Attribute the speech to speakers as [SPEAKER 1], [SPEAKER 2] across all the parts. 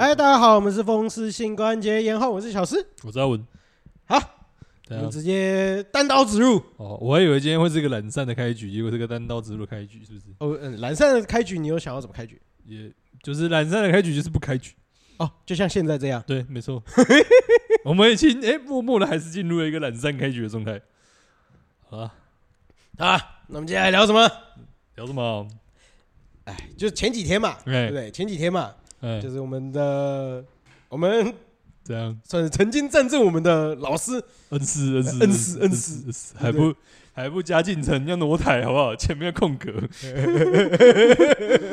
[SPEAKER 1] 嗨，哎大家好，我们是风湿性关节炎后，我是小诗。
[SPEAKER 2] 我知道文。
[SPEAKER 1] 好，我
[SPEAKER 2] 对啊
[SPEAKER 1] 们，直接单刀直入。
[SPEAKER 2] 哦，我还以为今天会是个懒散的开局，结果是个单刀直入的开局，是不是？
[SPEAKER 1] 哦，嗯，蓝山的开局，你有想要怎么开局？
[SPEAKER 2] 也就是懒散的开局，就是不开局。
[SPEAKER 1] 哦，就像现在这样。
[SPEAKER 2] 对，没错。 我们已经哎、默默的还是进入了一个懒散开局的状态。好啦，
[SPEAKER 1] 啊，那我们接下来聊什么？
[SPEAKER 2] 聊什么？
[SPEAKER 1] 哎，就前几天嘛，对
[SPEAKER 2] 哎
[SPEAKER 1] 不对？前几天嘛，
[SPEAKER 2] 哎
[SPEAKER 1] 就，是我们的，我们
[SPEAKER 2] 这样
[SPEAKER 1] 算是曾经赞助我们的老师，
[SPEAKER 2] 恩师哎恩师
[SPEAKER 1] 恩师恩师
[SPEAKER 2] 恩师，还不还不加进程，要挪台好不好？前面的空 格。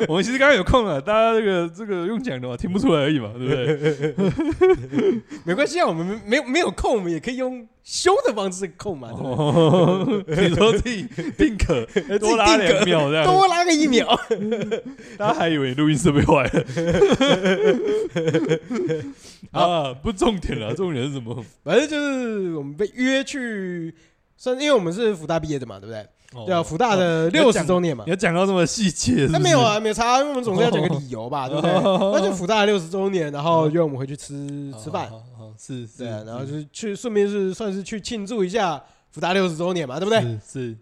[SPEAKER 2] 我们其实刚刚有空啊了，大家这个这个用讲的嘛，听不出来而已嘛，对不对？
[SPEAKER 1] 没关系啊，我们没没有没有空，我们也可以用修的方式空嘛，对不
[SPEAKER 2] 哦，你说 自己定可
[SPEAKER 1] 对？
[SPEAKER 2] 多拉
[SPEAKER 1] 自己
[SPEAKER 2] 两秒这
[SPEAKER 1] 定格
[SPEAKER 2] 样，
[SPEAKER 1] 多拉个一秒。
[SPEAKER 2] 大家还以为录音设备坏 了。啊，不重点了，重点是什么？
[SPEAKER 1] 反正就是我们被约去，算因为我们是福大毕业的嘛，对不对？对啊，
[SPEAKER 2] 哦
[SPEAKER 1] 福大的六十周年嘛
[SPEAKER 2] 你。要讲到这么细节是不
[SPEAKER 1] 那
[SPEAKER 2] 是？
[SPEAKER 1] 没有 啊，没有差，因为我们总是要讲个理由吧，对不对？
[SPEAKER 2] 哦
[SPEAKER 1] 那就福大六十周年，然后约我们回去吃
[SPEAKER 2] 哦，
[SPEAKER 1] 吃饭，
[SPEAKER 2] 好，好好是，是
[SPEAKER 1] 对啊，然后就是去顺便是算是去庆祝一下福大六十周年嘛，对不对？
[SPEAKER 2] 是是，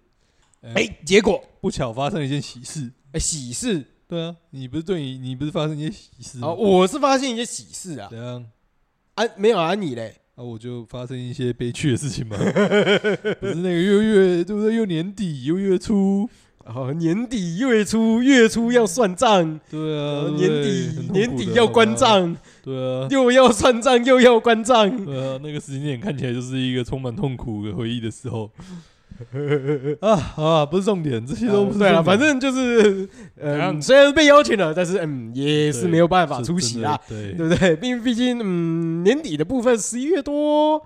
[SPEAKER 2] 呃
[SPEAKER 1] 哎，结果
[SPEAKER 2] 不巧发生了一件喜事。
[SPEAKER 1] 哎喜事
[SPEAKER 2] 对啊，你不是对你，你不是发生一件喜事
[SPEAKER 1] 啊，
[SPEAKER 2] 吗？
[SPEAKER 1] 我是发现一些喜事啊，
[SPEAKER 2] 怎样？
[SPEAKER 1] 啊没有啊你嘞，
[SPEAKER 2] 啊，我就发生一些悲剧的事情嘛。 不是那个又月，对不对？又年底，又月初，
[SPEAKER 1] 哦年底月初月初要算账，
[SPEAKER 2] 对啊，
[SPEAKER 1] 呃
[SPEAKER 2] 对
[SPEAKER 1] 年
[SPEAKER 2] 不对
[SPEAKER 1] 底
[SPEAKER 2] 很痛
[SPEAKER 1] 年
[SPEAKER 2] 苦
[SPEAKER 1] 底
[SPEAKER 2] 的
[SPEAKER 1] 要
[SPEAKER 2] 好吧
[SPEAKER 1] 关账，
[SPEAKER 2] 对啊，
[SPEAKER 1] 又要算账又要关账，
[SPEAKER 2] 对啊，那个时间点看起来就是一个充满痛苦的回忆的时候。啊啊，不是重点，这些都不是
[SPEAKER 1] 对啊，
[SPEAKER 2] 重点
[SPEAKER 1] 反正就是
[SPEAKER 2] 怎
[SPEAKER 1] 嗯
[SPEAKER 2] 样
[SPEAKER 1] 虽然被邀请了，但是嗯也是
[SPEAKER 2] 对
[SPEAKER 1] 没有办法
[SPEAKER 2] 是
[SPEAKER 1] 出席
[SPEAKER 2] 真的
[SPEAKER 1] 啦。
[SPEAKER 2] 对，
[SPEAKER 1] 对不对？ 毕毕竟，嗯，年底的部分，十一月多，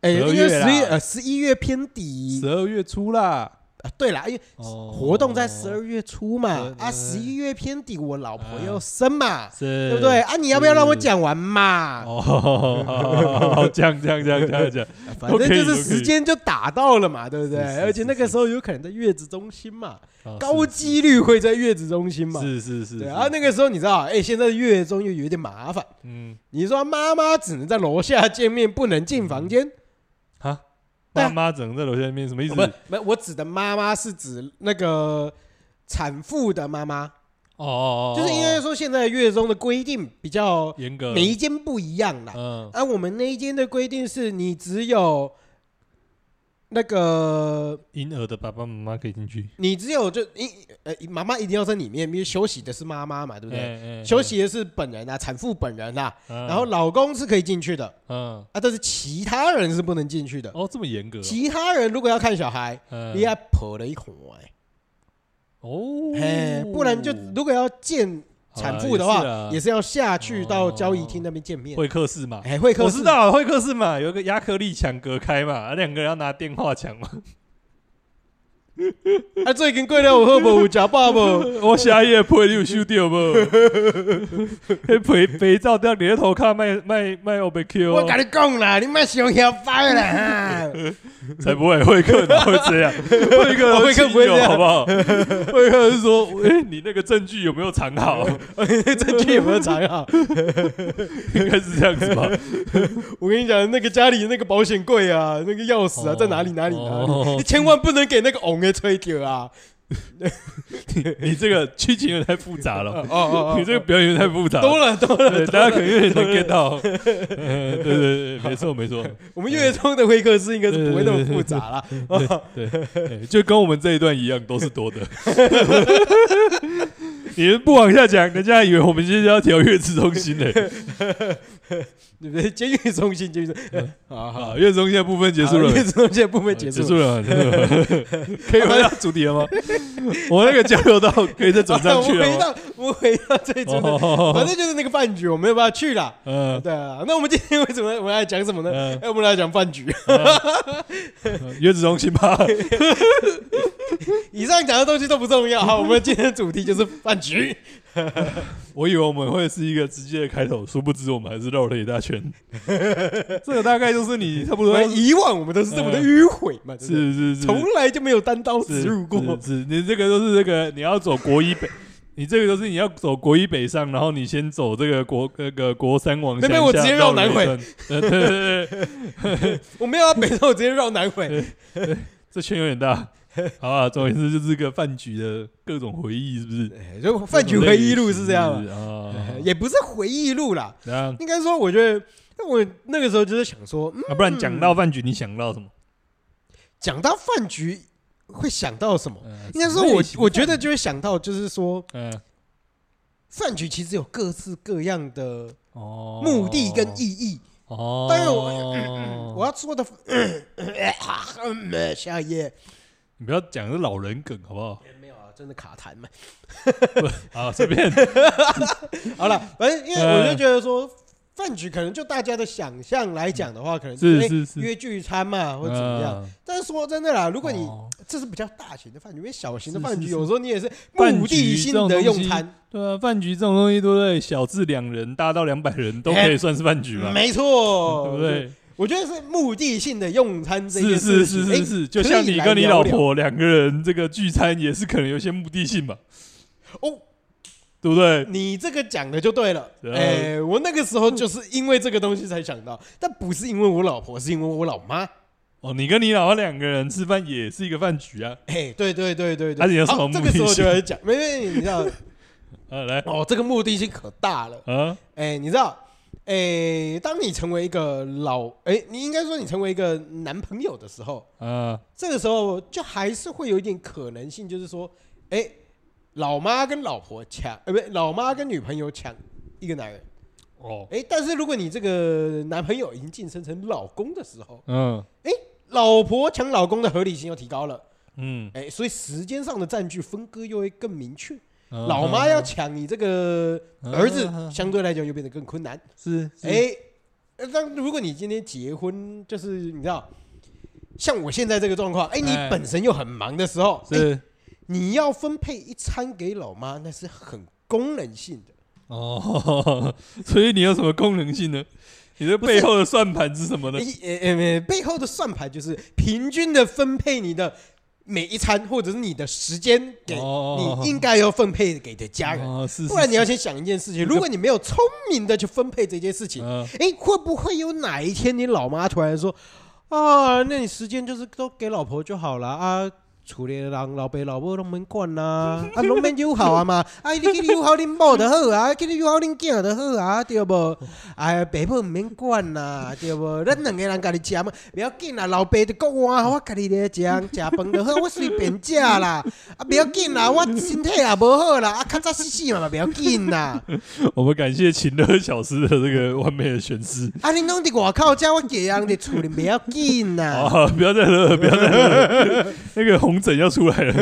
[SPEAKER 1] 哎，因
[SPEAKER 2] 12
[SPEAKER 1] 为
[SPEAKER 2] 月
[SPEAKER 1] 十
[SPEAKER 2] 啦
[SPEAKER 1] 一呃十一月偏
[SPEAKER 2] 十
[SPEAKER 1] 底
[SPEAKER 2] 二月初啦，
[SPEAKER 1] 啊，对啦，因为
[SPEAKER 2] 哦
[SPEAKER 1] 活动在十二月初嘛
[SPEAKER 2] 对，哦对
[SPEAKER 1] 啊，
[SPEAKER 2] 对
[SPEAKER 1] 十一月偏底，我老婆
[SPEAKER 2] 啊
[SPEAKER 1] 要生嘛，
[SPEAKER 2] 是，
[SPEAKER 1] 对不对？？啊，你要不要让我
[SPEAKER 2] 是
[SPEAKER 1] 讲完嘛？
[SPEAKER 2] 嗯哦，好好好好好，这样这样这样这样这样，
[SPEAKER 1] 啊反
[SPEAKER 2] 都可
[SPEAKER 1] 正
[SPEAKER 2] 以
[SPEAKER 1] 就
[SPEAKER 2] 都
[SPEAKER 1] 是
[SPEAKER 2] 可以
[SPEAKER 1] 时间就打到了嘛，对不对？
[SPEAKER 2] 是是
[SPEAKER 1] 而且那个
[SPEAKER 2] 是是
[SPEAKER 1] 时候有可能在月子中心嘛，
[SPEAKER 2] 啊
[SPEAKER 1] 高几率会在月子中心嘛。
[SPEAKER 2] 是是是，
[SPEAKER 1] 对
[SPEAKER 2] 是
[SPEAKER 1] 啊，那个时候你知道，哎，现在月中又有点麻烦。
[SPEAKER 2] 嗯，
[SPEAKER 1] 你说妈妈只能在楼下见面，不能进
[SPEAKER 2] 嗯
[SPEAKER 1] 房间，
[SPEAKER 2] 哈，
[SPEAKER 1] 对啊
[SPEAKER 2] 爸妈整个在楼下面什么意思
[SPEAKER 1] 哦不？是不是，我指的妈妈是指那个产妇的妈妈，
[SPEAKER 2] 哦哦哦，
[SPEAKER 1] 就是应该说现在月中的规定比较
[SPEAKER 2] 严格，
[SPEAKER 1] 每一间不一样啦。啊
[SPEAKER 2] 嗯，
[SPEAKER 1] 而我们那一间的规定是你只有那个，
[SPEAKER 2] 婴儿的爸爸妈妈可以进去，
[SPEAKER 1] 你只有就一呃妈妈一定要在里面，因为休息的是妈妈嘛，对不对？
[SPEAKER 2] 对
[SPEAKER 1] 休，息的是本人啊，产妇本人啊，
[SPEAKER 2] 然
[SPEAKER 1] 然后老公是可以进去的
[SPEAKER 2] 嗯，
[SPEAKER 1] 啊，但是其他人是不能进去的。
[SPEAKER 2] 哦，这么严格哦，
[SPEAKER 1] 其他人如果要看小孩，
[SPEAKER 2] 嗯
[SPEAKER 1] 你要婆了一环。
[SPEAKER 2] 哦，
[SPEAKER 1] 嘿，不然就如果要见产妇的
[SPEAKER 2] 嗯好啦也
[SPEAKER 1] 话，
[SPEAKER 2] 是啊
[SPEAKER 1] 也是要下去到交易厅那边见面。
[SPEAKER 2] 会客室嘛。
[SPEAKER 1] 哎，会客
[SPEAKER 2] 我
[SPEAKER 1] 室
[SPEAKER 2] 知道会客室嘛，有一个亚克力墙隔开嘛，啊两个人要拿电话抢嘛。
[SPEAKER 1] 啊，最近过了有好不？有吃 饱不？
[SPEAKER 2] 我下夜陪你有收到无？那肥肥皂掉你的头壳卖卖卖 O B Q，
[SPEAKER 1] 我跟你讲啦，你莫想遐歪啦！ 哈
[SPEAKER 2] 才不会会客哪会这样？会客
[SPEAKER 1] 会客不会这样
[SPEAKER 2] 好不好？会客是说，哎、你那个证据有没有藏好？
[SPEAKER 1] 这句有没有藏好？
[SPEAKER 2] 应该是这样子吧？
[SPEAKER 1] 我跟你讲，那个家里那个保险柜啊，那个钥匙啊，
[SPEAKER 2] 哦
[SPEAKER 1] 在哪里哪里哪里，
[SPEAKER 2] 哦
[SPEAKER 1] 你千万不能给那个红的吹掉啊！
[SPEAKER 2] 你这个剧情有点太复杂
[SPEAKER 1] 哦
[SPEAKER 2] 了，
[SPEAKER 1] 哦哦，
[SPEAKER 2] 你这个表演有点太复杂了
[SPEAKER 1] 懂了懂了。
[SPEAKER 2] 对，大家可能有点能 get 到。嗯对对对，没错没错，
[SPEAKER 1] 我们月中的会客室应该是不会那么复杂 啦。
[SPEAKER 2] 对对，就跟我们这一段一样，都是多的。你们不往下讲，人家以为我们今天要调月子中心嘞。
[SPEAKER 1] 对不对？监狱中心，监狱中心，呃 好好
[SPEAKER 2] 好，月子中心的部分嗯结束了
[SPEAKER 1] 好，月子中心的部分结束
[SPEAKER 2] 结。束了，可以回到主题了吗？我那个交流道可以再转上
[SPEAKER 1] 啊
[SPEAKER 2] 去
[SPEAKER 1] 我回
[SPEAKER 2] 了吗。
[SPEAKER 1] 到我回到最初的，反
[SPEAKER 2] 哦，
[SPEAKER 1] 正就是那个饭局，我没有办法去啦。
[SPEAKER 2] 嗯
[SPEAKER 1] 对啊，那我们今天为什么我们来讲什么呢？
[SPEAKER 2] 嗯，
[SPEAKER 1] 哎，我们来讲饭局。
[SPEAKER 2] 月子中心吧，
[SPEAKER 1] 以上讲的东西都不重要，好，我们今天的主题就是饭 局。
[SPEAKER 2] 我以为我们会是一个直接的开头，殊不知我们还是绕了一 大圈。这个大概就是你差不
[SPEAKER 1] 我
[SPEAKER 2] 多
[SPEAKER 1] 们以往我们都是这么的迂回嘛，对不对
[SPEAKER 2] 嗯是是是，
[SPEAKER 1] 从来就没有单刀直入过。
[SPEAKER 2] 是是是你这个都是这个你要走国一北，你这个就是你要走国一北上，然后你先走这个国那个国三往
[SPEAKER 1] 没
[SPEAKER 2] 下，
[SPEAKER 1] 没我直接绕南回
[SPEAKER 2] 回。呃对对对对，
[SPEAKER 1] 我没有要北上，我直接绕南回。
[SPEAKER 2] 这圈有点大。好啊，总而言之就是个饭局的各种回忆，是不是？
[SPEAKER 1] 哎就饭局回忆录是这样
[SPEAKER 2] 是
[SPEAKER 1] 嘛，
[SPEAKER 2] 啊
[SPEAKER 1] 哎，也不是回忆录啦，
[SPEAKER 2] 这样
[SPEAKER 1] 应该说我觉得，那我那个时候就是想说，嗯，
[SPEAKER 2] 啊，不然讲到饭局，你想到什么？
[SPEAKER 1] 讲到饭局会想到什么？
[SPEAKER 2] 呃
[SPEAKER 1] 应该说我
[SPEAKER 2] 什么类型
[SPEAKER 1] 我觉得就会想到，就是说
[SPEAKER 2] 嗯
[SPEAKER 1] 饭局其实有各式各样的
[SPEAKER 2] 哦
[SPEAKER 1] 目的跟意义。
[SPEAKER 2] 哦，
[SPEAKER 1] 但是我我要说的， 嗯下一页
[SPEAKER 2] 你不要讲是老人梗好 不好？
[SPEAKER 1] 没有啊，真的卡 痰嘛。
[SPEAKER 2] 啊，随便
[SPEAKER 1] 好了，反正因为我就觉得说，饭局可能就大家的想象来讲的话，可能就是哎
[SPEAKER 2] 是是，
[SPEAKER 1] 约聚餐嘛，或者怎么样。
[SPEAKER 2] 嗯？
[SPEAKER 1] 但是说真的啦，如果你
[SPEAKER 2] 哦
[SPEAKER 1] 这是比较大型的饭局，因为小型的
[SPEAKER 2] 是
[SPEAKER 1] 饭局
[SPEAKER 2] 是是
[SPEAKER 1] 有时候你也是
[SPEAKER 2] 饭
[SPEAKER 1] 目的
[SPEAKER 2] 局
[SPEAKER 1] 性
[SPEAKER 2] 这种
[SPEAKER 1] 的
[SPEAKER 2] 东
[SPEAKER 1] 用
[SPEAKER 2] 西
[SPEAKER 1] 餐，
[SPEAKER 2] 对啊，饭局这种东西，对不对？小至两人，大到两百人都可以算是饭局吧？
[SPEAKER 1] 没错，
[SPEAKER 2] 对不？对？
[SPEAKER 1] 我觉得是目的性的用餐这件
[SPEAKER 2] 是
[SPEAKER 1] 事
[SPEAKER 2] 是
[SPEAKER 1] 情，
[SPEAKER 2] 是是
[SPEAKER 1] 哎
[SPEAKER 2] 是，就像
[SPEAKER 1] 可以
[SPEAKER 2] 你
[SPEAKER 1] 来
[SPEAKER 2] 跟你
[SPEAKER 1] 聊
[SPEAKER 2] 老
[SPEAKER 1] 聊
[SPEAKER 2] 婆两个人这个聚餐，也是可能有些目的性吧？
[SPEAKER 1] 哦，
[SPEAKER 2] 对不对？
[SPEAKER 1] 你这个讲的就对了。
[SPEAKER 2] 然后
[SPEAKER 1] 哎，我那个时候就是因为这个东西才想到，但不是因为我老婆，是因为我老妈。
[SPEAKER 2] 哦，你跟你老婆两个人吃饭也是一个饭局啊。
[SPEAKER 1] 哎，对对对对对，
[SPEAKER 2] 啊你有什么
[SPEAKER 1] 好
[SPEAKER 2] 目
[SPEAKER 1] 这
[SPEAKER 2] 的
[SPEAKER 1] 个时候就
[SPEAKER 2] 性
[SPEAKER 1] 来讲，没没，你知道
[SPEAKER 2] 啊，来
[SPEAKER 1] 哦，这个目的性可大了。
[SPEAKER 2] 啊，
[SPEAKER 1] 哎，你知道，哎，当你成为一个老，哎，你应该说你成为一个男朋友的时候，
[SPEAKER 2] 啊，
[SPEAKER 1] 这个时候就还是会有一点可能性，就是说，哎，老妈跟老婆抢，呃，不对，老妈跟女朋友抢一个男人。
[SPEAKER 2] 哦，
[SPEAKER 1] 哎，但是如果你这个男朋友已经晋升成老公的时候，
[SPEAKER 2] 嗯
[SPEAKER 1] 老婆抢老公的合理性又提高了，
[SPEAKER 2] 嗯，
[SPEAKER 1] 哎，所以时间上的占据分割又会更明确。
[SPEAKER 2] 嗯
[SPEAKER 1] 老妈要抢你这个儿子
[SPEAKER 2] 嗯嗯，嗯
[SPEAKER 1] 相对来讲又变得更困难。
[SPEAKER 2] 是是
[SPEAKER 1] 哎，呃当如果你今天结婚，就是你知道，像我现在这个状况，哎，你
[SPEAKER 2] 哎
[SPEAKER 1] 本身又很忙的时候，哎，
[SPEAKER 2] 是
[SPEAKER 1] 你要分配一餐给老妈，那是很功能性的。
[SPEAKER 2] 哦，所以你有什么功能 性呢？你的背后的算盘是什么呢？
[SPEAKER 1] 诶诶诶，背后的算盘就是平均的分配你的每一餐，或者是你的时间给
[SPEAKER 2] 哦
[SPEAKER 1] 你应该要分配给的家人。
[SPEAKER 2] 哦，是，
[SPEAKER 1] 不然你要先想一件事情，如果你没有聪明的去分配这件事情，
[SPEAKER 2] 嗯
[SPEAKER 1] 哎，会不会有哪一天你老妈突然说啊，那你时间就是都给老婆就好了啊？厝里的人老爸老母拢免管啦，啊，拢免友好啊嘛，啊，你去友好恁某就好啊，去友好恁囝就好啊，对无？哎，爸母毋免管啦，对无？咱两个人家己食嘛，不要紧啦，老爸就国碗，我家己咧食，食饭就好，我随便食啦，啊，不要紧啦，我身体也无好啦，啊，较早死死嘛，不要紧啊啦。
[SPEAKER 2] 我们感谢秦乐小师的这个完美的诠释。
[SPEAKER 1] 啊，恁拢伫外口食，我家人伫厝里袂要紧呐。
[SPEAKER 2] 啊！不要再乐 了，不要再乐了，那个红疹要出来了。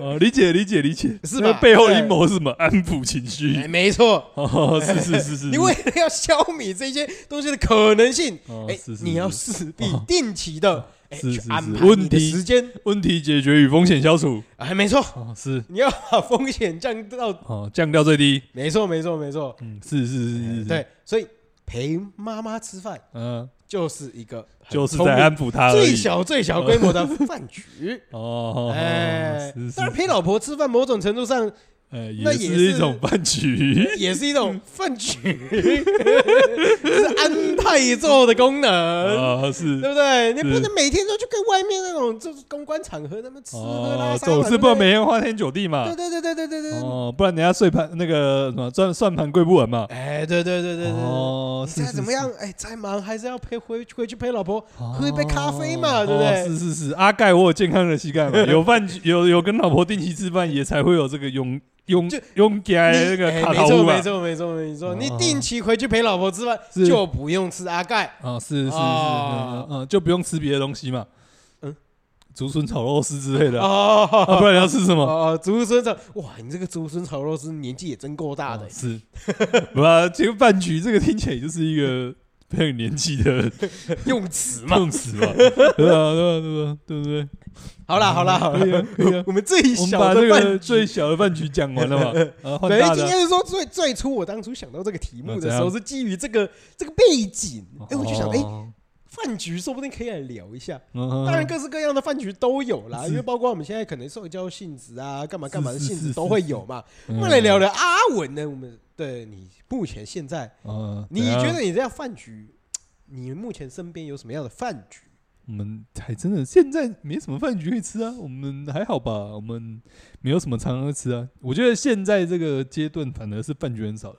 [SPEAKER 2] 哦，理解，理解，理解，
[SPEAKER 1] 是吧
[SPEAKER 2] 那背后阴谋是什么？安抚情绪。
[SPEAKER 1] 哎没错，
[SPEAKER 2] 哦，是是是是，
[SPEAKER 1] 你为了要消弭这些东西的可能性，
[SPEAKER 2] 哦
[SPEAKER 1] 哎
[SPEAKER 2] 是，是
[SPEAKER 1] 你要
[SPEAKER 2] 是哦
[SPEAKER 1] 势必定期的哎
[SPEAKER 2] 是
[SPEAKER 1] 去
[SPEAKER 2] 是
[SPEAKER 1] 安
[SPEAKER 2] 是
[SPEAKER 1] 排
[SPEAKER 2] 问
[SPEAKER 1] 你的
[SPEAKER 2] 题
[SPEAKER 1] 时间。
[SPEAKER 2] 问题解决与风险消除。
[SPEAKER 1] 哎，没错，
[SPEAKER 2] 哦，是
[SPEAKER 1] 你要把风险降到，
[SPEAKER 2] 哦，降到最低。
[SPEAKER 1] 没错，没错，没错。
[SPEAKER 2] 嗯，是是是是，是，
[SPEAKER 1] 对，所以陪妈妈吃饭
[SPEAKER 2] 嗯，
[SPEAKER 1] 就是一个很
[SPEAKER 2] 就是
[SPEAKER 1] 聪
[SPEAKER 2] 在
[SPEAKER 1] 明
[SPEAKER 2] 安抚他而已
[SPEAKER 1] 最。小最小规模 的饭局。
[SPEAKER 2] 哦，
[SPEAKER 1] 哎
[SPEAKER 2] 是，是
[SPEAKER 1] 当然陪老婆吃饭，某种程度上
[SPEAKER 2] 呃，
[SPEAKER 1] 那
[SPEAKER 2] 也
[SPEAKER 1] 也
[SPEAKER 2] 是一
[SPEAKER 1] 是
[SPEAKER 2] 种 饭局。
[SPEAKER 1] 也是一
[SPEAKER 2] 嗯
[SPEAKER 1] 种饭局， 是安泰做的功能，
[SPEAKER 2] 啊，是
[SPEAKER 1] 嗯对不对？你不
[SPEAKER 2] 是
[SPEAKER 1] 能每天都去跟外面那种就是公关场合他们吃喝拉
[SPEAKER 2] 哦，
[SPEAKER 1] 撒嘛，
[SPEAKER 2] 总是
[SPEAKER 1] 对
[SPEAKER 2] 不能
[SPEAKER 1] 不对
[SPEAKER 2] 每天花天酒地嘛
[SPEAKER 1] 对。对对对对对对对，
[SPEAKER 2] 哦，不然等下算盘那个什么算算盘跪不稳嘛。
[SPEAKER 1] 哎，对对对对对对。
[SPEAKER 2] 哦
[SPEAKER 1] 你，
[SPEAKER 2] 是
[SPEAKER 1] 再
[SPEAKER 2] 是
[SPEAKER 1] 怎么
[SPEAKER 2] 是
[SPEAKER 1] 样，哎，再忙还是要陪回回去陪老婆喝一杯
[SPEAKER 2] 哦
[SPEAKER 1] 咖啡嘛，对不
[SPEAKER 2] 哦
[SPEAKER 1] 对？
[SPEAKER 2] 是是是，阿盖我有健康的膝盖 嘛，有饭局有有跟老婆定期吃饭，也才会有这个勇勇
[SPEAKER 1] 就
[SPEAKER 2] 勇敢那个
[SPEAKER 1] 你哎
[SPEAKER 2] 卡啊
[SPEAKER 1] 没
[SPEAKER 2] 塔
[SPEAKER 1] 错
[SPEAKER 2] 乌嘛
[SPEAKER 1] 没。错没错没错，
[SPEAKER 2] 哦
[SPEAKER 1] 你定期回去陪老婆吃饭
[SPEAKER 2] 是
[SPEAKER 1] 就不用吃阿盖，
[SPEAKER 2] 啊，是是是，
[SPEAKER 1] 哦
[SPEAKER 2] 嗯嗯，就不用吃别的东西嘛。
[SPEAKER 1] 嗯
[SPEAKER 2] 嗯，竹笋炒肉丝之类的啊，啊不
[SPEAKER 1] 哦
[SPEAKER 2] 然你要吃什么？
[SPEAKER 1] 哦，竹笋炒哇，你这个竹笋炒肉丝年纪也真够大的
[SPEAKER 2] 哦，是， 不啊，这个饭局这个听起来就是一个非常有年纪的
[SPEAKER 1] 用词嘛。
[SPEAKER 2] 动词嘛，对啊，对啊，对啊，对不对？
[SPEAKER 1] 好啦好啦好
[SPEAKER 2] 可以
[SPEAKER 1] 啦，
[SPEAKER 2] 啊，可以啊。
[SPEAKER 1] 我们最
[SPEAKER 2] 我们
[SPEAKER 1] 小
[SPEAKER 2] 把这
[SPEAKER 1] 的
[SPEAKER 2] 个
[SPEAKER 1] 饭局，哎
[SPEAKER 2] 最小的饭局讲完了 嘛？啊，换
[SPEAKER 1] 没
[SPEAKER 2] 大
[SPEAKER 1] 应
[SPEAKER 2] 的
[SPEAKER 1] 该是说最最初我当初想到这个题目
[SPEAKER 2] 那
[SPEAKER 1] 的
[SPEAKER 2] 怎
[SPEAKER 1] 时
[SPEAKER 2] 样
[SPEAKER 1] 候是基于这个这个背景
[SPEAKER 2] 哦。，
[SPEAKER 1] 哎，我就想，哎，饭局说不定可以来聊一下。
[SPEAKER 2] 当
[SPEAKER 1] 当然，各式各样的饭局都有啦，
[SPEAKER 2] 嗯是
[SPEAKER 1] 因为包括我们现在可能社交性质啊，干嘛干嘛的
[SPEAKER 2] 是是
[SPEAKER 1] 性
[SPEAKER 2] 是
[SPEAKER 1] 质
[SPEAKER 2] 是
[SPEAKER 1] 都会有嘛。
[SPEAKER 2] 嗯
[SPEAKER 1] 那来聊聊阿文呢？我们对你目前现在，
[SPEAKER 2] 嗯
[SPEAKER 1] 你
[SPEAKER 2] 等一下
[SPEAKER 1] 觉得你这样饭局，你目前身边有什么样的饭局？
[SPEAKER 2] 我们还真的现在没什么饭局可以吃啊，我们还好吧，我们没有什么常常吃啊。我觉得现在这个阶段反而是饭局很少了，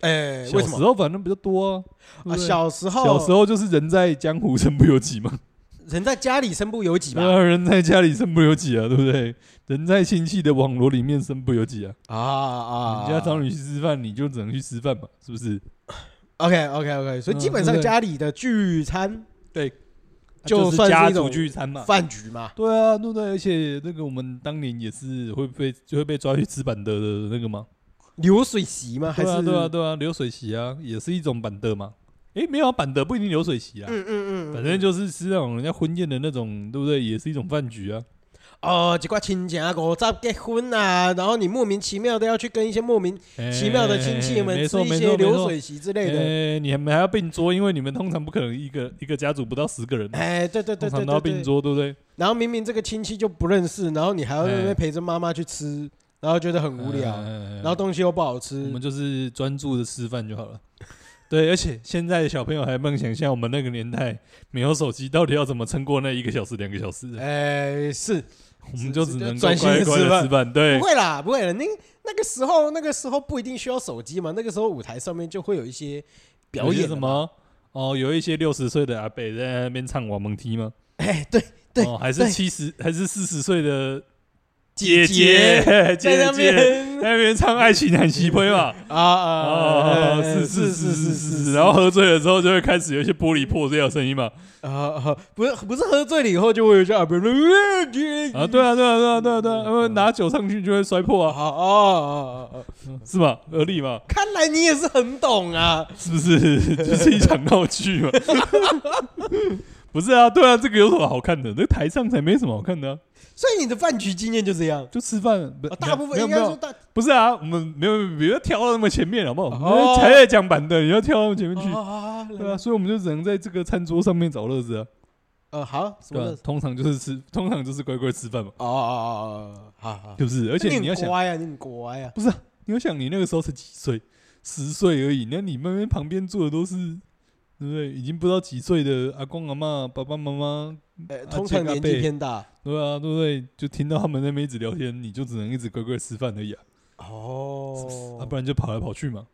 [SPEAKER 1] 哎，
[SPEAKER 2] 小
[SPEAKER 1] 为什
[SPEAKER 2] 时
[SPEAKER 1] 么
[SPEAKER 2] 候反正比较多啊。对
[SPEAKER 1] 啊？
[SPEAKER 2] 不对
[SPEAKER 1] 小时候，
[SPEAKER 2] 小时候就是人在江湖身不由己嘛，
[SPEAKER 1] 人在家里身不由己
[SPEAKER 2] 对
[SPEAKER 1] 吧？
[SPEAKER 2] 啊，人在家里身不由己啊，对不对？人在亲戚的网罗里面身不由己啊。
[SPEAKER 1] 啊啊，
[SPEAKER 2] 人家找你去吃饭，你就只能去吃饭嘛，是不是？
[SPEAKER 1] OK OK OK，所以
[SPEAKER 2] 嗯
[SPEAKER 1] 基本
[SPEAKER 2] 对
[SPEAKER 1] 上
[SPEAKER 2] 不对
[SPEAKER 1] 家里的聚餐
[SPEAKER 2] 就
[SPEAKER 1] 算啊是
[SPEAKER 2] 家
[SPEAKER 1] 一种
[SPEAKER 2] 族聚餐嘛。
[SPEAKER 1] 饭局嘛，
[SPEAKER 2] 对啊，对不对？而且那个我们当年也是会被就会被抓去吃板德的那个嘛。
[SPEAKER 1] 流水席吗？还
[SPEAKER 2] 对啊，
[SPEAKER 1] 是
[SPEAKER 2] 对啊，对啊，流水席啊，也是一种板德嘛。诶，没有啊板德不一定流水席啊，
[SPEAKER 1] 嗯嗯嗯，
[SPEAKER 2] 反正就是吃那种人家婚宴的那种，对不对？也是一种饭局啊。
[SPEAKER 1] 哦，几挂亲戚啊，我咋结婚啊？然后你莫名其妙的要去跟一些莫名奇妙的亲戚
[SPEAKER 2] 诶
[SPEAKER 1] 们
[SPEAKER 2] 哎没
[SPEAKER 1] 吃
[SPEAKER 2] 错
[SPEAKER 1] 一
[SPEAKER 2] 没
[SPEAKER 1] 些
[SPEAKER 2] 错
[SPEAKER 1] 流水席之
[SPEAKER 2] 没
[SPEAKER 1] 类
[SPEAKER 2] 错
[SPEAKER 1] 的。
[SPEAKER 2] 诶哎你们还要并桌，因为你们通常不可能一个一个家族不到十个人嘛，
[SPEAKER 1] 哎，对对对对
[SPEAKER 2] 通常都要并
[SPEAKER 1] 对对。
[SPEAKER 2] 桌，对不对？
[SPEAKER 1] 然后明明这个亲戚就不认识，然后你还要在那
[SPEAKER 2] 哎
[SPEAKER 1] 边陪着妈妈去吃，然后觉得很无聊，
[SPEAKER 2] 然
[SPEAKER 1] 然后东西又不好吃
[SPEAKER 2] 哎我。们就是专注的吃饭就好了。对，而且现在的小朋友还梦想像我们那个年代没有手机，到底要怎么撑过那一个小时、两个小时？
[SPEAKER 1] 哎，是
[SPEAKER 2] 我们就只能够
[SPEAKER 1] 专心地
[SPEAKER 2] 乖乖
[SPEAKER 1] 吃
[SPEAKER 2] 的
[SPEAKER 1] 饭
[SPEAKER 2] 吃饭。对
[SPEAKER 1] 不，会啦，不会了。那那个时候，那个时候不一定需要手机嘛，那个时候舞台上面就会有一些表
[SPEAKER 2] 有一些
[SPEAKER 1] 演
[SPEAKER 2] 什
[SPEAKER 1] 了嘛。
[SPEAKER 2] 么？哦，有一些六十岁的阿伯在那边唱瓦蒙踢吗？
[SPEAKER 1] 哎，对，对
[SPEAKER 2] 哦，还
[SPEAKER 1] 对
[SPEAKER 2] 是七十，还是四十岁的
[SPEAKER 1] 姐
[SPEAKER 2] 姐姐
[SPEAKER 1] 在那
[SPEAKER 2] 姐
[SPEAKER 1] 边
[SPEAKER 2] 在那边唱《爱情很西归》嘛？
[SPEAKER 1] 啊啊，
[SPEAKER 2] 哦，
[SPEAKER 1] 哎
[SPEAKER 2] 是是是是是，然
[SPEAKER 1] 啊
[SPEAKER 2] 后喝醉了之后就会开始有一些玻璃破掉的声音嘛？
[SPEAKER 1] 啊，不是不是喝醉了以后就会有一些啊，不是
[SPEAKER 2] 啊，对啊，对啊，对啊，对啊，对啊，因为拿酒上去就会摔破
[SPEAKER 1] 啊
[SPEAKER 2] 啊，
[SPEAKER 1] 啊啊！
[SPEAKER 2] 是吧？合理嘛？
[SPEAKER 1] 看来你也是很懂啊。
[SPEAKER 2] 是不是？ 就是一场闹剧嘛？ 不是啊，对啊，这个有什么好看的？那台上才没什么好看的啊、
[SPEAKER 1] 所以你的饭局经验就这样，
[SPEAKER 2] 就吃饭。不
[SPEAKER 1] 啊、大部分
[SPEAKER 2] 没有
[SPEAKER 1] 应
[SPEAKER 2] 没
[SPEAKER 1] 该
[SPEAKER 2] 有
[SPEAKER 1] 说大
[SPEAKER 2] 不是啊，我们没有，不要跳到那么前面好不好？
[SPEAKER 1] 哦
[SPEAKER 2] 我们才在讲板凳，你要跳到那么前面去，
[SPEAKER 1] 啊，
[SPEAKER 2] 对啊，所以我们就只能在这个餐桌上面找乐子啊，
[SPEAKER 1] 呃，好，什
[SPEAKER 2] 对啊
[SPEAKER 1] 么
[SPEAKER 2] 吧
[SPEAKER 1] 的？，
[SPEAKER 2] 通常就是吃，通常就是乖乖吃饭嘛，
[SPEAKER 1] 哦哦哦，好好。
[SPEAKER 2] 是不是？而
[SPEAKER 1] 而
[SPEAKER 2] 且你要想，
[SPEAKER 1] 乖啊，你很乖啊。
[SPEAKER 2] 你要想，你那个时候才几岁，十岁而已，那你慢慢旁边坐的都是，对不对？已经不知道几岁的阿公阿嬷、爸爸妈妈，
[SPEAKER 1] 呃，
[SPEAKER 2] 啊
[SPEAKER 1] 通常
[SPEAKER 2] 这个
[SPEAKER 1] 年
[SPEAKER 2] 被
[SPEAKER 1] 纪偏大。
[SPEAKER 2] 对啊，对不对？就听到他们那边一直聊天，你就只能一直乖乖吃饭而已啊，是不是啊
[SPEAKER 1] 哦
[SPEAKER 2] 不，然就跑来跑去嘛。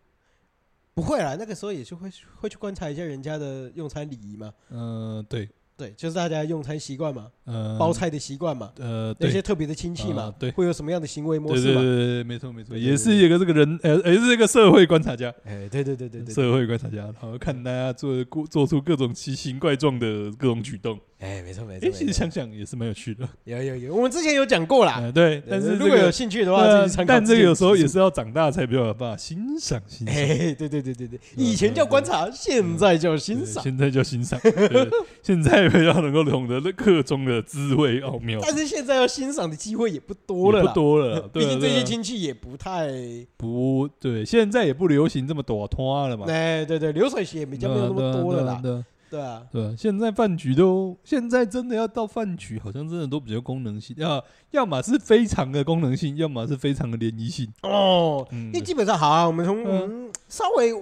[SPEAKER 1] 不会啦，那个时候也是会会去观察一下人家的用餐礼仪嘛。
[SPEAKER 2] 嗯、对，
[SPEAKER 1] 对，就是大家用餐习惯嘛，
[SPEAKER 2] 嗯、
[SPEAKER 1] 包，菜的习惯嘛，
[SPEAKER 2] 呃，
[SPEAKER 1] 那
[SPEAKER 2] 对，
[SPEAKER 1] 些特别的亲戚
[SPEAKER 2] 啊
[SPEAKER 1] 嘛，
[SPEAKER 2] 对
[SPEAKER 1] 会有什么样的行为模
[SPEAKER 2] 对
[SPEAKER 1] 式
[SPEAKER 2] 对对
[SPEAKER 1] 嘛？
[SPEAKER 2] 对对，没错没错，
[SPEAKER 1] 对对对
[SPEAKER 2] 也是一个这个人，呃，也是一个社会观察家，
[SPEAKER 1] 哎，对对对对对对，
[SPEAKER 2] 社会观察家，然后看大家做过做出各种奇形怪状的各种举动，
[SPEAKER 1] 哎，没错没错
[SPEAKER 2] 哎，其
[SPEAKER 1] 没错
[SPEAKER 2] 实想，想也是蛮有趣的，
[SPEAKER 1] 有有有，我们之前有讲过啦。
[SPEAKER 2] 呃对，但
[SPEAKER 1] 呃
[SPEAKER 2] 是
[SPEAKER 1] 如
[SPEAKER 2] 这
[SPEAKER 1] 果
[SPEAKER 2] 个
[SPEAKER 1] 有兴趣的话，
[SPEAKER 2] 对啊
[SPEAKER 1] 自己参考。
[SPEAKER 2] 但这个有时候也。 是要长大才比较有办法欣赏欣赏。
[SPEAKER 1] 哎，对对对对对，
[SPEAKER 2] 嗯
[SPEAKER 1] 以前叫观察，现在叫欣
[SPEAKER 2] 对
[SPEAKER 1] 赏。
[SPEAKER 2] 现在叫嗯 欣赏，对现在比较能够懂得那课中的滋味奥妙，
[SPEAKER 1] 但是现在要欣赏的机会也不多了
[SPEAKER 2] 也
[SPEAKER 1] 啦，
[SPEAKER 2] 不多了啦，
[SPEAKER 1] 毕
[SPEAKER 2] 对啊
[SPEAKER 1] 竟这
[SPEAKER 2] 对啊
[SPEAKER 1] 些亲戚也不太，
[SPEAKER 2] 不对，现在也不流行这么短拖了嘛，
[SPEAKER 1] 哎，对对，流水席也比较没有那么多了啦，
[SPEAKER 2] 对啊。对啊对啊
[SPEAKER 1] 对啊，
[SPEAKER 2] 对啊，现在饭局都，现在真的要到饭局，好像真的都比较功能性，要要么是非常的功能性，要么是非常的联谊性。
[SPEAKER 1] 哦，
[SPEAKER 2] 嗯
[SPEAKER 1] 因为基本上好啊，我们从
[SPEAKER 2] 嗯
[SPEAKER 1] 我们稍微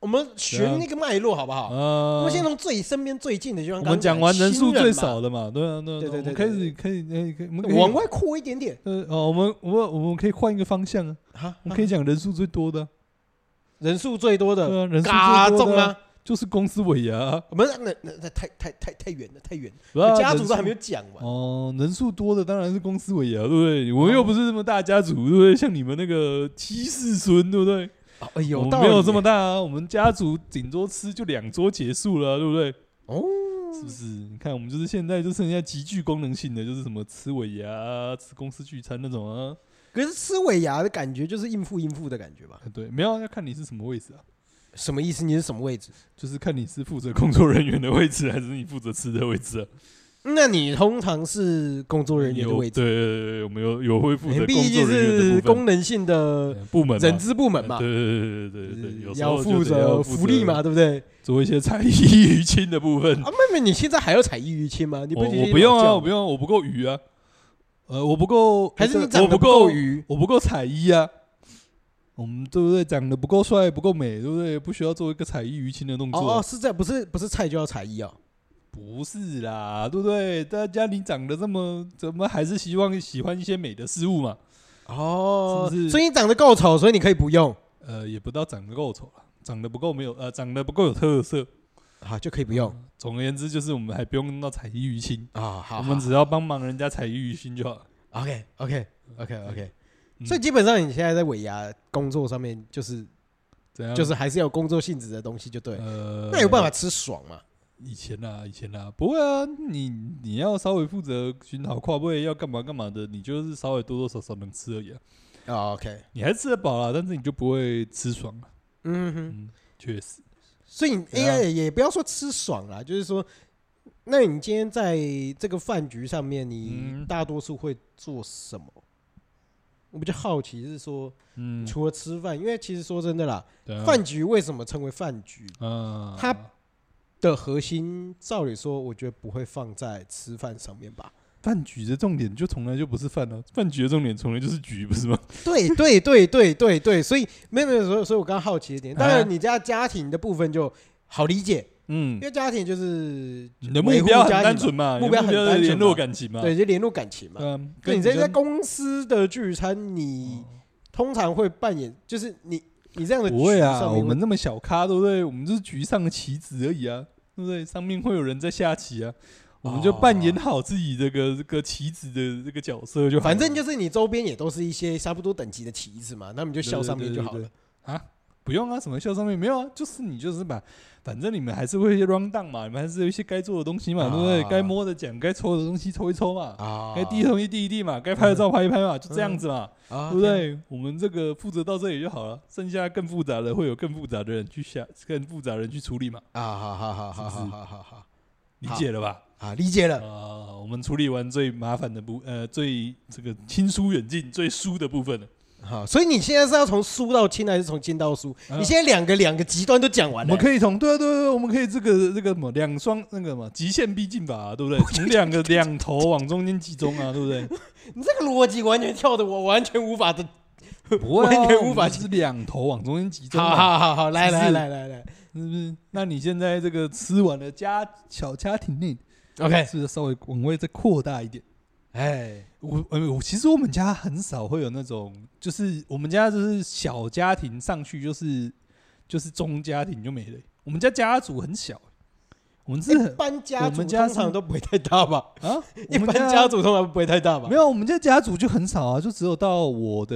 [SPEAKER 1] 我们寻那个脉络好不好？我
[SPEAKER 2] 啊
[SPEAKER 1] 们先从最身边最近的，就像
[SPEAKER 2] 我
[SPEAKER 1] 刚
[SPEAKER 2] 们
[SPEAKER 1] 刚讲
[SPEAKER 2] 讲完人数最
[SPEAKER 1] 的
[SPEAKER 2] 少的嘛，对啊，对啊，
[SPEAKER 1] 对对
[SPEAKER 2] 啊我们
[SPEAKER 1] 对
[SPEAKER 2] 开
[SPEAKER 1] 对
[SPEAKER 2] 始可以，哎可以，我
[SPEAKER 1] 新
[SPEAKER 2] 们可
[SPEAKER 1] 人
[SPEAKER 2] 以
[SPEAKER 1] 嘛，往外扩一点点
[SPEAKER 2] 呃哦，我们我我们可以换一个方 向啊，
[SPEAKER 1] 啊，
[SPEAKER 2] 我们可以
[SPEAKER 1] 以
[SPEAKER 2] 讲人数最多的啊，
[SPEAKER 1] 人数最多
[SPEAKER 2] 对
[SPEAKER 1] 的
[SPEAKER 2] 啊，人数
[SPEAKER 1] 嘎
[SPEAKER 2] 最多
[SPEAKER 1] 中
[SPEAKER 2] 的啊
[SPEAKER 1] 啊，
[SPEAKER 2] 就是公司尾牙啊，
[SPEAKER 1] 我们那那那太太太太远了，太远，
[SPEAKER 2] 不啊
[SPEAKER 1] 家族
[SPEAKER 2] 人
[SPEAKER 1] 都还
[SPEAKER 2] 数
[SPEAKER 1] 没有讲完。
[SPEAKER 2] 哦，人数多的当然是公司尾牙，对不对？我们又不是什么大家族，对不对？像你们那个七世孙，对不对？
[SPEAKER 1] 哦哎
[SPEAKER 2] 我
[SPEAKER 1] 呦，
[SPEAKER 2] 们
[SPEAKER 1] 道
[SPEAKER 2] 没有
[SPEAKER 1] 理
[SPEAKER 2] 这么
[SPEAKER 1] 耶
[SPEAKER 2] 大啊，我们家族顶多吃就两桌结束了啊、对不对？
[SPEAKER 1] 哦，
[SPEAKER 2] 是不是？你看我们就是现在就剩下极具功能性的，就是什么吃尾牙啊、吃公司聚餐那种啊。
[SPEAKER 1] 可是吃尾牙的感觉就是应付应付的感觉吧？
[SPEAKER 2] 啊对，没有啊要看你是什么位置啊，
[SPEAKER 1] 什么意思？你是什么位置？
[SPEAKER 2] 就是看你是负责工作人员的位置，还是你负责吃的位置啊。
[SPEAKER 1] 那你通常是工作人员的
[SPEAKER 2] 有
[SPEAKER 1] 位
[SPEAKER 2] 对
[SPEAKER 1] 置，
[SPEAKER 2] 对对对，我们有有恢复
[SPEAKER 1] 你
[SPEAKER 2] 的
[SPEAKER 1] 毕
[SPEAKER 2] 工
[SPEAKER 1] 竟
[SPEAKER 2] 作人
[SPEAKER 1] 是
[SPEAKER 2] 员的部分
[SPEAKER 1] 功能性的
[SPEAKER 2] 对部门嘛
[SPEAKER 1] 人资部门嘛，
[SPEAKER 2] 对对对对对对，有时
[SPEAKER 1] 要
[SPEAKER 2] 候就
[SPEAKER 1] 负
[SPEAKER 2] 得要
[SPEAKER 1] 责福利嘛，，对不对？
[SPEAKER 2] 做一些才艺于亲的部分
[SPEAKER 1] 啊，。妹妹，你现在还要采抑郁亲 吗？你
[SPEAKER 2] 我
[SPEAKER 1] 不
[SPEAKER 2] 我不用啊，我不用，我不够鱼啊，呃，我不够，
[SPEAKER 1] 还是你
[SPEAKER 2] 我
[SPEAKER 1] 长得
[SPEAKER 2] 不
[SPEAKER 1] 够
[SPEAKER 2] 够，
[SPEAKER 1] 鱼？
[SPEAKER 2] 我不够彩衣啊。我们对不对？长得不够帅，不够美，对不对？不需要做一个彩衣娱亲的动
[SPEAKER 1] 哦
[SPEAKER 2] 作
[SPEAKER 1] 哦，，是在不是不是菜就要采抑哦。
[SPEAKER 2] 不是啦，对不对？大家你长得这么，怎么还是希望喜欢一些美的事物嘛？
[SPEAKER 1] 哦，
[SPEAKER 2] 是不是
[SPEAKER 1] 所以你长得够丑，所以你可以不用，
[SPEAKER 2] 呃，也不到长得够丑了，长得不够没有，呃，长得不够有特色。
[SPEAKER 1] 好就可以不用
[SPEAKER 2] 总而言之，就是我们还不用弄到彩衣娱亲，
[SPEAKER 1] 啊。好，
[SPEAKER 2] 我们只要帮忙人家彩衣娱亲就好了。
[SPEAKER 1] OK OK OK OK。
[SPEAKER 2] 嗯
[SPEAKER 1] 所以基本上你现在在尾牙工作上面，就是
[SPEAKER 2] 怎样？
[SPEAKER 1] 就是还是要有工作性质的东西，就对了。
[SPEAKER 2] 呃，
[SPEAKER 1] 那有办法吃爽嘛？
[SPEAKER 2] 以前啦，以前啦，不会啊，你你要稍微负责寻讨跨位，要干嘛干嘛的，你就是稍微多多少少能吃而已啊。
[SPEAKER 1] 哦，OK，
[SPEAKER 2] 你还是吃得饱啦，但是你就不会吃爽了。
[SPEAKER 1] 嗯哼，
[SPEAKER 2] 嗯，确实，
[SPEAKER 1] 所以你
[SPEAKER 2] 怎样
[SPEAKER 1] AI 也也不要说吃爽啦，就是说，那你今天在这个饭局上面，你
[SPEAKER 2] 嗯
[SPEAKER 1] 大多数会做什么？我比较好奇是说，
[SPEAKER 2] 嗯，
[SPEAKER 1] 除了吃饭，因为其实说真的啦，
[SPEAKER 2] 对啊
[SPEAKER 1] 饭局为什么称为饭局
[SPEAKER 2] 啊，
[SPEAKER 1] 它的核心？照理说，我觉得不会放在吃饭上面吧？
[SPEAKER 2] 饭局的重点就从来就不是饭了、饭局的重点从来就是局，不是吗？
[SPEAKER 1] 对对对对对对，所以没有没有，所以所以我刚刚好奇一点，当
[SPEAKER 2] 啊
[SPEAKER 1] 然你家家庭的部分就好理解，
[SPEAKER 2] 嗯
[SPEAKER 1] 因，为家庭就是
[SPEAKER 2] 你的目
[SPEAKER 1] 维护
[SPEAKER 2] 标很
[SPEAKER 1] 家庭
[SPEAKER 2] 单
[SPEAKER 1] 嘛
[SPEAKER 2] 纯嘛，你的
[SPEAKER 1] 目标很单
[SPEAKER 2] 目标是
[SPEAKER 1] 纯
[SPEAKER 2] 联络
[SPEAKER 1] 嘛
[SPEAKER 2] 感情嘛，
[SPEAKER 1] 对，就联络感情嘛。
[SPEAKER 2] 对啊，
[SPEAKER 1] 那你
[SPEAKER 2] 这
[SPEAKER 1] 在在公司的聚餐，你通常会扮演，就是你你这样的
[SPEAKER 2] 不会
[SPEAKER 1] 局
[SPEAKER 2] 啊，
[SPEAKER 1] 上面
[SPEAKER 2] 我们那么小咖，对不对？我们就是局上的棋子而已啊，对不对？上面会有人在下棋啊，我们就扮演好自己这个这个棋子的这个角色就好了。
[SPEAKER 1] 反正就是你周边也都是一些差不多等级的棋子嘛，那你就笑上面就好
[SPEAKER 2] 对
[SPEAKER 1] 了
[SPEAKER 2] 对。啊，不用啊，什么笑上面没有啊，就是你就是把，反正你们还是会一些 round down 嘛，你们还是有一些该做的东西嘛，
[SPEAKER 1] 啊
[SPEAKER 2] 对不对？该摸的讲，该抽的东西抽一抽嘛，
[SPEAKER 1] 啊
[SPEAKER 2] 该递的东西哎递一递嘛，该拍的照拍一拍嘛，就这样子嘛，
[SPEAKER 1] 啊
[SPEAKER 2] 对不？对？我们这个负责到这里就好了，剩下更复杂的会有更复杂的人去下，更复杂的人去处理嘛。
[SPEAKER 1] 啊，好好好好
[SPEAKER 2] 是
[SPEAKER 1] 好
[SPEAKER 2] 不是
[SPEAKER 1] 好好好
[SPEAKER 2] 理解了吧？
[SPEAKER 1] 啊，理解
[SPEAKER 2] 啊、
[SPEAKER 1] 了。
[SPEAKER 2] 我们处理完最麻烦的部，呃，最这个亲疏远近、最疏的部分了。
[SPEAKER 1] 好，所以你现在是要从输到亲，还是从亲到输？
[SPEAKER 2] 啊
[SPEAKER 1] 你现在两个两个极端都讲
[SPEAKER 2] 我
[SPEAKER 1] 完了
[SPEAKER 2] 们。可以从对啊对啊对啊，我们可以这个这个什么两双那个什么极限逼近法、对 不对？从两个两头往中间集中啊，对不对？
[SPEAKER 1] 你这个逻辑完全跳的，我完全无法的。
[SPEAKER 2] 不会、啊，
[SPEAKER 1] 完全无法
[SPEAKER 2] 我们就是两头往中间集中、
[SPEAKER 1] 好好
[SPEAKER 2] 啊，
[SPEAKER 1] 好好，来
[SPEAKER 2] 是不
[SPEAKER 1] 来
[SPEAKER 2] 是
[SPEAKER 1] 来来来
[SPEAKER 2] 是不是？那你现在这个吃完了家小家庭内，
[SPEAKER 1] ，OK，
[SPEAKER 2] 是不是稍微往外再扩大一点？
[SPEAKER 1] 哎，
[SPEAKER 2] 我呃，我其实我们家很少会有那种，就是我们家就是小家庭上去就是就是中家庭就没了欸、我们家家族很小欸、我们是
[SPEAKER 1] 一
[SPEAKER 2] 很
[SPEAKER 1] 般家
[SPEAKER 2] 我
[SPEAKER 1] 族
[SPEAKER 2] 们家
[SPEAKER 1] 通常
[SPEAKER 2] 是
[SPEAKER 1] 都不会太大吧？
[SPEAKER 2] 啊，
[SPEAKER 1] 一
[SPEAKER 2] 我们
[SPEAKER 1] 般家族通常不会太大吧
[SPEAKER 2] 没？有，我们家家族就很少啊，就只有到我的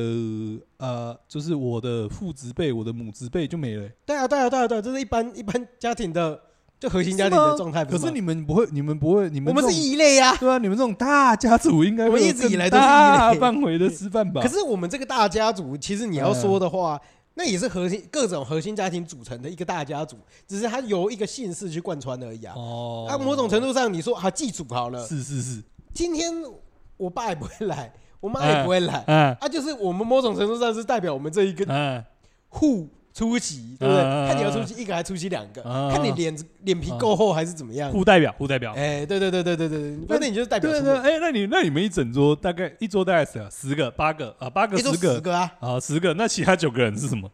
[SPEAKER 2] 呃，就是我的父职辈、我的母职辈就没了欸、
[SPEAKER 1] 对啊，对啊，对啊，对啊，这是一般一般家庭的，就核心家庭的状态。
[SPEAKER 2] 可
[SPEAKER 1] 不
[SPEAKER 2] 是
[SPEAKER 1] 吗
[SPEAKER 2] 你们不会，你们不会，你们
[SPEAKER 1] 我们
[SPEAKER 2] 这
[SPEAKER 1] 是
[SPEAKER 2] 种
[SPEAKER 1] 异类啊。
[SPEAKER 2] 对啊，你们这种大家族应该
[SPEAKER 1] 我们
[SPEAKER 2] 会有
[SPEAKER 1] 一直
[SPEAKER 2] 更
[SPEAKER 1] 以来都是异
[SPEAKER 2] 大
[SPEAKER 1] 类
[SPEAKER 2] 范围的吃饭吧？
[SPEAKER 1] 可是我们这个大家族，其实你要说的话，那也是核心各种核心家庭组成的一个大家族，只是它由一个姓氏去贯穿而已啊。
[SPEAKER 2] 哦，
[SPEAKER 1] 啊，某种程度上，你说啊，祭祖好了，
[SPEAKER 2] 是是是，
[SPEAKER 1] 今天我爸也不会来，我妈也不会来，
[SPEAKER 2] 嗯
[SPEAKER 1] 啊，就是我们某种程度上是代表我们这一个
[SPEAKER 2] 嗯。
[SPEAKER 1] 户出席，对不对？
[SPEAKER 2] 嗯嗯嗯
[SPEAKER 1] 看你要出席一个还出席两个，
[SPEAKER 2] 嗯嗯
[SPEAKER 1] 看你脸脸皮够厚还是怎么样。
[SPEAKER 2] 互代表，互代表。
[SPEAKER 1] 哎，对对对对对对，对，那你就是代表
[SPEAKER 2] 对
[SPEAKER 1] 出
[SPEAKER 2] 对，
[SPEAKER 1] 门，
[SPEAKER 2] 哎，那你那你们一整桌大概一桌大概是十个、八个啊，八个、
[SPEAKER 1] 也就
[SPEAKER 2] 个
[SPEAKER 1] 十个啊，
[SPEAKER 2] 啊，十个。那其他九个人是什么？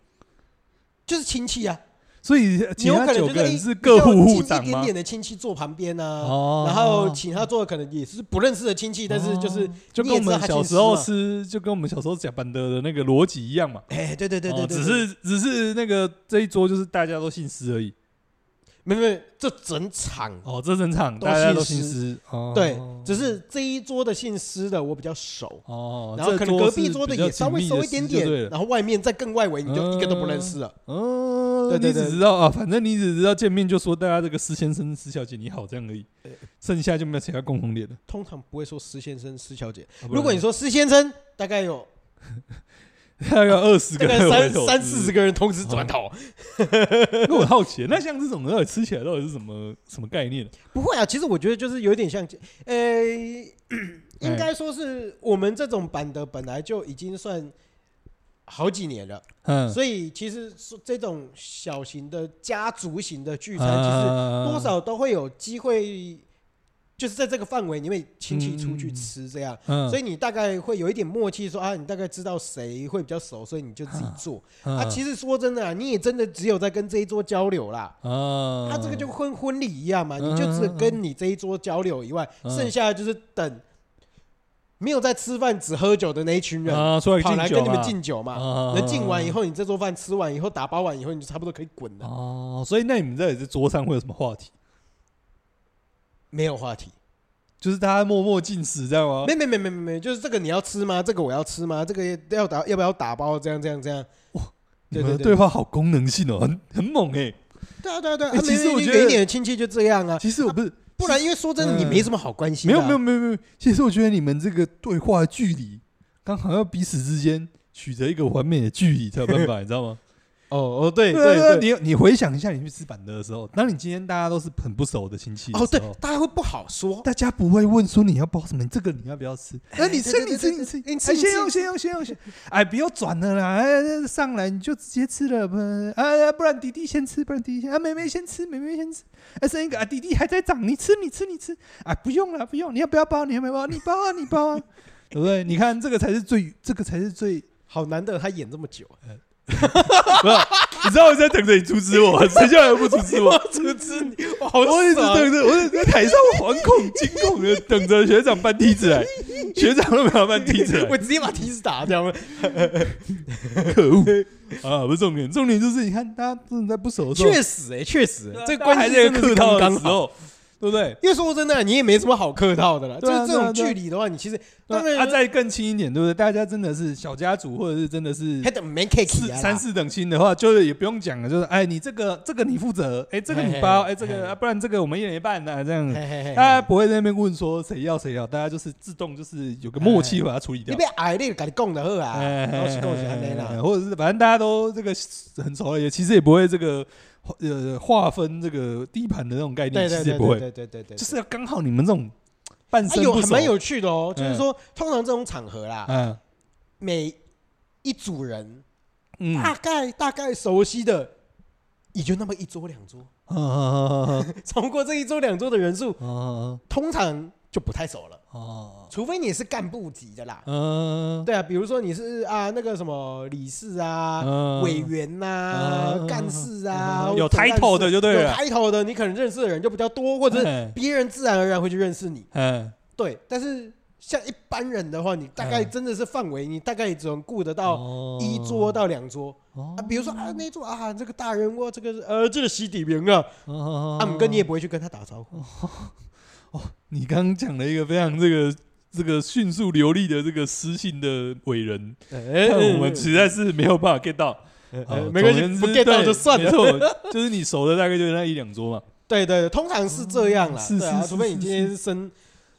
[SPEAKER 1] 就是亲戚啊。
[SPEAKER 2] 所以
[SPEAKER 1] 你
[SPEAKER 2] 其
[SPEAKER 1] 有
[SPEAKER 2] 他
[SPEAKER 1] 可
[SPEAKER 2] 九
[SPEAKER 1] 能就
[SPEAKER 2] 个
[SPEAKER 1] 是
[SPEAKER 2] 人
[SPEAKER 1] 一
[SPEAKER 2] 是各户户
[SPEAKER 1] 比较
[SPEAKER 2] 长
[SPEAKER 1] 近一点
[SPEAKER 2] 吗？
[SPEAKER 1] 点的亲戚坐旁边啊，
[SPEAKER 2] 哦
[SPEAKER 1] 然后请他坐的可能也是不认识的亲戚，但是就是
[SPEAKER 2] 哦就跟我们小时候吃，就跟我们小时候讲板的的那个逻辑一样嘛。
[SPEAKER 1] 哎，对对对对
[SPEAKER 2] 哦
[SPEAKER 1] 对，
[SPEAKER 2] 只
[SPEAKER 1] 对
[SPEAKER 2] 是只是那个这一桌就是大家都姓施而已。
[SPEAKER 1] 没有没有，这整场
[SPEAKER 2] 哦，这整场
[SPEAKER 1] 都
[SPEAKER 2] 大家
[SPEAKER 1] 姓
[SPEAKER 2] 都姓
[SPEAKER 1] 施
[SPEAKER 2] 施。哦，
[SPEAKER 1] 对，只是这一桌的姓施的我比较熟。
[SPEAKER 2] 哦，
[SPEAKER 1] 然后
[SPEAKER 2] 这
[SPEAKER 1] 可能隔壁
[SPEAKER 2] 是
[SPEAKER 1] 桌的
[SPEAKER 2] 比较
[SPEAKER 1] 也稍微
[SPEAKER 2] 紧密
[SPEAKER 1] 熟
[SPEAKER 2] 的
[SPEAKER 1] 一点
[SPEAKER 2] 施就对
[SPEAKER 1] 点，
[SPEAKER 2] 了
[SPEAKER 1] 然后外面再更外围，你就一个都不认识了。
[SPEAKER 2] 哦，
[SPEAKER 1] 对对
[SPEAKER 2] 你
[SPEAKER 1] 对
[SPEAKER 2] 只知道啊，反正你只知道见面就说大家这个施先生、施小姐你好这样而已，剩下就没有其他共同点了。
[SPEAKER 1] 啊通常不会说施先生、施小姐。
[SPEAKER 2] 啊不然
[SPEAKER 1] 如果你说施先生，大概有
[SPEAKER 2] 大概有哦二十
[SPEAKER 1] 大
[SPEAKER 2] 个
[SPEAKER 1] 概
[SPEAKER 2] 人回
[SPEAKER 1] 三
[SPEAKER 2] 头
[SPEAKER 1] 三四十个人同时转头，
[SPEAKER 2] 那我好奇，那像这种到底吃起来到底是什么什么概念？
[SPEAKER 1] 不会啊。其实我觉得就是有点像，呃、
[SPEAKER 2] 嗯
[SPEAKER 1] 应该说是我们这种版的本来就已经算好几年了，
[SPEAKER 2] 嗯，
[SPEAKER 1] 所以其实是这种小型的家族型的聚
[SPEAKER 2] 以
[SPEAKER 1] 餐，其实
[SPEAKER 2] 嗯
[SPEAKER 1] 多少都会有机会，就是在这个范围你会亲戚出去吃这样。
[SPEAKER 2] 嗯，
[SPEAKER 1] 所
[SPEAKER 2] 以
[SPEAKER 1] 以你大概会有一点默契说啊，你大概知道谁会比较熟，所以你就自己
[SPEAKER 2] 嗯
[SPEAKER 1] 做。啊，其实说真的啊，你也真的只有在跟这一桌交流啦。
[SPEAKER 2] 啊，
[SPEAKER 1] 他、这个就跟婚礼一样嘛，
[SPEAKER 2] 嗯
[SPEAKER 1] 你就只跟你这一桌交流以外，
[SPEAKER 2] 嗯
[SPEAKER 1] 剩下的就是等没有在吃饭只喝酒的那一群人、
[SPEAKER 2] 啊，出来
[SPEAKER 1] 跑来跟你们
[SPEAKER 2] 敬
[SPEAKER 1] 敬酒
[SPEAKER 2] 酒
[SPEAKER 1] 嘛。
[SPEAKER 2] 嘛
[SPEAKER 1] 那敬完以
[SPEAKER 2] 后
[SPEAKER 1] 后，你这桌饭吃完以后，打包完以后，你就差不多可以滚了，
[SPEAKER 2] 哦，所以那你们在这桌上会有什么话题？
[SPEAKER 1] 没有话题。
[SPEAKER 2] 就是大家默默进食，这样吗？
[SPEAKER 1] 没没没没没，没，就是这个你要吃吗？这个我要吃吗？这个要打要不要打包？这样这样这样。对
[SPEAKER 2] 你们
[SPEAKER 1] 对对
[SPEAKER 2] 的对话好功能性哦，很很猛哎。
[SPEAKER 1] 对啊对啊对啊，
[SPEAKER 2] 欸
[SPEAKER 1] 啊
[SPEAKER 2] 其实
[SPEAKER 1] 没有
[SPEAKER 2] 我
[SPEAKER 1] 你
[SPEAKER 2] 觉得
[SPEAKER 1] 远一点的亲戚就这样啊，
[SPEAKER 2] 其实我不是，
[SPEAKER 1] 不然因为说真的，
[SPEAKER 2] 嗯
[SPEAKER 1] 你没什么好关心
[SPEAKER 2] 没
[SPEAKER 1] 的
[SPEAKER 2] 有
[SPEAKER 1] 啊。
[SPEAKER 2] 没有没有没有，其实我觉得你们这个对话距离刚好要彼此之间取得一个完美的距离才有办法，你知道吗？
[SPEAKER 1] 哦哦，对
[SPEAKER 2] 对
[SPEAKER 1] 对对，
[SPEAKER 2] 对，你你回想一下，你去吃板德的时候，当你今天大家都是很不熟的亲戚的
[SPEAKER 1] 哦对
[SPEAKER 2] 时候，
[SPEAKER 1] 大家会不好说。
[SPEAKER 2] 大家不会问说你要包什么，这个你要不要吃？哎，你吃
[SPEAKER 1] 对
[SPEAKER 2] 你
[SPEAKER 1] 对
[SPEAKER 2] 吃
[SPEAKER 1] 对
[SPEAKER 2] 你吃，
[SPEAKER 1] 对你吃
[SPEAKER 2] 哎
[SPEAKER 1] 你
[SPEAKER 2] 先
[SPEAKER 1] 吃
[SPEAKER 2] 用
[SPEAKER 1] 你
[SPEAKER 2] 先用先用先， 哎，不要转了啦，哎，上来你就直接吃了，不，啊，不然弟弟先吃，不然弟弟先，啊，妹妹先吃，妹妹先吃，哎，剩一个啊，弟弟还在长，你吃你吃你吃，啊，不用了不用，你要不要包？你要不要包？你包啊你包 啊，对不对？你看这个才是最，这个才是最
[SPEAKER 1] 好难得他演这么久，啊
[SPEAKER 2] 不是，你知道我在等着你阻 止我，谁叫你不阻止我？
[SPEAKER 1] 阻止你，我好
[SPEAKER 2] 我一直
[SPEAKER 1] 爽
[SPEAKER 2] 等着，我一直在台上惶恐惊恐的等着学长搬梯子 来，学长都没有搬梯子
[SPEAKER 1] 我
[SPEAKER 2] 来，
[SPEAKER 1] 直接把梯子打掉了。
[SPEAKER 2] 可恶啊！不是重点，重点就是你看大家真的在不熟的时候，
[SPEAKER 1] 确实哎，确实
[SPEAKER 2] 对啊
[SPEAKER 1] 这
[SPEAKER 2] 大家
[SPEAKER 1] 关
[SPEAKER 2] 还
[SPEAKER 1] 系
[SPEAKER 2] 在
[SPEAKER 1] 真的
[SPEAKER 2] 客
[SPEAKER 1] 是刚
[SPEAKER 2] 套的
[SPEAKER 1] 刚
[SPEAKER 2] 时
[SPEAKER 1] 好。
[SPEAKER 2] 候，对不对？
[SPEAKER 1] 因为说真的，你也没什么好客套的了，就
[SPEAKER 2] 对啊
[SPEAKER 1] 是这
[SPEAKER 2] 对啊
[SPEAKER 1] 种
[SPEAKER 2] 对啊
[SPEAKER 1] 距离的话，你其实
[SPEAKER 2] 对
[SPEAKER 1] 当
[SPEAKER 2] 啊
[SPEAKER 1] 然
[SPEAKER 2] 啊，再更亲一点，对不对？大家真的是小家族，或者是真的是
[SPEAKER 1] 还。等没 k
[SPEAKER 2] 四
[SPEAKER 1] e 啊啦，
[SPEAKER 2] 三四等亲的话，就是也不用讲了，就是哎，你这个这个你负责，哎，这个你包，
[SPEAKER 1] 嘿嘿
[SPEAKER 2] 哎，这
[SPEAKER 1] 嘿
[SPEAKER 2] 个啊不然这个我们一人一半的这样
[SPEAKER 1] 嘿
[SPEAKER 2] 子。
[SPEAKER 1] 嘿嘿，
[SPEAKER 2] 大家不会在那边问说谁要谁要，大家就是自动就是有个默契把它处理
[SPEAKER 1] 你
[SPEAKER 2] 掉
[SPEAKER 1] 被。矮那个跟你讲的好啊，
[SPEAKER 2] 哎
[SPEAKER 1] 然后是跟我讲那啦。
[SPEAKER 2] 或者是反正大家都这个很熟了，也其实也不会这个呃划分这个地盘的那种概
[SPEAKER 1] 对
[SPEAKER 2] 念，其
[SPEAKER 1] 对
[SPEAKER 2] 实
[SPEAKER 1] 对
[SPEAKER 2] 也不会，
[SPEAKER 1] 对对对对，
[SPEAKER 2] 就是要刚好你们这种半
[SPEAKER 1] 啊
[SPEAKER 2] 生
[SPEAKER 1] 有
[SPEAKER 2] 不
[SPEAKER 1] 还
[SPEAKER 2] 熟，
[SPEAKER 1] 蛮有趣的哦，就是
[SPEAKER 2] 嗯
[SPEAKER 1] 说通常这种场合啦，
[SPEAKER 2] 嗯
[SPEAKER 1] 每一组人
[SPEAKER 2] 嗯
[SPEAKER 1] 大概大概熟悉的也就那么一桌两桌，
[SPEAKER 2] 嗯
[SPEAKER 1] 超过这一桌两桌的人数，
[SPEAKER 2] 嗯
[SPEAKER 1] 通常就不太熟了，
[SPEAKER 2] 嗯
[SPEAKER 1] 除非你是干部级的啦。
[SPEAKER 2] 嗯
[SPEAKER 1] 对啊，比如说你是啊那个什么理事啊、
[SPEAKER 2] 嗯
[SPEAKER 1] 委员呐、
[SPEAKER 2] 嗯
[SPEAKER 1] 干事啊，
[SPEAKER 2] 有
[SPEAKER 1] 总干事
[SPEAKER 2] title 的就对了
[SPEAKER 1] 有 title 的，你可能认识的人就比较多，或者是
[SPEAKER 2] 嗯
[SPEAKER 1] 别人自然而然会去认识你。
[SPEAKER 2] 嗯
[SPEAKER 1] 对，但是像一般人的话，你大概
[SPEAKER 2] 嗯
[SPEAKER 1] 真的是范围，你大概只能顾得到一桌到两桌
[SPEAKER 2] 哦
[SPEAKER 1] 啊。比如说啊，那一桌啊，这个大人物，这个是呃，这个洗底名啊，
[SPEAKER 2] 啊
[SPEAKER 1] 啊，姆哥你也不会去跟他打招呼，
[SPEAKER 2] 你刚刚讲了一个非常这个这个迅速流利的这个私信的伟人，
[SPEAKER 1] 哎
[SPEAKER 2] 但嗯我们实在是没有办法 get 到。
[SPEAKER 1] 哎
[SPEAKER 2] 好
[SPEAKER 1] 哎没关系
[SPEAKER 2] 总而言，之
[SPEAKER 1] 不 get 到
[SPEAKER 2] 对
[SPEAKER 1] 就算
[SPEAKER 2] 没
[SPEAKER 1] 了。
[SPEAKER 2] 错，就是你熟的大概就是那一两桌嘛。
[SPEAKER 1] 对对对，通常是这样啦，
[SPEAKER 2] 嗯是
[SPEAKER 1] 对啊，
[SPEAKER 2] 是
[SPEAKER 1] 除非
[SPEAKER 2] 是
[SPEAKER 1] 你
[SPEAKER 2] 是
[SPEAKER 1] 今天是生，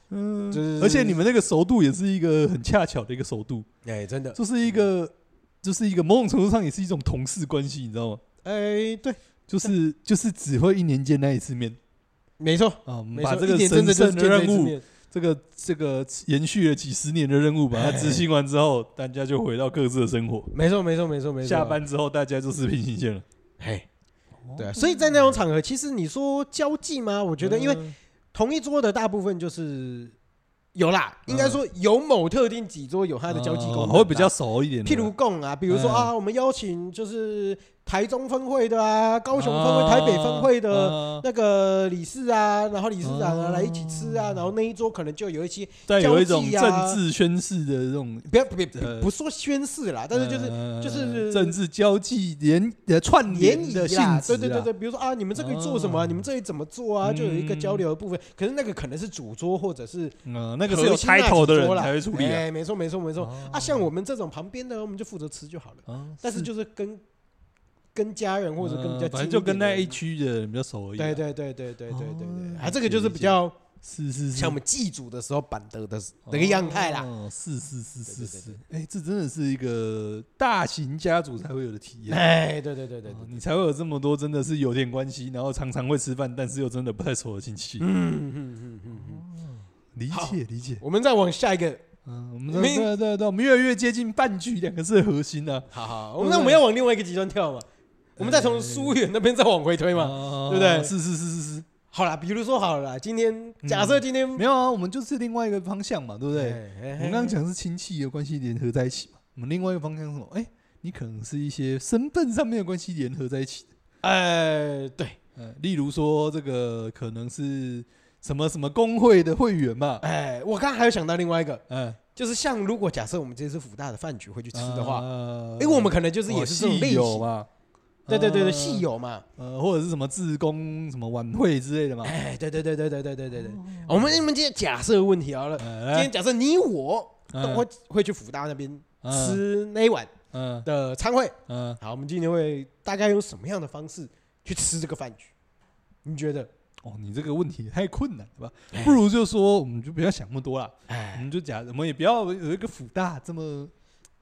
[SPEAKER 2] 嗯
[SPEAKER 1] 就是
[SPEAKER 2] 而且你们那个熟度也是一个很恰巧的一个熟度，
[SPEAKER 1] 哎，真的，
[SPEAKER 2] 就是一个就是一个某种程度上也是一种同事关系，你知道吗？
[SPEAKER 1] 哎，对，
[SPEAKER 2] 就是就是只会一年见那一次面
[SPEAKER 1] 没错，
[SPEAKER 2] 啊，我
[SPEAKER 1] 没
[SPEAKER 2] 们把
[SPEAKER 1] 错，
[SPEAKER 2] 这
[SPEAKER 1] 一
[SPEAKER 2] 个
[SPEAKER 1] 点真
[SPEAKER 2] 神
[SPEAKER 1] 的就是
[SPEAKER 2] 圣
[SPEAKER 1] 见
[SPEAKER 2] 的
[SPEAKER 1] 这
[SPEAKER 2] 任
[SPEAKER 1] 一次
[SPEAKER 2] 务，
[SPEAKER 1] 面
[SPEAKER 2] 这个这个延续了几十年的任务，把它执行完之
[SPEAKER 1] 哎
[SPEAKER 2] 后，大家就回到各自的生活。
[SPEAKER 1] 没错，没错，没错，没错。
[SPEAKER 2] 下，班嗯之后大家就是平行线了。哦
[SPEAKER 1] 嘿，对啊，所以在那种场合，其实你说交际吗？我觉
[SPEAKER 2] 嗯
[SPEAKER 1] 得，因为同一桌的大部分就是有啦，应该说有某特定几桌有它的交际功能啦，
[SPEAKER 2] 嗯会哦比较熟一点的。
[SPEAKER 1] 譬如共啊，比如说
[SPEAKER 2] 嗯
[SPEAKER 1] 啊，我们邀请就是台中分会的啊，高雄分
[SPEAKER 2] 啊
[SPEAKER 1] 会、台北分会的。
[SPEAKER 2] 啊
[SPEAKER 1] 那个理事啊，然后理事长啊
[SPEAKER 2] 哦
[SPEAKER 1] 来一起吃啊，然后那一桌可能就有一些
[SPEAKER 2] 再有一种
[SPEAKER 1] 交际啊
[SPEAKER 2] 政治宣誓的这种，
[SPEAKER 1] 不要别别
[SPEAKER 2] 呃
[SPEAKER 1] 不说宣誓啊啦，但是就是
[SPEAKER 2] 呃
[SPEAKER 1] 就是
[SPEAKER 2] 政治交际联呃串
[SPEAKER 1] 联
[SPEAKER 2] 联
[SPEAKER 1] 谊
[SPEAKER 2] 的性
[SPEAKER 1] 啦，
[SPEAKER 2] 质
[SPEAKER 1] 对
[SPEAKER 2] 啊，
[SPEAKER 1] 对对对，比如说啊，你们这个做什么啊、
[SPEAKER 2] 哦
[SPEAKER 1] 你们这里怎么做啊？就有一个
[SPEAKER 2] 嗯
[SPEAKER 1] 交流的部分。可是那个可能是主桌或者是
[SPEAKER 2] 嗯，那个是有
[SPEAKER 1] 核心那
[SPEAKER 2] title 的
[SPEAKER 1] 几桌
[SPEAKER 2] 人
[SPEAKER 1] 啦
[SPEAKER 2] 才会处理啊。
[SPEAKER 1] 哎，没错没错没错、
[SPEAKER 2] 哦
[SPEAKER 1] 啊，像我们这种旁边的，我们就负责吃就好了。
[SPEAKER 2] 啊
[SPEAKER 1] 哎但是就是跟跟家人或者跟比较
[SPEAKER 2] 呃
[SPEAKER 1] 近
[SPEAKER 2] 反
[SPEAKER 1] 一点的人
[SPEAKER 2] 正就跟那一区的人比较熟而已啊。
[SPEAKER 1] 对对对对对对对对，
[SPEAKER 2] 哦
[SPEAKER 1] 啊，这个就是比较
[SPEAKER 2] 是是是，
[SPEAKER 1] 像我们祭祖的时候板德的那个样态啦。
[SPEAKER 2] 哦，是是是是
[SPEAKER 1] 对对
[SPEAKER 2] 是，哎，这真的是一个大型家族才会有的体验。
[SPEAKER 1] 哎，对对对对
[SPEAKER 2] 哦
[SPEAKER 1] 对，
[SPEAKER 2] 你才会有这么多真的是有点关系，然后常常会吃饭，但是又真的不太熟的亲戚。
[SPEAKER 1] 嗯嗯嗯嗯嗯，
[SPEAKER 2] 理
[SPEAKER 1] 好
[SPEAKER 2] 解理解。
[SPEAKER 1] 我们再往下一个，
[SPEAKER 2] 嗯，我们说
[SPEAKER 1] 明
[SPEAKER 2] 对啊对啊对啊，我们越来越接近饭局两个字的核心啊呢。
[SPEAKER 1] 好好，我们那我们要往另外一个极端跳嘛，我们再从疏远那边再往回推嘛。
[SPEAKER 2] 哦
[SPEAKER 1] 对不对
[SPEAKER 2] 是是是是是，
[SPEAKER 1] 好啦，比如说好了啦，今天假设今天
[SPEAKER 2] 嗯没有啊，我们就是另外一个方向嘛，对不对？
[SPEAKER 1] 对
[SPEAKER 2] 我们刚刚讲是亲戚的关系联合在一起嘛，我们另外一个方向是什么？哎，你可能是一些身份上面的关系联合在一起的，
[SPEAKER 1] 呃，对，
[SPEAKER 2] 呃，例如说这个可能是什么什么工会的会员嘛，
[SPEAKER 1] 哎，我刚刚还有想到另外一个，
[SPEAKER 2] 嗯，
[SPEAKER 1] 就是像如果假设我们这次福大的饭局会去吃的话，哎
[SPEAKER 2] 呃
[SPEAKER 1] 因为我们可能就是也是这种类
[SPEAKER 2] 哦戏友
[SPEAKER 1] 型，
[SPEAKER 2] 嘛，
[SPEAKER 1] 对对对对，
[SPEAKER 2] 呃
[SPEAKER 1] 戏，友嘛，
[SPEAKER 2] 呃，或者是什么志工什么晚会之类 的嘛，
[SPEAKER 1] 哎，对对对对对对对对对，
[SPEAKER 2] 哦
[SPEAKER 1] 我们我们今天假设问题好了，今
[SPEAKER 2] 呃
[SPEAKER 1] 天假设你我
[SPEAKER 2] 嗯
[SPEAKER 1] 都会会去福大那边
[SPEAKER 2] 嗯
[SPEAKER 1] 吃那一碗
[SPEAKER 2] 嗯
[SPEAKER 1] 的餐会，
[SPEAKER 2] 嗯，
[SPEAKER 1] 好，我们今天会大概用什么样的方式去吃这个饭局？你觉得？
[SPEAKER 2] 哦，你这个问题太困难了吧？不如就说，我们就不要想那么多啦，我
[SPEAKER 1] 哎，
[SPEAKER 2] 们就假，我们也不要有一个辅大这么、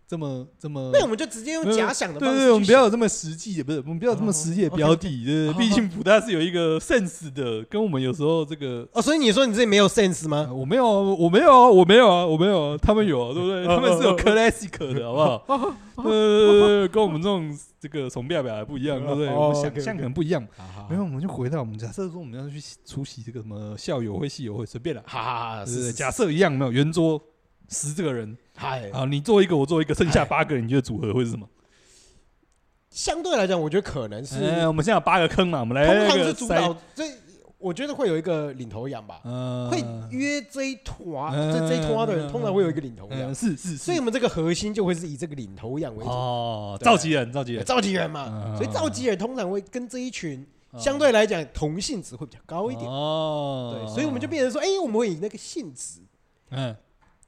[SPEAKER 2] 这么、这么。
[SPEAKER 1] 那我们就直接用
[SPEAKER 2] 没有
[SPEAKER 1] 假想的
[SPEAKER 2] 对
[SPEAKER 1] 方
[SPEAKER 2] 对
[SPEAKER 1] 式
[SPEAKER 2] 对，我们
[SPEAKER 1] 去
[SPEAKER 2] 不要
[SPEAKER 1] 想
[SPEAKER 2] 有这么实际的，不是，我们不要有这么实际的
[SPEAKER 1] 哦
[SPEAKER 2] 标的，对对
[SPEAKER 1] 好
[SPEAKER 2] 对，毕竟辅大是有一个 sense 的，跟我们有时候这个。
[SPEAKER 1] 哦，所以你说你自己没有 sense
[SPEAKER 2] 呃
[SPEAKER 1] 吗？
[SPEAKER 2] 我没有啊，我没有啊，我没有啊，我没有啊，他们有啊，对不对？
[SPEAKER 1] 嗯
[SPEAKER 2] 他们是有
[SPEAKER 1] 嗯
[SPEAKER 2] classic 的，好不好？ 呃，跟我们这种这个崇拜表还不一样，对不对？
[SPEAKER 1] 哦
[SPEAKER 2] 我们想
[SPEAKER 1] OK，OK
[SPEAKER 2] 象可能不一样。
[SPEAKER 1] 好好
[SPEAKER 2] 没有，我们就回到我们假设说我们要去出席这个什么校友会、系友会，随便啦，
[SPEAKER 1] 好好好，
[SPEAKER 2] 对对
[SPEAKER 1] 是
[SPEAKER 2] 对
[SPEAKER 1] 假，
[SPEAKER 2] 假设一样没有圆桌十这个人
[SPEAKER 1] 嗨，
[SPEAKER 2] 啊，你做一个，我做一个，剩下八个人，你觉得组合会是什么？
[SPEAKER 1] 相对来讲，我觉得可能是
[SPEAKER 2] 哎，我们现在有八个坑嘛，我们来
[SPEAKER 1] 通
[SPEAKER 2] 哎那
[SPEAKER 1] 常
[SPEAKER 2] 个
[SPEAKER 1] 是主
[SPEAKER 2] 筛，
[SPEAKER 1] 导，这我觉得会有一个领头羊吧，
[SPEAKER 2] 呃
[SPEAKER 1] 会约这一团
[SPEAKER 2] 嗯
[SPEAKER 1] 这这一团的人，
[SPEAKER 2] 嗯
[SPEAKER 1] 通常会有一个领头羊
[SPEAKER 2] 嗯，，是是，
[SPEAKER 1] 所以我们这个核心就会是以这个领头羊为主，
[SPEAKER 2] 哦，
[SPEAKER 1] 对
[SPEAKER 2] 召集人，召集人，
[SPEAKER 1] 召集人
[SPEAKER 2] 嗯
[SPEAKER 1] 嘛，
[SPEAKER 2] 嗯
[SPEAKER 1] 所以召集人通常会跟这一群相对来讲同性质会比较高一点，
[SPEAKER 2] 哦，
[SPEAKER 1] 对，所以我们就变成说，哎，我们会以那个性质
[SPEAKER 2] 嗯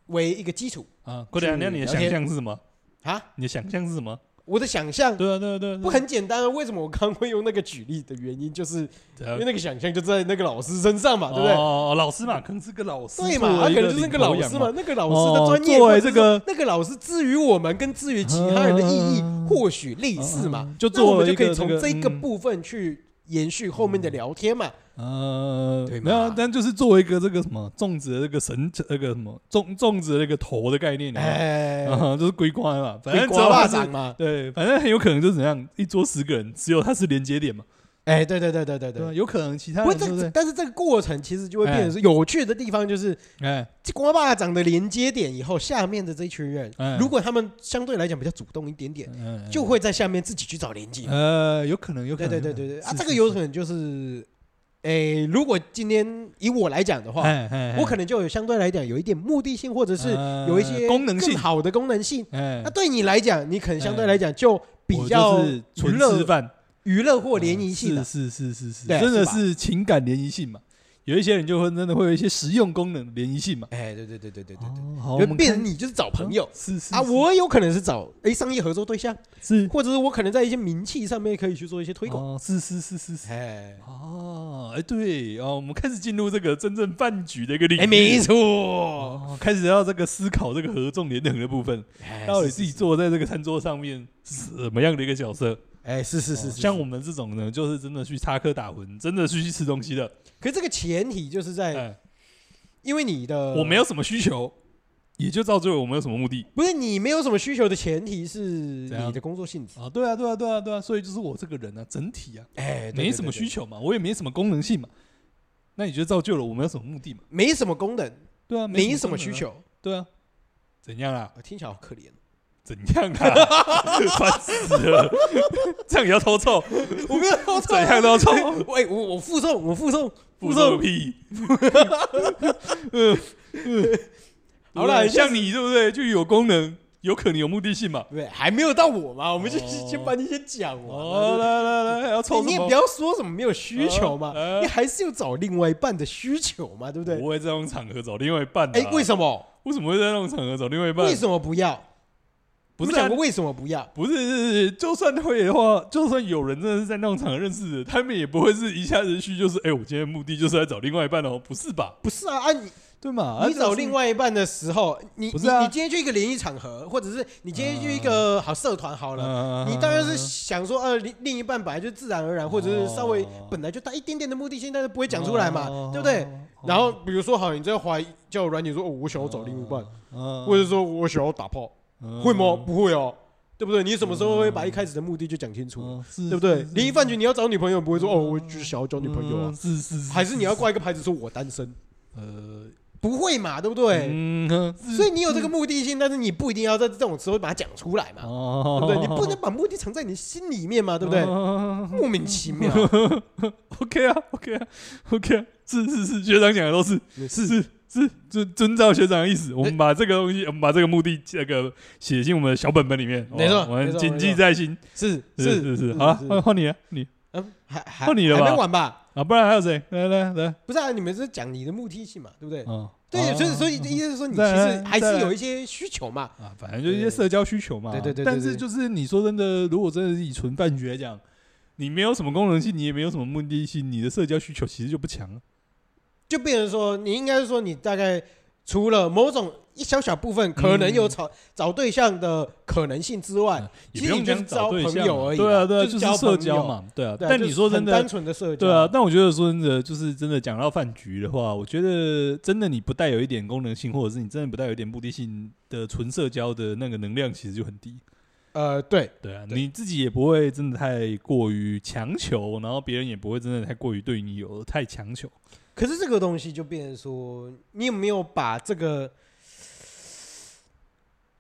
[SPEAKER 1] 为一个基础
[SPEAKER 2] 啊，郭亮，那你的
[SPEAKER 1] 去
[SPEAKER 2] 想
[SPEAKER 1] 聊天
[SPEAKER 2] 象是什么？
[SPEAKER 1] 啊，
[SPEAKER 2] 你的想象是什么？
[SPEAKER 1] 我的想象。
[SPEAKER 2] 对啊，对啊，对啊，
[SPEAKER 1] 不很简单啊？为什么我刚会用那个举例的原因，就是
[SPEAKER 2] 对啊
[SPEAKER 1] 因为那个想象就在那个老师身上嘛，对不对？
[SPEAKER 2] 哦，老师嘛，可能是个老师，
[SPEAKER 1] 对嘛，啊他可能就是那个老师嘛，，那个老师的专业，
[SPEAKER 2] 哦作为
[SPEAKER 1] 或者是
[SPEAKER 2] 这个
[SPEAKER 1] 说那个老师至于我们跟至于其他人的意义
[SPEAKER 2] 嗯
[SPEAKER 1] 或许类似嘛，
[SPEAKER 2] 嗯就
[SPEAKER 1] 那我
[SPEAKER 2] 作
[SPEAKER 1] 们就
[SPEAKER 2] 为一
[SPEAKER 1] 可
[SPEAKER 2] 个
[SPEAKER 1] 以从这
[SPEAKER 2] 那
[SPEAKER 1] 个嗯
[SPEAKER 2] 嗯
[SPEAKER 1] 部分去延续后面的聊天嘛。
[SPEAKER 2] 呃，
[SPEAKER 1] 对嘛
[SPEAKER 2] 没有啊，但就是作为一个这个什么种植的那个神，那个什么种种植的那个头的概念，
[SPEAKER 1] 哎，
[SPEAKER 2] 哎，啊，就是龟瓜嘛，反
[SPEAKER 1] 会
[SPEAKER 2] 正只
[SPEAKER 1] 瓜
[SPEAKER 2] 要
[SPEAKER 1] 霸
[SPEAKER 2] 它
[SPEAKER 1] 掌
[SPEAKER 2] 是，
[SPEAKER 1] 嘛，
[SPEAKER 2] 对，反正很有可能就是怎样，一桌十个人，只有他是连接点嘛，
[SPEAKER 1] 哎，对对对对对
[SPEAKER 2] 对吧？
[SPEAKER 1] 对。
[SPEAKER 2] 有可能其他
[SPEAKER 1] 不过
[SPEAKER 2] 人对不
[SPEAKER 1] 这
[SPEAKER 2] 对？
[SPEAKER 1] 但是这个过程其实就会变成是有趣的地方，就是
[SPEAKER 2] 哎，
[SPEAKER 1] 这瓜霸掌的连接点以后，下面的这一群人，
[SPEAKER 2] 哎
[SPEAKER 1] 如果他们相对来讲比较主动一点点，
[SPEAKER 2] 嗯
[SPEAKER 1] 就会在下面自己去找连接。
[SPEAKER 2] 呃，有可能，有可
[SPEAKER 1] 对
[SPEAKER 2] 能，
[SPEAKER 1] 对对
[SPEAKER 2] 有可
[SPEAKER 1] 对
[SPEAKER 2] 能
[SPEAKER 1] 对啊，这个有可，能就是，诶，如果今天以我来讲的
[SPEAKER 2] 是是
[SPEAKER 1] 话，
[SPEAKER 2] 哎哎，
[SPEAKER 1] 我可能就有相对来讲有一点目的性，或者
[SPEAKER 2] 能
[SPEAKER 1] 是有一些
[SPEAKER 2] 呃功能
[SPEAKER 1] 更
[SPEAKER 2] 性，
[SPEAKER 1] 好的功能性。
[SPEAKER 2] 哎
[SPEAKER 1] 那，对你来讲，你可能相对来讲就比
[SPEAKER 2] 我
[SPEAKER 1] 较
[SPEAKER 2] 就是
[SPEAKER 1] 娱
[SPEAKER 2] 纯吃
[SPEAKER 1] 乐、
[SPEAKER 2] 饭，嗯
[SPEAKER 1] 娱乐或联谊性的。
[SPEAKER 2] 是是是是是，
[SPEAKER 1] 对啊
[SPEAKER 2] 真的
[SPEAKER 1] 是吧
[SPEAKER 2] 是情感联谊性嘛。有一些人就会真的会有一些实用功能联谊性嘛。
[SPEAKER 1] 哎，对对对对对对对，
[SPEAKER 2] 哦，好，
[SPEAKER 1] 就
[SPEAKER 2] 我们
[SPEAKER 1] 变成
[SPEAKER 2] 看
[SPEAKER 1] 你就是找朋友
[SPEAKER 2] 是是
[SPEAKER 1] 啊，
[SPEAKER 2] 是
[SPEAKER 1] 我有可能是找哎商业合作对象，
[SPEAKER 2] 是
[SPEAKER 1] 或者是我可能在一些名气上面可以去做一些推广。
[SPEAKER 2] 哦，是是是是是。
[SPEAKER 1] 哎，
[SPEAKER 2] 哦，哎，对哦，我们开始进入这个真正饭局的一个领域，
[SPEAKER 1] 哎，没错，
[SPEAKER 2] 哦，开始要这个思考这个合纵连横的部分，
[SPEAKER 1] 哎
[SPEAKER 2] 到底
[SPEAKER 1] 是
[SPEAKER 2] 自己坐在这个餐桌上面是什么样的一个角色？
[SPEAKER 1] 哎是是
[SPEAKER 2] 是
[SPEAKER 1] 是是，
[SPEAKER 2] 哦像我们这种呢，就是真的去插科打诨，真的去去吃东西的。
[SPEAKER 1] 可是这个前提就是在，
[SPEAKER 2] 哎，呃
[SPEAKER 1] 因为你的
[SPEAKER 2] 我没有什么需求，也就造就了我没有什么目的。
[SPEAKER 1] 不是你没有什么需求的前提是
[SPEAKER 2] 怎样
[SPEAKER 1] 你的工作性质，
[SPEAKER 2] 啊，对啊，对啊，对啊，对啊，所以就是我这个人啊，整体啊，
[SPEAKER 1] 哎，对
[SPEAKER 2] 没什么需，求嘛，我也没什么功能性嘛，那你就造就了我没有什么目的嘛，
[SPEAKER 1] 对对对没什么功能，
[SPEAKER 2] 对啊，
[SPEAKER 1] 没什
[SPEAKER 2] 什
[SPEAKER 1] 么
[SPEAKER 2] 么
[SPEAKER 1] 需
[SPEAKER 2] 功能啊，
[SPEAKER 1] 求，啊
[SPEAKER 2] 对啊，怎样啦？
[SPEAKER 1] 我听起来好可怜。
[SPEAKER 2] 怎样啦？ 烦死了，这样也要偷臭，
[SPEAKER 1] 我没有偷
[SPEAKER 2] 怎
[SPEAKER 1] 错，
[SPEAKER 2] 样都要臭，
[SPEAKER 1] 喂，我我附送，我附送，
[SPEAKER 2] 不
[SPEAKER 1] 附
[SPEAKER 2] 臭
[SPEAKER 1] 送。
[SPEAKER 2] 屁， 呃，
[SPEAKER 1] 好啦
[SPEAKER 2] 对啊
[SPEAKER 1] 下
[SPEAKER 2] 像你对不对？就有功能，有可能有目的性嘛。
[SPEAKER 1] 对，还没有到我嘛，我们就
[SPEAKER 2] 哦
[SPEAKER 1] 先把你先讲
[SPEAKER 2] 哦，
[SPEAKER 1] 完了。
[SPEAKER 2] 来来来，要
[SPEAKER 1] 对
[SPEAKER 2] 臭
[SPEAKER 1] 你
[SPEAKER 2] 什
[SPEAKER 1] 也
[SPEAKER 2] 么
[SPEAKER 1] 不？要说什么没有需求嘛
[SPEAKER 2] 哦，哎
[SPEAKER 1] 你还是有找另外一半的需求嘛，对不对？哎
[SPEAKER 2] 不会在那种场合找另外一半的啊。
[SPEAKER 1] 哎，为什么？
[SPEAKER 2] 为什么会在那种场合找另外一半？
[SPEAKER 1] 为什么不要？你
[SPEAKER 2] 不是啊
[SPEAKER 1] 讲过为什么不要？
[SPEAKER 2] 不是是是，就算会的话，就算有人真的是在弄场合认识的，他们也不会是一下子去就是，哎、我今天目的就是来找另外一半哦，不是吧？
[SPEAKER 1] 不是啊，啊你
[SPEAKER 3] 对嘛？
[SPEAKER 1] 你找另
[SPEAKER 3] 外
[SPEAKER 1] 外一半的时候，你
[SPEAKER 3] 不
[SPEAKER 1] 你
[SPEAKER 3] 是啊
[SPEAKER 1] 你今天去一个联谊场合，或者是你今天去一个好社团好了，
[SPEAKER 2] 嗯
[SPEAKER 1] 你当然是想说，呃，另另一半本来就自然而然，或者是稍微
[SPEAKER 2] 哦
[SPEAKER 1] 本来就带一点点的目的性，但是不会讲出来嘛，
[SPEAKER 2] 啊
[SPEAKER 1] 对不对？？
[SPEAKER 3] 哦
[SPEAKER 1] 然后比如说，好，你在怀叫软体说，哦，我想要找另一半，
[SPEAKER 2] 嗯
[SPEAKER 1] 或者说我想要打炮，
[SPEAKER 2] 嗯
[SPEAKER 1] 会吗？不会哦，对不对？你什么时候会把一开始的目的就讲清楚，
[SPEAKER 2] 嗯是
[SPEAKER 1] 对不对
[SPEAKER 2] 是？是
[SPEAKER 1] 联谊饭局你要找女朋友，不会说哦，我就是想要交女朋友啊
[SPEAKER 2] 嗯，是是，是
[SPEAKER 1] 还是你要挂一个牌子说我单身？
[SPEAKER 2] 呃，
[SPEAKER 1] 不会嘛，对不对？
[SPEAKER 2] 嗯，哼是
[SPEAKER 1] 所以你有这个目的性，但是你不一定要在这种时候把它讲出来嘛，
[SPEAKER 2] 哦嗯
[SPEAKER 1] 对不对？你不能把目的藏在你心里面嘛，对不对？
[SPEAKER 2] 对
[SPEAKER 1] 莫名其妙，
[SPEAKER 2] 嗯？OK 啊，OK 啊，OK 啊，是是是，学长讲的都是
[SPEAKER 1] 是
[SPEAKER 2] 是是是，遵遵照学长的意
[SPEAKER 1] 哎
[SPEAKER 2] 思，我们把这个东西，我们把这个目的那个写进我们的小本本里面，
[SPEAKER 1] 没错
[SPEAKER 2] 好吧我
[SPEAKER 1] 没
[SPEAKER 2] 们
[SPEAKER 1] 错
[SPEAKER 2] 谨
[SPEAKER 1] 没
[SPEAKER 2] 记
[SPEAKER 1] 错
[SPEAKER 2] 在心。
[SPEAKER 1] 是
[SPEAKER 2] 是
[SPEAKER 1] 是
[SPEAKER 2] 是是，好啊，换换你啊，你
[SPEAKER 1] 嗯，还还
[SPEAKER 2] 换你了吧
[SPEAKER 1] 还没完吧？
[SPEAKER 2] 啊，不然还有谁？来来来，
[SPEAKER 1] 不是啊，你们是讲你的目的性嘛，对不对？
[SPEAKER 2] 嗯，
[SPEAKER 1] 对，
[SPEAKER 2] 啊
[SPEAKER 1] 所以所以
[SPEAKER 2] 啊
[SPEAKER 1] 意思是说，你其
[SPEAKER 2] 再来
[SPEAKER 1] 实还
[SPEAKER 2] 再
[SPEAKER 1] 是
[SPEAKER 2] 来
[SPEAKER 1] 有一些需求嘛。
[SPEAKER 2] 啊，反正就是一些社交需求嘛。
[SPEAKER 1] 对对对对对
[SPEAKER 2] 但是就是你说真的，如果真的是以纯饭局来讲，你没有什么功能性，你也没有什么目的性，你的社交需求其实就不强了。
[SPEAKER 1] 就变成说，你应该是说，你大概除了某种一小小部分可能有找、找对象的可能性之外，
[SPEAKER 2] 嗯也
[SPEAKER 1] 其
[SPEAKER 2] 不
[SPEAKER 1] 实你
[SPEAKER 2] 用
[SPEAKER 1] 就
[SPEAKER 2] 讲
[SPEAKER 1] 是
[SPEAKER 2] 找
[SPEAKER 1] 交
[SPEAKER 2] 对
[SPEAKER 1] 朋
[SPEAKER 2] 象
[SPEAKER 1] 友而已
[SPEAKER 2] 对啊
[SPEAKER 1] 嘛
[SPEAKER 2] 对啊，
[SPEAKER 1] 就是交
[SPEAKER 2] 社
[SPEAKER 1] 朋
[SPEAKER 2] 交
[SPEAKER 1] 友
[SPEAKER 2] 嘛，对啊。
[SPEAKER 1] 对啊
[SPEAKER 2] 但
[SPEAKER 1] 就
[SPEAKER 2] 你
[SPEAKER 1] 是
[SPEAKER 2] 说
[SPEAKER 1] 很
[SPEAKER 2] 真的
[SPEAKER 1] 单，纯的社交，
[SPEAKER 2] 对啊，，但我觉得说真的，就是真的讲到饭局的话，我觉得真的你不带有一点功能性，或者是你真的不带有一点目的性的纯社交的那个能量，其实就很低。
[SPEAKER 1] 呃，对，
[SPEAKER 2] 对啊，
[SPEAKER 1] 对
[SPEAKER 2] 你自己也不会真的太过于强求，然后别人也不会真的太过于对你有太强求。
[SPEAKER 1] 可是这个东西就变成说，你有没有把这个，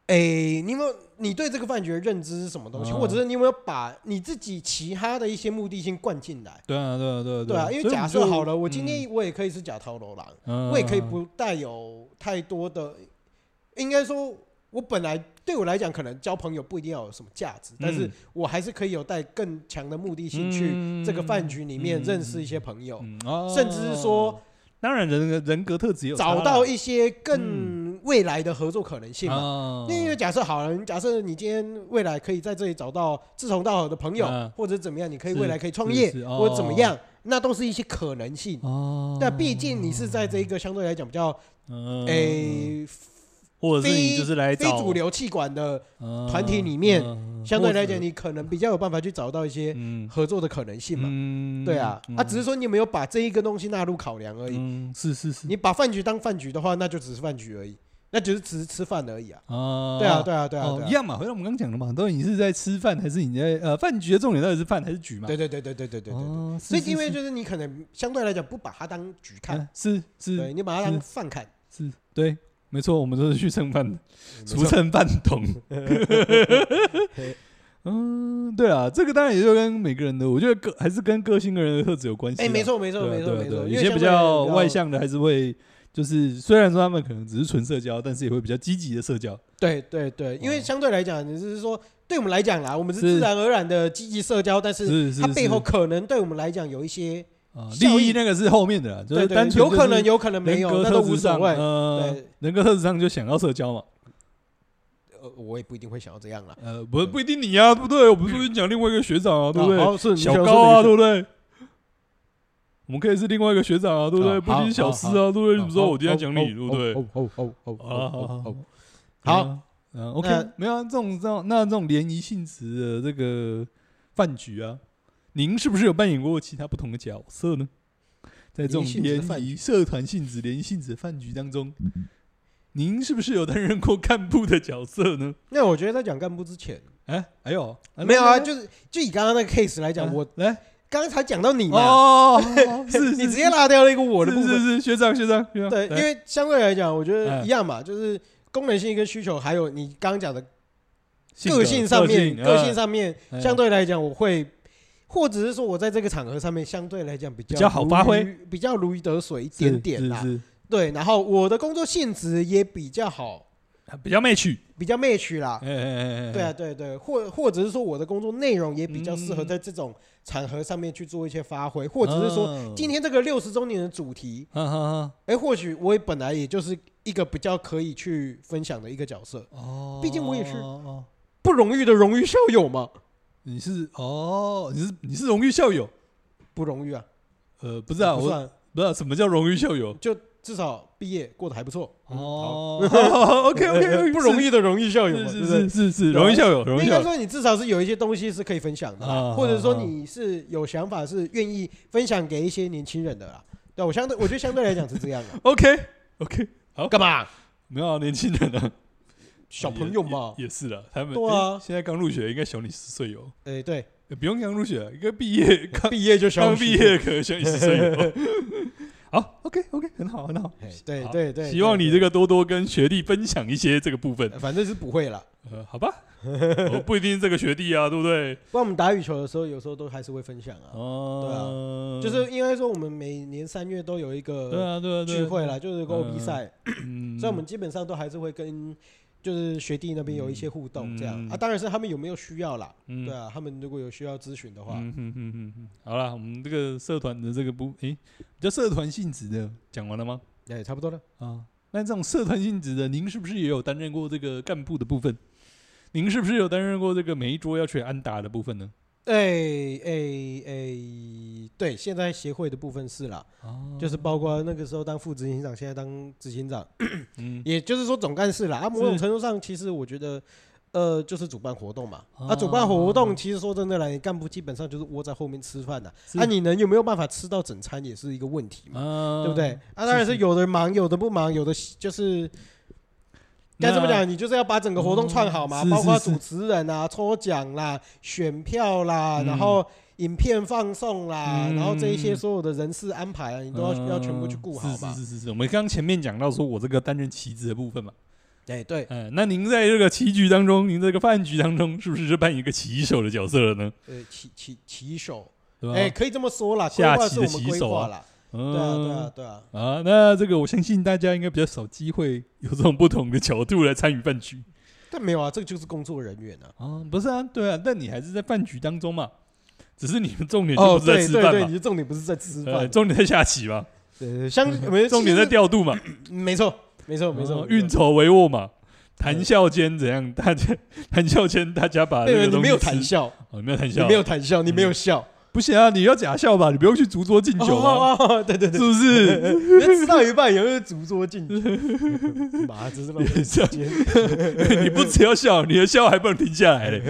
[SPEAKER 1] 哎、你有没有你对这个饭局的认知是什么东西，
[SPEAKER 2] 嗯
[SPEAKER 1] 或者是你有没有把你自己其他的一些目的性灌进来？
[SPEAKER 2] 对啊，对啊，对啊，
[SPEAKER 1] 对啊，因为假设好了，我今，
[SPEAKER 2] 所以
[SPEAKER 1] 天我也可以是假桃楼郎，
[SPEAKER 2] 就嗯
[SPEAKER 1] 我也可以不带有太多的，应该说，我本来对我来讲，可能交朋友不一定要有什么价值，但
[SPEAKER 2] 嗯
[SPEAKER 1] 是我还是可以有带更强的目的性去这个饭局里面认识一些朋友，
[SPEAKER 2] 嗯哦
[SPEAKER 1] 甚至是说
[SPEAKER 2] 当然人格人格特质有嗯
[SPEAKER 1] 找到一些更未来的合作可能性嘛。
[SPEAKER 2] 嘛
[SPEAKER 1] 因为假设好了，假设你今天未来可以在这里找到志同道合的朋友，
[SPEAKER 2] 嗯
[SPEAKER 1] 或者怎么样，你可以
[SPEAKER 2] 是
[SPEAKER 1] 未来可以创业
[SPEAKER 2] 是是哦
[SPEAKER 1] 或者怎么样，那都是一些可能性。
[SPEAKER 2] 哦，
[SPEAKER 1] 但毕竟你是在这一个相对来讲比较
[SPEAKER 2] 嗯，
[SPEAKER 1] 诶、
[SPEAKER 2] 或者是你
[SPEAKER 1] 非
[SPEAKER 2] 就是来
[SPEAKER 1] 哎非
[SPEAKER 2] 找
[SPEAKER 1] 主流气管的，
[SPEAKER 2] 嗯
[SPEAKER 1] 团体里面
[SPEAKER 2] 嗯
[SPEAKER 1] 相对来
[SPEAKER 2] 或
[SPEAKER 1] 讲，
[SPEAKER 2] 者
[SPEAKER 1] 你可能比较有办法去找到一些
[SPEAKER 2] 嗯
[SPEAKER 1] 合作的可能性嘛。
[SPEAKER 2] 嗯
[SPEAKER 1] 对啊，啊，只是
[SPEAKER 2] 是
[SPEAKER 1] 说你有没有把这一个东西纳入考量而已。
[SPEAKER 2] 嗯是是是
[SPEAKER 1] 你把饭局当饭局的话，那就只是饭局而已，那只是只是吃饭而已啊。
[SPEAKER 2] 啊
[SPEAKER 1] 对啊，对啊，对啊，
[SPEAKER 2] 哦，一
[SPEAKER 1] 对啊，
[SPEAKER 2] 样嘛，回到我们刚刚讲的嘛，到底你是在吃饭还是你在呃饭局的重点到底是饭还是局嘛？
[SPEAKER 1] 对对对对对对对对。
[SPEAKER 2] 哦是
[SPEAKER 1] 所以
[SPEAKER 2] 是
[SPEAKER 1] 因为
[SPEAKER 2] 是
[SPEAKER 1] 就是你可能相对来讲不把它当局看，
[SPEAKER 2] 嗯是
[SPEAKER 1] 对
[SPEAKER 2] 是
[SPEAKER 1] 你把它当
[SPEAKER 2] 是
[SPEAKER 1] 饭看，
[SPEAKER 2] 是，对，没错，我们都是去蹭饭的，
[SPEAKER 1] 嗯没
[SPEAKER 2] 俗
[SPEAKER 1] 错
[SPEAKER 2] 称饭 桶。嗯，对啊，这个当然也就跟每个人的，我觉得个还是跟个性个人的特质有关系啊。
[SPEAKER 1] 哎，没错没错
[SPEAKER 2] 对啊，
[SPEAKER 1] 没错
[SPEAKER 2] 对啊
[SPEAKER 1] 没
[SPEAKER 2] 对啊
[SPEAKER 1] 错，因为
[SPEAKER 2] 有些
[SPEAKER 1] 相
[SPEAKER 2] 比
[SPEAKER 1] 对来讲
[SPEAKER 2] 较外，向的还是会。就是虽然说他们可能只是纯社交，但是也会比较积极的社交。
[SPEAKER 1] 对对对，因为
[SPEAKER 2] 嗯
[SPEAKER 1] 相对来讲，你是说对我们来讲啦，我们是
[SPEAKER 2] 是
[SPEAKER 1] 自然而然的积极社交，但是
[SPEAKER 2] 是是，
[SPEAKER 1] 它背后
[SPEAKER 2] 是
[SPEAKER 1] 可能对我们来讲有一些，
[SPEAKER 2] 啊
[SPEAKER 1] 效
[SPEAKER 2] 利益
[SPEAKER 1] 益
[SPEAKER 2] 那个是后面的啦，就
[SPEAKER 1] 对
[SPEAKER 2] 是
[SPEAKER 1] 对
[SPEAKER 2] 单纯
[SPEAKER 1] 有可
[SPEAKER 2] 就是
[SPEAKER 1] 能有可能没
[SPEAKER 2] 人
[SPEAKER 1] 有，
[SPEAKER 2] 格
[SPEAKER 1] 那都
[SPEAKER 2] 特质
[SPEAKER 1] 无所
[SPEAKER 2] 上
[SPEAKER 1] 谓。
[SPEAKER 2] 呃
[SPEAKER 1] 对，
[SPEAKER 2] 人格特质上就想要社交嘛。
[SPEAKER 1] 呃，我也不一定会想要这样啦。
[SPEAKER 2] 呃，不不一定你啊，对不对？我不是说你讲另外一个学长啊，对不对？
[SPEAKER 1] 好，是
[SPEAKER 2] 小高啊，
[SPEAKER 1] 对
[SPEAKER 2] 对不对？我们可以是另外一个学长啊，对不对？
[SPEAKER 1] 哦好
[SPEAKER 2] 不一定是小师啊，对不对？你不知道我今天讲你，对不对？
[SPEAKER 1] 哦哦哦哦
[SPEAKER 2] 啊，好好
[SPEAKER 1] 哦哦，
[SPEAKER 2] 好
[SPEAKER 1] 好，
[SPEAKER 2] 啊嗯，OK，
[SPEAKER 1] 那
[SPEAKER 2] 没有啊，这种这种那这种联谊性质的这个饭局啊，您是不是有扮演过其他不同的角色呢？在这种
[SPEAKER 1] 联谊性质的饭
[SPEAKER 2] 联谊社团性质、联谊性质的饭局当中，您是不是有担任过干部的角色呢？
[SPEAKER 1] 那我觉得在讲干部之前，
[SPEAKER 2] 哎，哎呦，
[SPEAKER 1] 没有啊，
[SPEAKER 2] 来
[SPEAKER 1] 就是就以刚刚那个 case 来讲，
[SPEAKER 2] 来
[SPEAKER 1] 我
[SPEAKER 2] 来
[SPEAKER 1] 刚才讲到你 嘛，
[SPEAKER 2] 啊哦，是
[SPEAKER 1] 你
[SPEAKER 2] 是
[SPEAKER 1] 直接拉掉了一个我的部
[SPEAKER 2] 是是
[SPEAKER 1] 分。
[SPEAKER 2] 是学长学长学 长，
[SPEAKER 1] 对，因
[SPEAKER 2] 来
[SPEAKER 1] 为相对来讲，我觉得
[SPEAKER 2] 哎
[SPEAKER 1] 一样嘛，就是功能性跟需求，还有你刚刚讲的
[SPEAKER 2] 格
[SPEAKER 1] 个性上面，
[SPEAKER 2] 个
[SPEAKER 1] 个性
[SPEAKER 2] 呃
[SPEAKER 1] 上面
[SPEAKER 2] 哎
[SPEAKER 1] 相对来讲，我会，或者是说我在这个场合上面相对来讲比较
[SPEAKER 2] 比较好发挥
[SPEAKER 1] 如鱼，比较如鱼得水一
[SPEAKER 2] 是
[SPEAKER 1] 点点啦
[SPEAKER 2] 是。是
[SPEAKER 1] 对，然后我的工作性质也比较好，
[SPEAKER 2] 比较 match，
[SPEAKER 1] 比较 match 啦。
[SPEAKER 2] 哎哎哎哎，
[SPEAKER 1] 对啊，对对，或或者是说我的工作内容也比较适合
[SPEAKER 2] 嗯
[SPEAKER 1] 在这种场合上面去做一些发挥，或者是说
[SPEAKER 2] 说
[SPEAKER 1] 今，天这个六十周年的主 题，
[SPEAKER 2] 哈哈哈，
[SPEAKER 1] 哎，或许我也本来也就是一个比较可以去分享的一个角色。
[SPEAKER 2] 哦，
[SPEAKER 1] 毕竟我也是
[SPEAKER 2] 哦哦
[SPEAKER 1] 不荣誉的荣誉校友嘛，
[SPEAKER 2] 你是哦，你是你是荣誉校友？
[SPEAKER 1] 不荣誉啊，
[SPEAKER 2] 呃，不是啊，
[SPEAKER 1] 不
[SPEAKER 2] 我
[SPEAKER 1] 算，
[SPEAKER 2] 不知道什么叫荣誉校友。
[SPEAKER 1] 就至少毕业过得还不错。嗯好
[SPEAKER 2] 哦，OK OK，
[SPEAKER 1] 不容
[SPEAKER 2] 易，
[SPEAKER 1] 易的荣誉校友嘛，
[SPEAKER 2] 是
[SPEAKER 1] 对不
[SPEAKER 2] 是
[SPEAKER 1] 对啊
[SPEAKER 2] 是？是是，荣誉校友，荣誉
[SPEAKER 1] 应
[SPEAKER 2] 校
[SPEAKER 1] 该
[SPEAKER 2] 友。
[SPEAKER 1] 说你至少是有一些东西是可以分享的啦，
[SPEAKER 2] 啊
[SPEAKER 1] 或者说
[SPEAKER 2] 啊啊
[SPEAKER 1] 你是有想法，是愿意分享给一些年轻人的啦。对，啊我相对我觉得相对来讲是这样啊的。
[SPEAKER 2] OK OK，
[SPEAKER 1] 干嘛？
[SPEAKER 2] 没有啊年轻人啊，
[SPEAKER 1] 小朋友 嘛，
[SPEAKER 2] 也也是的，他们
[SPEAKER 1] 对啊
[SPEAKER 2] 诶现在刚入学，应该小你十岁哦，
[SPEAKER 1] 哎，对，
[SPEAKER 2] 诶不用刚入学，应该毕 业刚
[SPEAKER 1] 毕业就
[SPEAKER 2] 刚
[SPEAKER 1] 小
[SPEAKER 2] 毕，业可能小你十岁 哦。好，OK OK，很好很好，
[SPEAKER 1] 哎对
[SPEAKER 2] 好
[SPEAKER 1] 对对，
[SPEAKER 2] 希望
[SPEAKER 1] 对
[SPEAKER 2] 你这，个多多跟学弟分享一些这个部分
[SPEAKER 1] 对。反正是不会啦。
[SPEAKER 2] 呃，好吧， 我不一定是这个学弟啊，对不对？
[SPEAKER 1] 不然我们打羽球的时候，有时候都还是会分享啊，
[SPEAKER 2] 哦
[SPEAKER 1] 就是应该说我们每年三月都有一
[SPEAKER 2] 对
[SPEAKER 1] 个
[SPEAKER 2] 啊对啊对啊
[SPEAKER 1] 聚会啦，就是跟我比
[SPEAKER 2] 嗯
[SPEAKER 1] 赛，
[SPEAKER 2] 嗯
[SPEAKER 1] 所以我们基本上都还是会跟就是学弟那边有一些互动，这样
[SPEAKER 2] 嗯
[SPEAKER 1] 啊，当然是他们有没有需要啦，
[SPEAKER 2] 嗯
[SPEAKER 1] 对啊，啊他们如果有需要咨询的话，
[SPEAKER 2] 嗯哼哼哼哼，好了，我们这个社团的这个部，诶、比较社团性质的讲完了吗？
[SPEAKER 1] 哎，差不多了。
[SPEAKER 2] 啊，那这种社团性质的，您是不是也有担任过这个干部的部分？您是不是有担任过这个每一桌要去安打的部分呢？
[SPEAKER 1] 哎哎哎，对，现在协会的部分是啦，
[SPEAKER 2] 啊
[SPEAKER 1] 就是包括那个时候当副执行长，现在当执行长，
[SPEAKER 2] 嗯
[SPEAKER 1] 也就是说总干事啦。啊，某种
[SPEAKER 2] 是
[SPEAKER 1] 程度上，其实我觉得，呃，就是主办活动嘛。啊，
[SPEAKER 2] 哦
[SPEAKER 1] 主办活动其实说真的啦，你干部基本上就是窝在后面吃饭的，
[SPEAKER 2] 是
[SPEAKER 1] 那啊你能有没有办法吃到整餐也是一个问题嘛，
[SPEAKER 2] 啊
[SPEAKER 1] 对不对？？啊，
[SPEAKER 2] 是
[SPEAKER 1] 当然是
[SPEAKER 2] 是
[SPEAKER 1] 有的忙，有的不忙，有的就是。该怎么
[SPEAKER 2] 那？
[SPEAKER 1] 讲？你就是要把整个活动串好嘛，
[SPEAKER 2] 嗯是
[SPEAKER 1] 包括
[SPEAKER 2] 是是
[SPEAKER 1] 主持人啊、抽奖啦、选票啦，
[SPEAKER 2] 嗯
[SPEAKER 1] 然后影片放送啦，
[SPEAKER 2] 嗯
[SPEAKER 1] 然后这一些所有的人事安排啊，你都要
[SPEAKER 2] 嗯
[SPEAKER 1] 要全部去顾好嘛
[SPEAKER 2] 是。是是是，我们刚刚前面讲到说我这个担任旗子的部分嘛，
[SPEAKER 1] 哎，对，
[SPEAKER 2] 嗯、那您在这个棋局当中，您这个饭局当中，是不是就扮演一个棋手的角色了呢？
[SPEAKER 1] 呃，骑骑骑手，
[SPEAKER 2] 对吧？
[SPEAKER 1] 哎，可以这么说啦，规
[SPEAKER 2] 下
[SPEAKER 1] 划
[SPEAKER 2] 棋
[SPEAKER 1] 是
[SPEAKER 2] 的
[SPEAKER 1] 我们
[SPEAKER 2] 棋
[SPEAKER 1] 规
[SPEAKER 2] 手啊
[SPEAKER 1] 划啦，
[SPEAKER 2] 嗯
[SPEAKER 1] 对啊，对啊，对啊，
[SPEAKER 2] 啊，那这个我相信大家应该比较少机会有这种不同的角度来参与饭局
[SPEAKER 1] 但没有啊，这个就是工作人员啊。
[SPEAKER 2] 啊，不是啊，对啊，但你还是在饭局当中嘛，只是你们重点就
[SPEAKER 1] 哦，
[SPEAKER 2] 不是在
[SPEAKER 1] 对
[SPEAKER 2] 吃
[SPEAKER 1] 对
[SPEAKER 2] 饭
[SPEAKER 1] 对，你
[SPEAKER 2] 嘛，
[SPEAKER 1] 的重点不是在吃
[SPEAKER 2] 呃
[SPEAKER 1] 饭，
[SPEAKER 2] 重点在下棋嘛，
[SPEAKER 1] 对对， 相我们
[SPEAKER 2] 重点在，调度嘛，
[SPEAKER 1] 其实没错，没错，没错
[SPEAKER 2] 啊，运筹帷幄嘛，谈笑间怎样，大家谈笑间大家把这
[SPEAKER 1] 对，
[SPEAKER 2] 啊个
[SPEAKER 1] 你
[SPEAKER 2] 东
[SPEAKER 1] 没有
[SPEAKER 2] 西
[SPEAKER 1] 谈
[SPEAKER 2] 吃，
[SPEAKER 1] 笑，
[SPEAKER 2] 哦你没有谈
[SPEAKER 1] 你
[SPEAKER 2] 笑，嗯
[SPEAKER 1] 没有谈笑，你没有 笑，
[SPEAKER 2] 不行啊，你要假笑吧，你不用去逐桌敬酒啊，
[SPEAKER 1] 哦，哦哦 对对对。
[SPEAKER 2] 是 不是？
[SPEAKER 1] 你要吃到一半，有没有主桌敬酒？妈，真是浪费时 间。
[SPEAKER 2] 你不只要笑，你的笑还不能停下来嘞，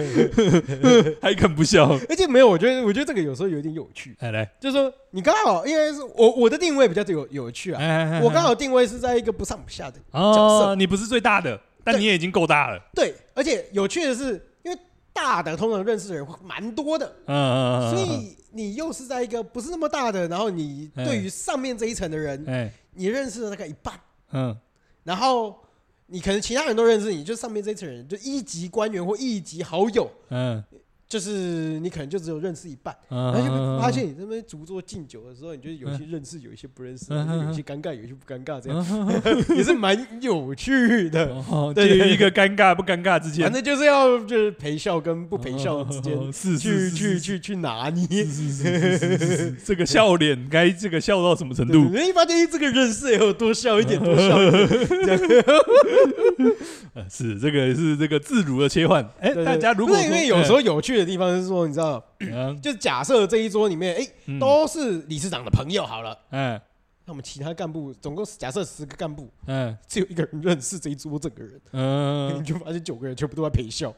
[SPEAKER 2] 还肯不笑？
[SPEAKER 1] 而且没有，我觉得，我觉得这个有时候有点有趣，
[SPEAKER 2] 哎来，
[SPEAKER 1] 就是说你刚好，因为是我我的定位比较有有趣啊，
[SPEAKER 2] 哎
[SPEAKER 1] 我刚好定位是在一个不上不下的，角色
[SPEAKER 2] 哦，你不是最大的，但
[SPEAKER 1] 对
[SPEAKER 2] 你也已经够大了。
[SPEAKER 1] 对，而且有趣的是，因为大的通常认识的人会蛮多的，
[SPEAKER 2] 嗯嗯嗯嗯
[SPEAKER 1] 所
[SPEAKER 2] 嗯
[SPEAKER 1] 以你又是在一个不是那么大的，然后你
[SPEAKER 2] 嗯
[SPEAKER 1] 对于上面这一层的人，
[SPEAKER 2] 哎，
[SPEAKER 1] 你认识了大概一半，
[SPEAKER 2] 嗯，
[SPEAKER 1] 然后你可能其他人都认识你，就上面这一层人，就一级官员或一级好友。
[SPEAKER 2] 嗯
[SPEAKER 1] 就是你可能就只有认识一半，
[SPEAKER 2] 嗯，
[SPEAKER 1] 然后就啊会发
[SPEAKER 2] 嗯，
[SPEAKER 1] 现你这边逐桌敬酒的时候，你就有一些认识，有一些不认识，
[SPEAKER 2] 嗯
[SPEAKER 1] 然后有一些尴尬，有一些不尴尬，这样 也是蛮有趣的。
[SPEAKER 2] 哦，
[SPEAKER 1] 对
[SPEAKER 2] 介
[SPEAKER 1] 对
[SPEAKER 2] 于一个尴尬不尴尬之 间
[SPEAKER 1] 反，正就是要就是陪笑跟不陪笑之间
[SPEAKER 2] 哦 是
[SPEAKER 1] 去
[SPEAKER 2] 是
[SPEAKER 1] 去
[SPEAKER 2] 是
[SPEAKER 1] 去去拿捏。
[SPEAKER 2] 是是是是是是， 这个笑脸该这个笑到什么程
[SPEAKER 1] 对
[SPEAKER 2] 度？
[SPEAKER 1] 人一发现哎这个认识也有多笑一点，多笑一点。
[SPEAKER 2] 呃是这个是这个自如的切换。哎
[SPEAKER 1] 对，对
[SPEAKER 2] 大家如果
[SPEAKER 1] 不是因为
[SPEAKER 2] 说
[SPEAKER 1] 有时候有趣的地方是说，你知道，
[SPEAKER 2] 嗯
[SPEAKER 1] 就是假设这一桌里面，哎，
[SPEAKER 2] 嗯
[SPEAKER 1] 都是理事长的朋友好了，
[SPEAKER 2] 嗯
[SPEAKER 1] 那我们其他干部总共假设十个干部，
[SPEAKER 2] 嗯
[SPEAKER 1] 只有一个人认识这一桌整个人。你
[SPEAKER 2] 嗯，
[SPEAKER 1] 就发现九个人全部都在陪笑，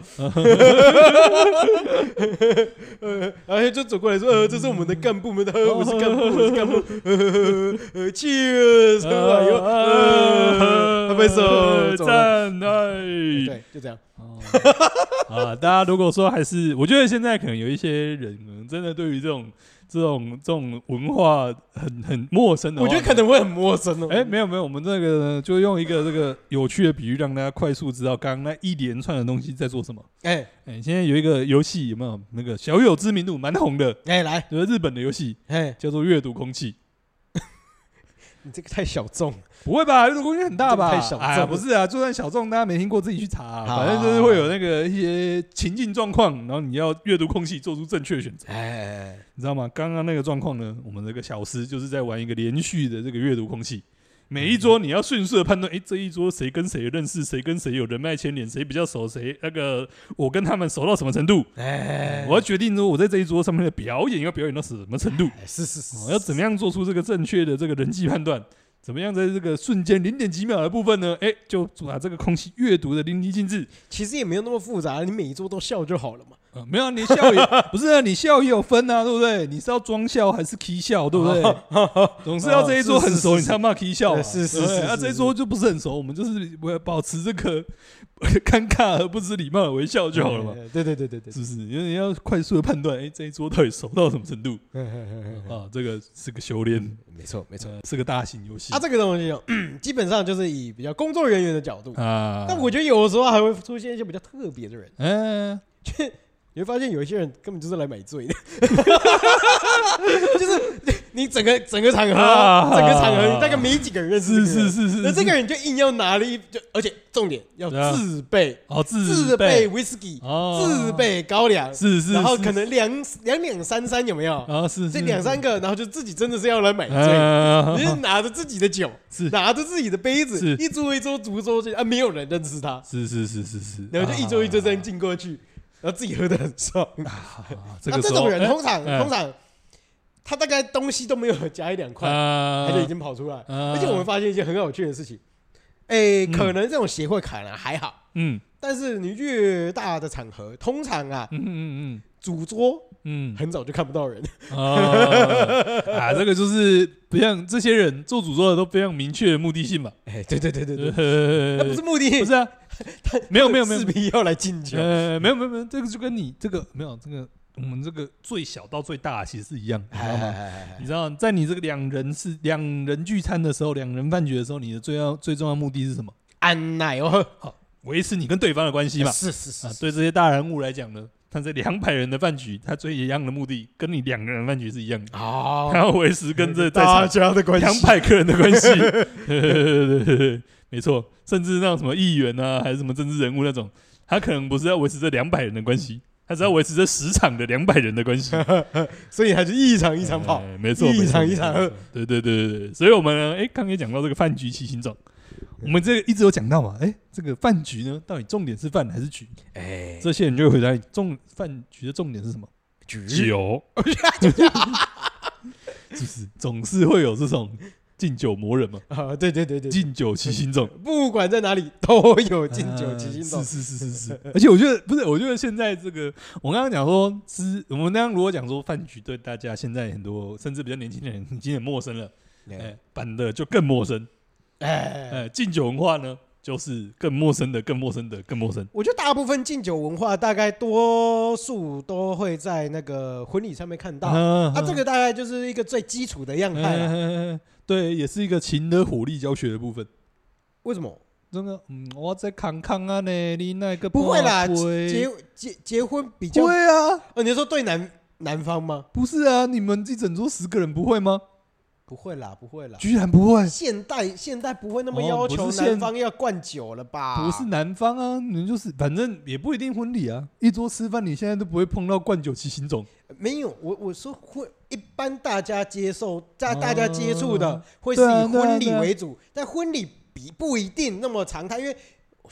[SPEAKER 1] 呃， 然后就走过来说：“呃，这是我们的干部们的，呃我是干部，我是干部，呃呃，cheers，呃
[SPEAKER 2] 嗯
[SPEAKER 1] 有呃，拍拍手，走了。
[SPEAKER 2] 赞哎爱。
[SPEAKER 1] 对，就这样。
[SPEAKER 2] 哦， 啊，大家如果说还是，我觉得现在可能有一些人，可能真的对于这种这种这种文化很很陌生的话，
[SPEAKER 1] 我觉得可能会很陌生哦。
[SPEAKER 2] 嗯哎、没有没有，我们这个呢就用一个这个有趣的比喻，让大家快速知道刚刚那一连串的东西在做什么。
[SPEAKER 1] 哎
[SPEAKER 2] 哎、现在有一个游戏有没有那个小有知名度蛮红的，
[SPEAKER 1] 哎，来，
[SPEAKER 2] 就是日本的游戏
[SPEAKER 1] 哎，
[SPEAKER 2] 叫做阅读空气。
[SPEAKER 1] 你这个太小众了。
[SPEAKER 2] 不会吧？阅读空气很大吧？
[SPEAKER 1] 这个太小众
[SPEAKER 2] 哎
[SPEAKER 1] 了
[SPEAKER 2] 呀不是啊，就算小众，大家没听过自己去查啊、
[SPEAKER 1] 好
[SPEAKER 2] 反正就是会有那个一些情境状况，然后你要阅读空气，做出正确选择。
[SPEAKER 1] 哎，
[SPEAKER 2] 你知道吗？刚刚那个状况呢，我们这个小时就是在玩一个连续的这个阅读空气，每一桌你要迅速的判断，诶，哎这一桌谁跟谁认识，谁跟谁有人脉牵连，谁比较熟，谁那个我跟他们熟到什么程度，
[SPEAKER 1] 哎，
[SPEAKER 2] 我要决定说我在这一桌上面的表演要表演到什么程度，
[SPEAKER 1] 哎是是是
[SPEAKER 2] 我、哦要怎么样做出这个正确的这个人际判断。怎么样在这个瞬间零点几秒的部分呢？诶，就把这个空气阅读的淋漓尽致。
[SPEAKER 1] 其实也没有那么复杂，你每一桌都笑就好了嘛。
[SPEAKER 2] 呃，没有、啊，你笑也 不是啊，你笑也有分啊，对不对？你是要装笑还是 k 笑，对不对？总是要这一桌很
[SPEAKER 1] 哦是是
[SPEAKER 2] 熟，
[SPEAKER 1] 是
[SPEAKER 2] 你才骂 k 笑
[SPEAKER 1] 对
[SPEAKER 2] 嘛。
[SPEAKER 1] 是是
[SPEAKER 2] 对不对
[SPEAKER 1] 是是
[SPEAKER 2] 啊，这一桌就不是很熟，我们就是我要保持这个 尴尬而不失礼貌的微笑就好了嘛，
[SPEAKER 1] 哎？对对对对对
[SPEAKER 2] 是，不是？因为你要快速的判断，哎，这一桌到底熟到什么程度
[SPEAKER 1] 嘿嘿嘿嘿嘿
[SPEAKER 2] 啊？这个是个修炼，
[SPEAKER 1] 嗯没错没错。
[SPEAKER 2] 呃是个大型游戏
[SPEAKER 1] 嗯啊，这个东西哦、嗯基本上就是以比较工作人员的角度，
[SPEAKER 2] 啊。
[SPEAKER 1] 但我觉得有的时候还会出现一些比较特别的人，
[SPEAKER 2] 嗯，
[SPEAKER 1] 就你会发现有一些人根本就是来买醉的， 就是你整个整个场合，
[SPEAKER 2] 啊
[SPEAKER 1] 整个场合你大概没几个人认识这
[SPEAKER 2] 是
[SPEAKER 1] 个人，
[SPEAKER 2] 是是是，
[SPEAKER 1] 那这
[SPEAKER 2] 是
[SPEAKER 1] 个人就硬要拿了一，就而且重点要
[SPEAKER 2] 对啊
[SPEAKER 1] 自备、
[SPEAKER 2] 哦自
[SPEAKER 1] 自备
[SPEAKER 2] 备
[SPEAKER 1] whisky、
[SPEAKER 2] 哦
[SPEAKER 1] 自备高粱，
[SPEAKER 2] 是是，
[SPEAKER 1] 然后
[SPEAKER 2] 是
[SPEAKER 1] 可能两两两三三有没有？
[SPEAKER 2] 啊是
[SPEAKER 1] 这
[SPEAKER 2] 是
[SPEAKER 1] 两三个，然后就自己真的是要来买醉，
[SPEAKER 2] 啊
[SPEAKER 1] 你就是拿着自己的酒，
[SPEAKER 2] 是
[SPEAKER 1] 拿着自己的杯子
[SPEAKER 2] 是，
[SPEAKER 1] 一桌一桌逐桌去，啊，没有人认识他，
[SPEAKER 2] 是是是是是，
[SPEAKER 1] 然后就一桌一桌这样进过去，然后自己喝的很爽。
[SPEAKER 2] 啊，这
[SPEAKER 1] 那
[SPEAKER 2] 个
[SPEAKER 1] 这
[SPEAKER 2] 时候
[SPEAKER 1] 种人
[SPEAKER 2] 哎
[SPEAKER 1] 通常
[SPEAKER 2] 哎
[SPEAKER 1] 通常他大概东西都没有加一两块，
[SPEAKER 2] 啊，
[SPEAKER 1] 他就已经跑出来。
[SPEAKER 2] 啊，
[SPEAKER 1] 而
[SPEAKER 2] 而
[SPEAKER 1] 且我们发现一件很有趣的事情，哎，
[SPEAKER 2] 嗯
[SPEAKER 1] 可能这种协会卡呢还好，
[SPEAKER 2] 嗯
[SPEAKER 1] 但是你越大的场合，通常啊
[SPEAKER 2] 嗯嗯
[SPEAKER 1] 主桌
[SPEAKER 2] 嗯
[SPEAKER 1] 很早就看不到人，
[SPEAKER 2] 嗯啊啊，这个就是不像这些人做主做的都非常明确的目的性嘛，
[SPEAKER 1] 哎，对对对对对，
[SPEAKER 2] 呃
[SPEAKER 1] 那不是目的，
[SPEAKER 2] 不是啊，没有没有没有
[SPEAKER 1] 势必要来敬酒。
[SPEAKER 2] 呃没有没有没有，这个就跟你这个没有这个我们这个最小到最大其实是一样，你知道吗？你知道，在你这个两人是两人聚餐的时候，两人饭局的时候，你的最要最重要目的是什么？
[SPEAKER 1] 安奶哦，
[SPEAKER 2] 维持你跟对方的关系嘛。
[SPEAKER 1] 是是是
[SPEAKER 2] 啊，，对这些大人物来讲呢，他这两百人的饭局，他最一样的目的跟你两个人的饭局是一样的，
[SPEAKER 1] 哦
[SPEAKER 2] 他，要维持跟这在
[SPEAKER 1] 大
[SPEAKER 2] 场
[SPEAKER 1] 家的关系，
[SPEAKER 2] 两百个人的关系。对对对对对，没错，甚至那种什么议员啊，还是什么政治人物那种，他可能不是要维持这两百人的关系，他只要维持这十场的两百人的关系，
[SPEAKER 1] 所以他就一场 一场跑。
[SPEAKER 2] 哎没错，
[SPEAKER 1] 一
[SPEAKER 2] 没错
[SPEAKER 1] 场
[SPEAKER 2] 没
[SPEAKER 1] 一
[SPEAKER 2] 错
[SPEAKER 1] 场
[SPEAKER 2] 没错对对对对对，所以我们呢，哎，刚刚也讲到这个饭局骑行种。我们这个一直有讲到嘛，哎、这个饭局呢，到底重点是饭还是局？
[SPEAKER 1] 哎，
[SPEAKER 2] 这些人就会回答你，重饭局的重点是什么？
[SPEAKER 1] 局
[SPEAKER 2] 酒， 是不是总是会有这种敬酒魔人嘛？
[SPEAKER 1] 啊，对对对对，
[SPEAKER 2] 敬酒其心种，
[SPEAKER 1] 不管在哪里都有敬酒
[SPEAKER 2] 呃
[SPEAKER 1] 七星斗。
[SPEAKER 2] 是是是是是。而且我觉得不是，我觉得现在这个，我刚刚讲说，是我们刚刚如果讲说饭局对大家现在很多甚至比较年轻的人已经很陌生了，哎，版的就更陌生，
[SPEAKER 1] 哎，
[SPEAKER 2] 哎，敬酒文化呢就是更陌生的、更陌生的、更陌生。
[SPEAKER 1] 我觉得大部分敬酒文化，大概多数都会在那个婚礼上面看到。
[SPEAKER 2] 啊
[SPEAKER 1] 啊，这个大概就是一个最基础的样态啊啦。
[SPEAKER 2] 个 对，也是一个勤的火力教学的部分。
[SPEAKER 1] 为什么？
[SPEAKER 2] 真的，嗯，我在扛扛啊呢，你那个
[SPEAKER 1] 不会啦，
[SPEAKER 2] 半杯
[SPEAKER 1] 结结结婚比较
[SPEAKER 2] 会，啊，
[SPEAKER 1] 呃，你是说对男男方吗？
[SPEAKER 2] 不是啊，你们一整桌十个人不会吗？
[SPEAKER 1] 不会啦，不会啦。
[SPEAKER 2] 居然不会，
[SPEAKER 1] 现代现代不会那么
[SPEAKER 2] 哦
[SPEAKER 1] 要
[SPEAKER 2] 不
[SPEAKER 1] 求
[SPEAKER 2] 是现
[SPEAKER 1] 男方要灌酒了吧？
[SPEAKER 2] 不是男方啊，你们就是反正也不一定婚礼啊，一桌吃饭你现在都不会碰到灌酒骑行种
[SPEAKER 1] 没有，我我说会一般大家接受，大
[SPEAKER 2] 哦
[SPEAKER 1] 大家接触的会是
[SPEAKER 2] 对啊
[SPEAKER 1] 以
[SPEAKER 2] 对啊
[SPEAKER 1] 婚礼
[SPEAKER 2] 对啊
[SPEAKER 1] 为主，但婚礼比不一定那么常态，因为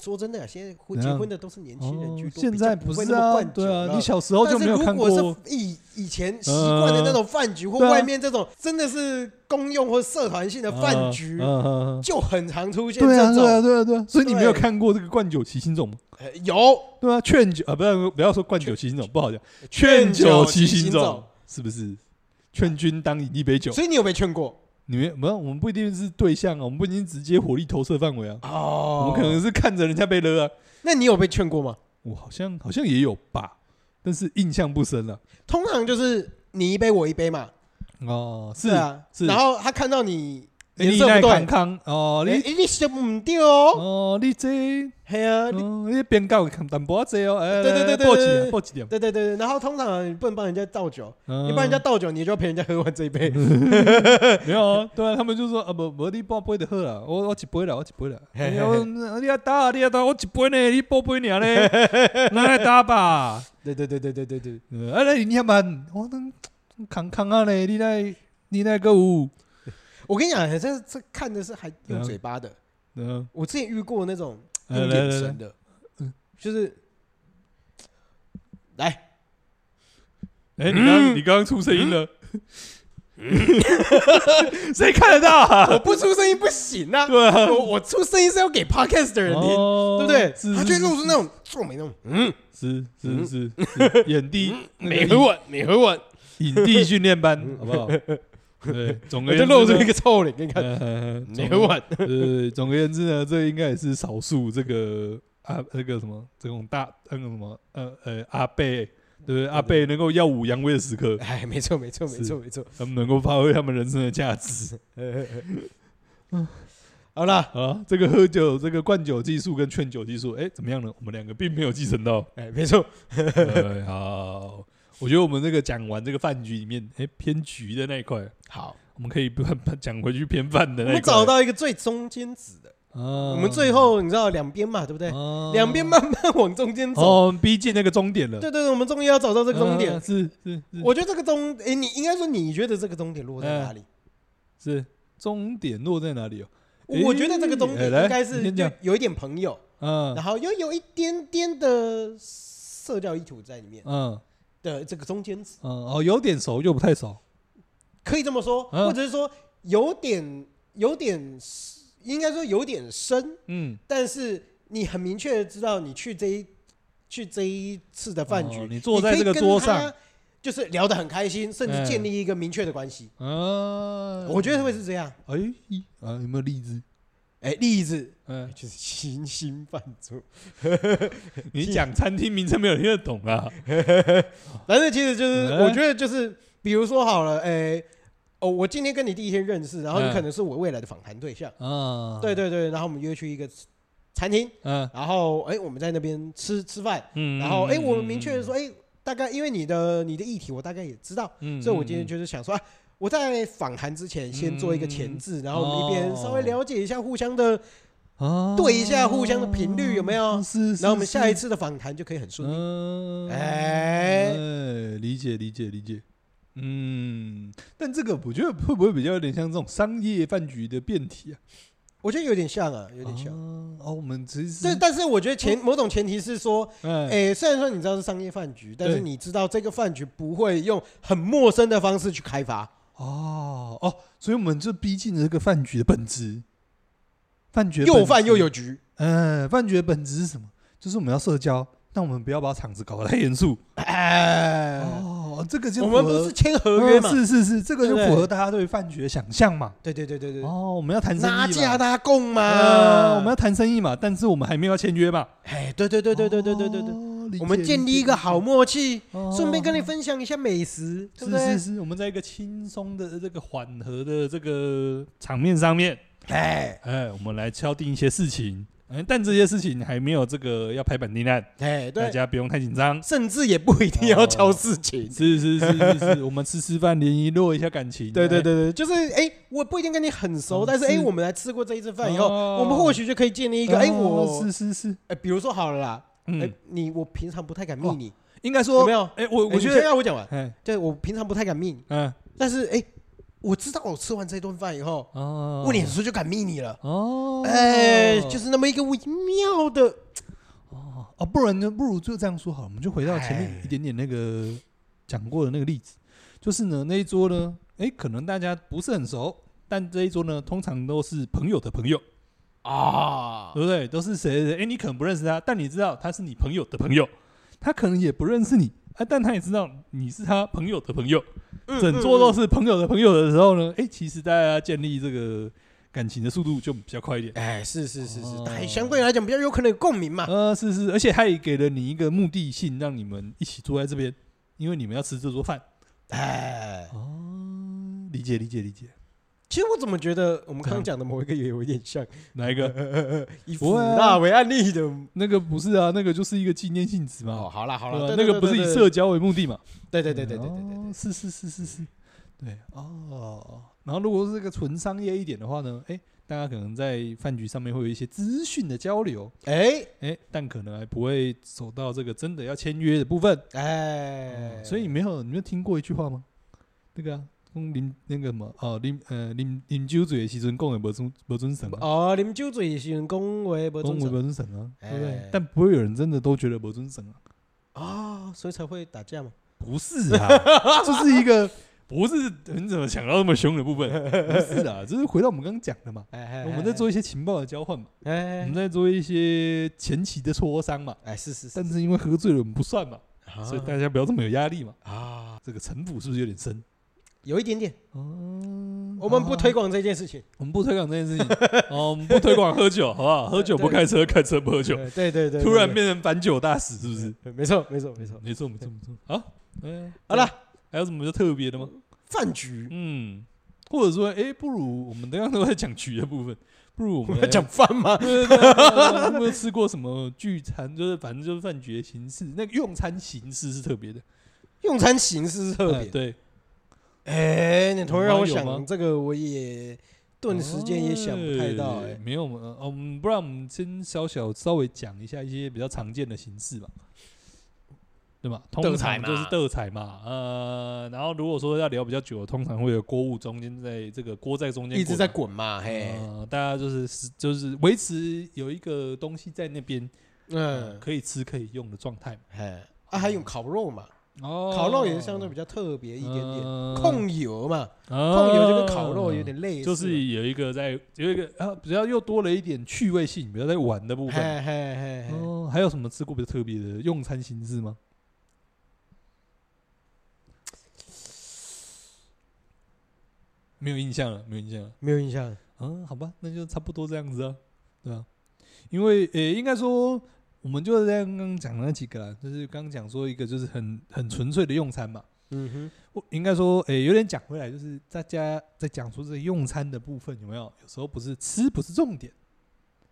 [SPEAKER 1] 说真的啊，现在婚
[SPEAKER 2] 怎
[SPEAKER 1] 结
[SPEAKER 2] 样
[SPEAKER 1] 婚的都是年轻人居多，
[SPEAKER 2] 哦现在
[SPEAKER 1] 不
[SPEAKER 2] 不
[SPEAKER 1] 会
[SPEAKER 2] 是
[SPEAKER 1] 那么
[SPEAKER 2] 啊，
[SPEAKER 1] 灌酒
[SPEAKER 2] 对啊，
[SPEAKER 1] 了
[SPEAKER 2] 你。小时候
[SPEAKER 1] 但
[SPEAKER 2] 就是没有看
[SPEAKER 1] 如果
[SPEAKER 2] 过
[SPEAKER 1] 是以以前习惯的那种饭局或
[SPEAKER 2] 对啊
[SPEAKER 1] 外面这种真的是公用或社团性的饭局，
[SPEAKER 2] 嗯嗯嗯嗯
[SPEAKER 1] 就很常出现
[SPEAKER 2] 对啊
[SPEAKER 1] 这
[SPEAKER 2] 对啊
[SPEAKER 1] 种。
[SPEAKER 2] 对啊对啊，所以你没有
[SPEAKER 1] 对
[SPEAKER 2] 看过这个灌酒骑行种吗？
[SPEAKER 1] 呃有
[SPEAKER 2] 对啊，劝酒啊，不要不要说灌酒骑行种不好讲，
[SPEAKER 1] 劝酒
[SPEAKER 2] 酒
[SPEAKER 1] 骑
[SPEAKER 2] 骑
[SPEAKER 1] 行
[SPEAKER 2] 行
[SPEAKER 1] 种
[SPEAKER 2] 种是不是？劝君当饮一杯酒，
[SPEAKER 1] 所以你有被劝过？
[SPEAKER 2] 你们没有，我们不一定是对象啊，我们不一定直接火力投射范围啊，我
[SPEAKER 1] 哦
[SPEAKER 2] 们可能是看着人家被勒啊，
[SPEAKER 1] 那你有被劝过吗？
[SPEAKER 2] 我好像好像也有吧，但是印象不深了。啊
[SPEAKER 1] 通常就是你一杯我一杯嘛，
[SPEAKER 2] 哦，是
[SPEAKER 1] 对啊，
[SPEAKER 2] 是
[SPEAKER 1] 然后他看到你
[SPEAKER 2] 欸
[SPEAKER 1] 颜
[SPEAKER 2] 你
[SPEAKER 1] 色
[SPEAKER 2] 那
[SPEAKER 1] 不
[SPEAKER 2] 康
[SPEAKER 1] 对，
[SPEAKER 2] 康哦，
[SPEAKER 1] 哎
[SPEAKER 2] 你
[SPEAKER 1] 你想唔对哦，
[SPEAKER 2] 哦，你这
[SPEAKER 1] 嘿啊，你
[SPEAKER 2] 哦，你边搞看淡薄仔哦，哎，
[SPEAKER 1] 对对对对
[SPEAKER 2] 报
[SPEAKER 1] 对
[SPEAKER 2] 几
[SPEAKER 1] 对
[SPEAKER 2] 报几点？
[SPEAKER 1] 对对对对，然后通常你不能帮人家倒酒，
[SPEAKER 2] 嗯
[SPEAKER 1] 你帮人家倒酒，你就要陪人家喝完这一杯，
[SPEAKER 2] 没有啊？对啊，他们就说啊，不不，你半杯就好了，我我一杯了，我一杯了。
[SPEAKER 1] 嘿嘿
[SPEAKER 2] 哎
[SPEAKER 1] 嘿
[SPEAKER 2] 呀我你要打啊，你要打，我一杯呢，你半杯尔呢，那来打吧。
[SPEAKER 1] 对对对对对对对，
[SPEAKER 2] 呃啊，那你要慢，我能康康啊嘞，你那你那个有，
[SPEAKER 1] 我跟你讲，这这看的是还用嘴巴的。
[SPEAKER 2] 嗯，
[SPEAKER 1] 我之前遇过那种
[SPEAKER 2] 来
[SPEAKER 1] 用
[SPEAKER 2] 来
[SPEAKER 1] 眼
[SPEAKER 2] 来
[SPEAKER 1] 神的，就是来，
[SPEAKER 2] 哎，你刚你刚刚出声音了，谁看得到
[SPEAKER 1] 我
[SPEAKER 2] 啊？
[SPEAKER 1] 不出声音不行啊！
[SPEAKER 2] 对啊，
[SPEAKER 1] 我我出声音是要给 podcast 的人听，对不对？
[SPEAKER 2] 哦是
[SPEAKER 1] 他就会露出那种皱眉那种，嗯，
[SPEAKER 2] 是是是是，眼帝
[SPEAKER 1] 没回稳，没回稳，
[SPEAKER 2] 影帝训练班，好不好？对，总而
[SPEAKER 1] 我
[SPEAKER 2] 言之
[SPEAKER 1] 就
[SPEAKER 2] 呢，
[SPEAKER 1] 露出一个臭脸给你看，
[SPEAKER 2] 呃，
[SPEAKER 1] 没
[SPEAKER 2] 总
[SPEAKER 1] 回稳。
[SPEAKER 2] 呃， 总而言之呢，这应该也是少数这个啊那个什么这种大那个什么呃呃阿贝对不对？阿贝能够耀武扬威的 时刻，
[SPEAKER 1] 哎，没错，没错，没
[SPEAKER 2] 是
[SPEAKER 1] 错，没错。
[SPEAKER 2] 他们能够发挥他们人生的 价值
[SPEAKER 1] 好了，
[SPEAKER 2] 啊！这个喝酒，这个灌酒技术跟劝酒技术，哎，怎么样呢？我们两个并没有继 承到。
[SPEAKER 1] 哎，没错，
[SPEAKER 2] 哎好，我觉得我们这个讲完这个饭局里面，哎，偏局的那一块，
[SPEAKER 1] 好，
[SPEAKER 2] 我们可以不讲回去偏饭的
[SPEAKER 1] 我
[SPEAKER 2] 那一块。
[SPEAKER 1] 们找到一个最中间值的，
[SPEAKER 2] 啊
[SPEAKER 1] 我们最后你知道两边嘛，对不对？
[SPEAKER 2] 啊
[SPEAKER 1] 两边慢慢往中间走。
[SPEAKER 2] 哦，逼近那个终点了。
[SPEAKER 1] 对对对，我们终于要找到这个终
[SPEAKER 2] 啊
[SPEAKER 1] 点。
[SPEAKER 2] 是是是
[SPEAKER 1] 我觉得这个终，哎，你应该说你觉得这个终点落在哪里？
[SPEAKER 2] 是终点落在哪里哦？哎
[SPEAKER 1] 我觉得这个终点
[SPEAKER 2] 哎来
[SPEAKER 1] 应该
[SPEAKER 2] 你
[SPEAKER 1] 是
[SPEAKER 2] 先
[SPEAKER 1] 就
[SPEAKER 2] 讲
[SPEAKER 1] 有一点朋友，然
[SPEAKER 2] 嗯
[SPEAKER 1] 后又有一点点的色调意图在里面
[SPEAKER 2] 嗯
[SPEAKER 1] 的这个中间值，
[SPEAKER 2] 嗯哦，有点熟又不太熟。
[SPEAKER 1] 可以这么说，
[SPEAKER 2] 嗯
[SPEAKER 1] 或者是说有点有点，应该说有点深，
[SPEAKER 2] 嗯，
[SPEAKER 1] 但是你很明确的知道你去这一去这一次的饭局，
[SPEAKER 2] 哦你坐在这个
[SPEAKER 1] 你可以跟
[SPEAKER 2] 桌
[SPEAKER 1] 他
[SPEAKER 2] 上，
[SPEAKER 1] 就是聊得很开心，甚
[SPEAKER 2] 嗯
[SPEAKER 1] 至建立一个明确的关系。
[SPEAKER 2] 啊，
[SPEAKER 1] 我觉得会是这样。
[SPEAKER 2] 哎啊，有没有例子？
[SPEAKER 1] 哎，例子
[SPEAKER 2] 嗯，
[SPEAKER 1] 哎就是星星饭桌，
[SPEAKER 2] 哎你讲餐厅名称没有人听得 懂啊？
[SPEAKER 1] 反正其实就是
[SPEAKER 2] 嗯
[SPEAKER 1] 我觉得就是，比如说好了，哎，哦，我今天跟你第一天认识，然后你
[SPEAKER 2] 嗯
[SPEAKER 1] 可能是我未来的访谈对象，
[SPEAKER 2] 啊，
[SPEAKER 1] 对，对对，然后我们约去一个餐厅，
[SPEAKER 2] 嗯
[SPEAKER 1] 然后哎，我们在那边吃吃饭，
[SPEAKER 2] 嗯
[SPEAKER 1] 然后哎，我们明确的
[SPEAKER 2] 的
[SPEAKER 1] 说，哎，大概因为你的你的议题我大概也知道。
[SPEAKER 2] 嗯
[SPEAKER 1] 所以我今天就是想说，啊，我在访谈之前先做一个前置，
[SPEAKER 2] 嗯
[SPEAKER 1] 然后我们一边稍微了解一下互相的，
[SPEAKER 2] 啊
[SPEAKER 1] 对一下互相的频率有没有
[SPEAKER 2] 哦嗯是，是
[SPEAKER 1] 然后我们下一
[SPEAKER 2] 是
[SPEAKER 1] 次的访谈就可以很顺利。
[SPEAKER 2] 嗯，
[SPEAKER 1] 哎
[SPEAKER 2] 哎，理解理解理解。嗯，但这个我觉得会不会比较有点像这种商业饭局的辩题啊？
[SPEAKER 1] 我觉得有点像啊，有
[SPEAKER 2] 有
[SPEAKER 1] 点像。
[SPEAKER 2] 哦，我哦们其实
[SPEAKER 1] 但但是我觉得前某种前提是说，
[SPEAKER 2] 哎
[SPEAKER 1] 哎，虽然说你知道是商业饭局，但是
[SPEAKER 2] 对
[SPEAKER 1] 你知道这个饭局不会用很陌生的方式去开发。
[SPEAKER 2] 哦哦，所以我们就逼近了这个饭局的本质。饭局的本
[SPEAKER 1] 又
[SPEAKER 2] 质
[SPEAKER 1] 饭又有局，
[SPEAKER 2] 呃，饭局的本质是什么？就是我们要社交，但我们不要把场子搞得太严肃。
[SPEAKER 1] 哎，
[SPEAKER 2] 哦，这个就
[SPEAKER 1] 我们
[SPEAKER 2] 符合
[SPEAKER 1] 不是签合约嘛
[SPEAKER 2] 呃？是是是，这个就
[SPEAKER 1] 对不
[SPEAKER 2] 符
[SPEAKER 1] 对
[SPEAKER 2] 合大家对饭局的想象嘛。
[SPEAKER 1] 对对对对对，
[SPEAKER 2] 哦，我们要谈生意
[SPEAKER 1] 拉
[SPEAKER 2] 嘛
[SPEAKER 1] 架拉供嘛
[SPEAKER 2] 呃，。我们要谈生意嘛，但是我们还没有要签约嘛。
[SPEAKER 1] 哎，对对对对对对对对对。
[SPEAKER 2] 哦理解
[SPEAKER 1] 我们建立一个好默契，
[SPEAKER 2] 哦
[SPEAKER 1] 顺便跟你分享一下美食，对不
[SPEAKER 2] 是是
[SPEAKER 1] 对？
[SPEAKER 2] 是，我们在一个轻松的这个缓和的这个场面上面，
[SPEAKER 1] 哎
[SPEAKER 2] 哎，我们来敲定一些事情，哎，但这些事情还没有这个要拍板定案，
[SPEAKER 1] 哎，
[SPEAKER 2] 大
[SPEAKER 1] 对，
[SPEAKER 2] 家哦不用太紧张。
[SPEAKER 1] 甚至也不一定要挑事情。
[SPEAKER 2] 是是是是 是，我们吃吃饭，联谊落一下感情。
[SPEAKER 1] 对对
[SPEAKER 2] 哎，
[SPEAKER 1] 对对，就是哎，我不一定跟你很熟，
[SPEAKER 2] 哦
[SPEAKER 1] 但是哎，
[SPEAKER 2] 是
[SPEAKER 1] 我们来吃过这一次饭以后，
[SPEAKER 2] 哦
[SPEAKER 1] 我们或许就可以建立一个哎，
[SPEAKER 2] 哦
[SPEAKER 1] 我
[SPEAKER 2] 是是是，
[SPEAKER 1] 哎，比如说好了啦，哎
[SPEAKER 2] 嗯，，
[SPEAKER 1] 你我平常不太敢密
[SPEAKER 2] 哦
[SPEAKER 1] 你，
[SPEAKER 2] 应该
[SPEAKER 1] 有
[SPEAKER 2] 说
[SPEAKER 1] 没，有？
[SPEAKER 2] 哎，我
[SPEAKER 1] 哎
[SPEAKER 2] 我
[SPEAKER 1] 你
[SPEAKER 2] 觉
[SPEAKER 1] 先
[SPEAKER 2] 得，
[SPEAKER 1] 让我讲完，
[SPEAKER 2] 哎，
[SPEAKER 1] 对我平常不太敢密你，
[SPEAKER 2] 嗯，
[SPEAKER 1] 但是哎，我知道我吃完这顿饭以后，
[SPEAKER 2] 哦，
[SPEAKER 1] 过年的时候就敢密你了，
[SPEAKER 2] 哦，
[SPEAKER 1] 哎，就是那么一个微妙的，
[SPEAKER 2] 哦，哦，不然就不如就这样说好了，我们就回到前面
[SPEAKER 1] 哎
[SPEAKER 2] 一点点那个讲过的那个例子，就是呢那一桌呢，哎，可能大家不是很熟，但这一桌呢，通常都是朋友的朋友，
[SPEAKER 1] 啊，
[SPEAKER 2] 对不对？都是谁谁？哎，你可能不认识他，但你知道他是你朋友的朋友，他可能也不认识你，啊，但他也知道你是他朋友的朋友，
[SPEAKER 1] 嗯
[SPEAKER 2] 整桌都
[SPEAKER 1] 嗯
[SPEAKER 2] 是朋友的朋友的时候呢，哎，其实大家建立这个感情的速度就比较快一点。
[SPEAKER 1] 哎，是是是是，
[SPEAKER 2] 哦
[SPEAKER 1] 哎，相对来讲比较有可能有共鸣 嘛。
[SPEAKER 2] 呃，是是，而且他也给了你一个目的性，让你们一起坐在这边，因为你们要吃这桌饭。
[SPEAKER 1] 哎，
[SPEAKER 2] 哦，理解理解理解，
[SPEAKER 1] 其实我怎么觉得我们刚刚讲的某一个也有一点像，
[SPEAKER 2] 哪一个？
[SPEAKER 1] 以
[SPEAKER 2] 不
[SPEAKER 1] 福
[SPEAKER 2] 会啊
[SPEAKER 1] 大为案例的。
[SPEAKER 2] 那个不是啊，那个就是一个纪念性质
[SPEAKER 1] 哦，
[SPEAKER 2] 嘛，
[SPEAKER 1] 好啦好
[SPEAKER 2] 对吧
[SPEAKER 1] 啦，对
[SPEAKER 2] 那个不是以，社交为目的嘛。
[SPEAKER 1] 对对对对对对对对对
[SPEAKER 2] 哦，是是是是是，对哦。然后如果是这个纯商业一点的话呢，哎，大家可能在饭局上面会有一些资讯的交流，
[SPEAKER 1] 对，
[SPEAKER 2] 哎，但可能还不会走到这个真的要签约的部分。
[SPEAKER 1] 哎哎，
[SPEAKER 2] 所以没有，你没有听过一句话吗？那个啊，讲啉那个什么哦，啉呃啉啉酒醉的时阵讲的无准无准神啊，
[SPEAKER 1] 哦，啉酒醉的时阵讲话无
[SPEAKER 2] 讲
[SPEAKER 1] 准
[SPEAKER 2] 的
[SPEAKER 1] 绳
[SPEAKER 2] 无准神啊，对不对
[SPEAKER 1] 哎？
[SPEAKER 2] 但不会有人真的都觉得无准神 啊，
[SPEAKER 1] 啊，所以才会打架嘛。
[SPEAKER 2] 不是 啊，就是一个不是你怎么想到那么凶的 部分，不是啊，就是回到我们刚刚讲的嘛，
[SPEAKER 1] 哎
[SPEAKER 2] 我们在，做一些情报的交换嘛，
[SPEAKER 1] 哎哎
[SPEAKER 2] 我
[SPEAKER 1] 哎
[SPEAKER 2] 们在做一些前期的磋商嘛，
[SPEAKER 1] 哎，是是是，
[SPEAKER 2] 但是因为喝醉了我们不算嘛，
[SPEAKER 1] 啊
[SPEAKER 2] 所以大家不要这么有压力嘛，
[SPEAKER 1] 啊，
[SPEAKER 2] 这个城府是不是有点深？
[SPEAKER 1] 有一点点，
[SPEAKER 2] 哦，
[SPEAKER 1] 我们不推
[SPEAKER 2] 广，
[SPEAKER 1] 广这件事情。
[SPEAKER 2] 我们不推广这件事情，哦，我们不推广喝酒，好不好？喝酒不开车，开车不喝酒，
[SPEAKER 1] 对对对对，
[SPEAKER 2] 突然
[SPEAKER 1] 对
[SPEAKER 2] 变成反酒大使，是不是？
[SPEAKER 1] 对没错没错没错。
[SPEAKER 2] 没错，没错，没错。好，嗯，
[SPEAKER 1] 好，了，
[SPEAKER 2] 还有什么特别的吗？
[SPEAKER 1] 饭局，
[SPEAKER 2] 嗯，或者说，哎，不如我们刚刚都在讲局的部分，不如我
[SPEAKER 1] 我
[SPEAKER 2] 们
[SPEAKER 1] 们要
[SPEAKER 2] 来
[SPEAKER 1] 讲饭吗？
[SPEAKER 2] 对对对对，有没有吃过什么聚餐？就是反正就是饭局的形式，那个用餐形式是特别的，
[SPEAKER 1] 用餐形式是特
[SPEAKER 2] 哎
[SPEAKER 1] 别的。
[SPEAKER 2] 对，
[SPEAKER 1] 哎，你突然让我
[SPEAKER 2] 有
[SPEAKER 1] 想
[SPEAKER 2] 吗
[SPEAKER 1] 这个，我也顿时间也想不太到。哎，
[SPEAKER 2] 没有嘛？呃我们不然我们先小小稍微讲一下一些比较常见的形式吧，对吧？通
[SPEAKER 1] 斗彩
[SPEAKER 2] 常
[SPEAKER 1] 嘛
[SPEAKER 2] 就是斗彩嘛，呃，然后如果说要聊比较久，通常会有锅物中间在这个锅在中间
[SPEAKER 1] 一直在
[SPEAKER 2] 滚
[SPEAKER 1] 滚嘛，
[SPEAKER 2] 嘛，
[SPEAKER 1] 嘿，
[SPEAKER 2] 呃大家就是就是维持有一个东西在那边，嗯，
[SPEAKER 1] 嗯，
[SPEAKER 2] 可以吃可以用的状态嘛。
[SPEAKER 1] 嘿，啊，还有烤肉嘛，
[SPEAKER 2] 哦呃
[SPEAKER 1] 烤肉也是相对比较特别一点点，
[SPEAKER 2] 点
[SPEAKER 1] 控油嘛，控
[SPEAKER 2] 控
[SPEAKER 1] 油就跟烤肉有点类似，
[SPEAKER 2] 嗯就是有一个在有一个啊，比较又多了一点趣味性，比较在玩的部
[SPEAKER 1] 嘿嘿
[SPEAKER 2] 分。
[SPEAKER 1] 嘿嘿，
[SPEAKER 2] 哦，还有什么吃过比较特别的用餐形式吗？没有印象了，没有印象了。
[SPEAKER 1] 没有印象，
[SPEAKER 2] 嗯，好吧，那就差不多这样子啊，对啊，因为呃、应该说我们就是在刚刚讲的那几个啦，就是刚刚讲说一个就是很很纯粹的用餐嘛，
[SPEAKER 1] 嗯
[SPEAKER 2] 我应该说，诶、有点讲回来，就是大家在讲说这个用餐的部分有没有？有时候不是吃不是重点，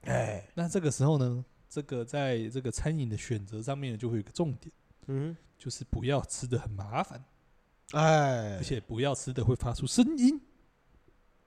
[SPEAKER 1] 哼，哎，
[SPEAKER 2] 那这个时候呢，这个在这个餐饮的选择上面就会有一个重点，
[SPEAKER 1] 嗯
[SPEAKER 2] 就是不要吃的很麻烦，
[SPEAKER 1] 哼，哎
[SPEAKER 2] 而，且不要吃的会发出声音。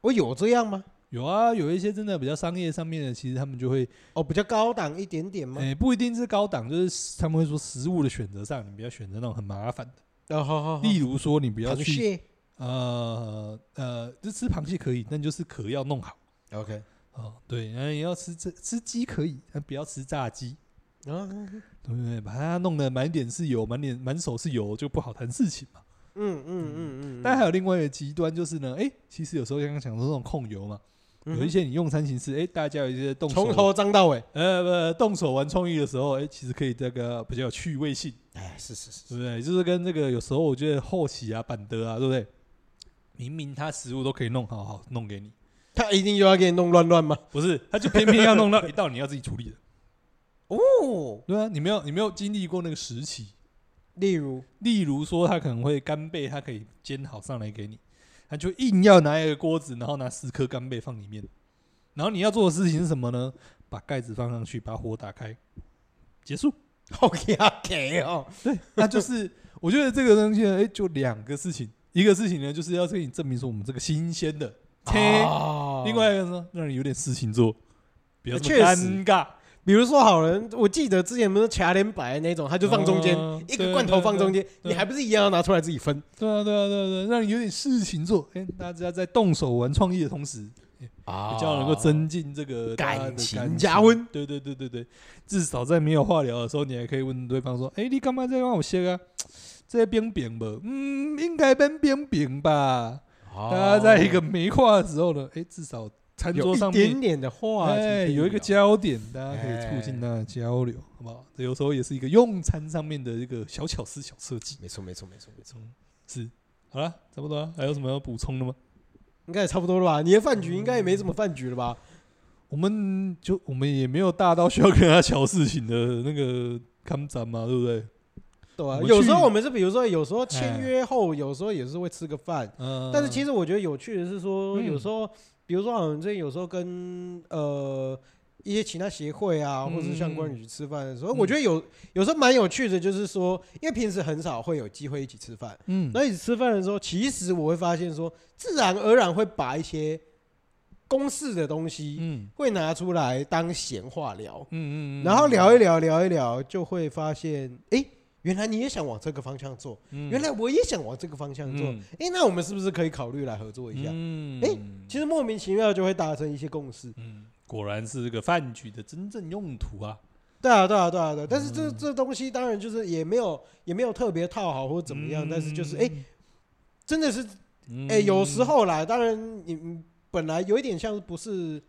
[SPEAKER 1] 我有这样吗？
[SPEAKER 2] 有啊，有一些真的比较商业上面的，其实他们就会，
[SPEAKER 1] 哦，比较高档一点点吗？
[SPEAKER 2] 诶、不一定是高档，就是他们会说食物的选择上，你不要选择那种很麻烦的，
[SPEAKER 1] 哦，好好好，
[SPEAKER 2] 例如说你不要
[SPEAKER 1] 螃
[SPEAKER 2] 去，
[SPEAKER 1] 蟹
[SPEAKER 2] 呃呃，就吃螃蟹可以，但就是壳要弄好。
[SPEAKER 1] ，OK，
[SPEAKER 2] 哦，对，然后也要吃这吃鸡可以，但不要吃炸鸡，嗯
[SPEAKER 1] 啊，
[SPEAKER 2] 对不对？把它弄得满脸是油，满脸满手是油，就不好谈事情嘛。
[SPEAKER 1] 嗯嗯嗯嗯，
[SPEAKER 2] 但还有另外一个极端就是呢，哎，其实有时候刚刚讲说这种控油嘛，有一些你用餐形式，哎，大家有一些动手
[SPEAKER 1] 从嗯头脏到尾，
[SPEAKER 2] 呃不动手玩创意的时候，哎，其实可以这个比较有趣味性，
[SPEAKER 1] 哎，是是是，
[SPEAKER 2] 对不对？就是跟这个有时候我觉得后期啊、板德啊，对不对？明明他食物都可以弄好好弄给你，
[SPEAKER 1] 他一定又要给你弄乱乱吗？
[SPEAKER 2] 不是，他就偏偏要弄 到一道你要自己处理的。
[SPEAKER 1] 哦，
[SPEAKER 2] 对啊，你没有你没有经历过那个时期，
[SPEAKER 1] 例 如，
[SPEAKER 2] 例如说，他可能会干贝，他可以煎好上来给你，他就硬要拿一个锅子，然后拿四颗干贝放里面。然后你要做的事情是什么呢？把盖子放上去，把火打开，结束。
[SPEAKER 1] 好给他给哦，
[SPEAKER 2] 对，那就是 我觉得这个东西呢，哎，就两个事情，一个事情呢，就是要跟你证明说我们这个新鲜的，切
[SPEAKER 1] 哦
[SPEAKER 2] 另外一个呢，让你有点事情做，不要这么
[SPEAKER 1] 确实
[SPEAKER 2] 尴尬。
[SPEAKER 1] 比如说好人，我记得之前不是卡脸白那种，他就放中间、
[SPEAKER 2] 嗯
[SPEAKER 1] 一个罐头放中间，
[SPEAKER 2] 对
[SPEAKER 1] 你还不是一样要拿出来自己分
[SPEAKER 2] 对啊，对啊，对啊，对啊，让你有点事情做。哎，大家在动手玩创意的同时，
[SPEAKER 1] 啊
[SPEAKER 2] 比较能够增进这个大家的
[SPEAKER 1] 哦感情
[SPEAKER 2] 情
[SPEAKER 1] 加温。
[SPEAKER 2] 对对对对对，至少在没有话聊的时候，你还可以问对方说：“哎、你干嘛在让我写啊？这些冰饼不？嗯，应该变冰饼吧。
[SPEAKER 1] 大
[SPEAKER 2] 大家在一个没话的时候呢，哎、至少餐
[SPEAKER 1] 有
[SPEAKER 2] 桌
[SPEAKER 1] 一
[SPEAKER 2] 上
[SPEAKER 1] 点
[SPEAKER 2] 面。
[SPEAKER 1] 点的话题可以聊、
[SPEAKER 2] 哎，有一个焦点，大家可以
[SPEAKER 1] 哎
[SPEAKER 2] 促进大家的交流，好不好？这有时候也是一个用餐上面的一个小巧思、小设计。
[SPEAKER 1] 没错，没错，没错，没错，
[SPEAKER 2] 是，好了，差不多了。还有什么要补充的吗？
[SPEAKER 1] 应该也差不多了吧？你的饭局应该也没什么饭局了吧？
[SPEAKER 2] 我们就我们也没有大到需要跟他瞧事情的那个看展嘛，对不对？
[SPEAKER 1] 对啊
[SPEAKER 2] 我，去
[SPEAKER 1] 有时候我们是比如说，有时候签约后，有时候也是会吃个饭。
[SPEAKER 2] 嗯
[SPEAKER 1] 但是其实我觉得有趣的是说，
[SPEAKER 2] 嗯
[SPEAKER 1] 有时候，比如说我们最近有时候跟呃一些其他协会啊，
[SPEAKER 2] 嗯
[SPEAKER 1] 或者是相关人去吃饭的时候，
[SPEAKER 2] 嗯
[SPEAKER 1] 我觉得有有时候蛮有趣的，就是说，因为平时很少会有机会一起吃饭，
[SPEAKER 2] 嗯，
[SPEAKER 1] 那一起吃饭的时候，其实我会发现说，自然而然会把一些公式的东西
[SPEAKER 2] 嗯
[SPEAKER 1] 会拿出来当闲话聊，
[SPEAKER 2] 嗯嗯，
[SPEAKER 1] 然后聊一聊，聊一聊，就会发现，诶，原来你也想往这个方向做，
[SPEAKER 2] 嗯
[SPEAKER 1] 原来我也想往这个方向做，
[SPEAKER 2] 嗯
[SPEAKER 1] 诶，那我们是不是可以考虑来合作一下？
[SPEAKER 2] 嗯
[SPEAKER 1] 哎其实莫名其妙就会达成一些共识。
[SPEAKER 2] 嗯，果然是这个饭局的真正用途啊，
[SPEAKER 1] 对啊，对啊，对啊，对啊。但是这、
[SPEAKER 2] 嗯
[SPEAKER 1] 这东西当然就是也没有也没有特别套好或怎么样，但是就是诶，真的是
[SPEAKER 2] 嗯，
[SPEAKER 1] 哎、有时候啦，当然你你本来有一点像不是，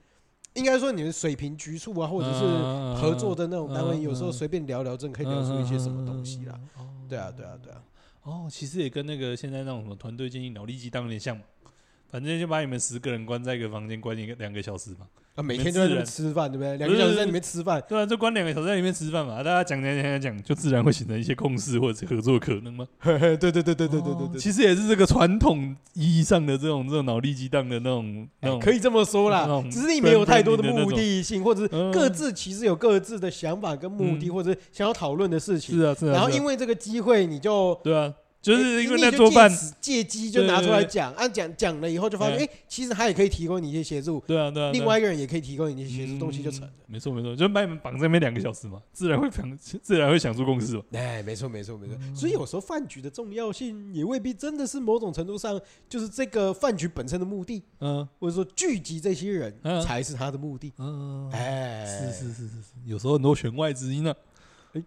[SPEAKER 1] 应该说你的水平局促啊，或者是
[SPEAKER 2] 嗯
[SPEAKER 1] 合作的那种单位，
[SPEAKER 2] 嗯
[SPEAKER 1] 有时候随便聊聊，真的可以聊出一些什么东西啦。。
[SPEAKER 2] 嗯嗯嗯嗯嗯嗯
[SPEAKER 1] 对啊，对啊，对啊，
[SPEAKER 2] 哦，其实也跟那个现在那种什么团队建议脑力激荡有点像嘛。反正就把你们十个人关在一个房间，关一个两个小时嘛。
[SPEAKER 1] 啊，每
[SPEAKER 2] 每
[SPEAKER 1] 天都
[SPEAKER 2] 次
[SPEAKER 1] 在那边
[SPEAKER 2] 人
[SPEAKER 1] 吃饭，对不对？两
[SPEAKER 2] 不
[SPEAKER 1] 个
[SPEAKER 2] 是
[SPEAKER 1] 小
[SPEAKER 2] 不
[SPEAKER 1] 时
[SPEAKER 2] 是
[SPEAKER 1] 在里面吃饭，
[SPEAKER 2] 对啊，就关两个小时在里面吃饭嘛，大家讲讲讲讲讲，就自然会形成一些共识或者是合作可能吗？
[SPEAKER 1] 对对对对对对对
[SPEAKER 2] 哦
[SPEAKER 1] 对对，
[SPEAKER 2] 其实也是这个传统意义上的这种这种脑力激荡的那种那
[SPEAKER 1] 哎
[SPEAKER 2] 种，
[SPEAKER 1] 可以这么说啦
[SPEAKER 2] 那种，
[SPEAKER 1] 只是你们有太多
[SPEAKER 2] brand- branding 的那
[SPEAKER 1] 目
[SPEAKER 2] 种
[SPEAKER 1] 的性，或者是
[SPEAKER 2] 嗯
[SPEAKER 1] 各自其实有各自的想法跟目的，
[SPEAKER 2] 嗯
[SPEAKER 1] 或者是想要讨论的事情
[SPEAKER 2] 是。啊是啊。
[SPEAKER 1] 然后
[SPEAKER 2] 是啊
[SPEAKER 1] 因为这个机会，你就
[SPEAKER 2] 对啊，就是因为
[SPEAKER 1] 你
[SPEAKER 2] 那
[SPEAKER 1] 就
[SPEAKER 2] 桌
[SPEAKER 1] 借
[SPEAKER 2] 饭，
[SPEAKER 1] 此借机就拿出来
[SPEAKER 2] 对对对
[SPEAKER 1] 讲，啊讲讲了以后就发现，
[SPEAKER 2] 哎
[SPEAKER 1] 哎，其实他也可以提供你一些协助，
[SPEAKER 2] 对啊对啊。
[SPEAKER 1] 另外一个人也可以提供你一些协助，
[SPEAKER 2] 嗯
[SPEAKER 1] 东西就成了。
[SPEAKER 2] 没错没错，就把你们绑在那边两个小时嘛，自然会想自然会想出共识嘛。
[SPEAKER 1] 哎，没错，没错，没
[SPEAKER 2] 嗯
[SPEAKER 1] 错。所以有时候饭局的重要性也未必真的是某种程度上就是这个饭局本身的目的，
[SPEAKER 2] 嗯
[SPEAKER 1] 或者说聚集这些人
[SPEAKER 2] 嗯
[SPEAKER 1] 才是他的目的。
[SPEAKER 2] 嗯，
[SPEAKER 1] 哎，
[SPEAKER 2] 是是是是是，有时候很多弦外之音呢、哎、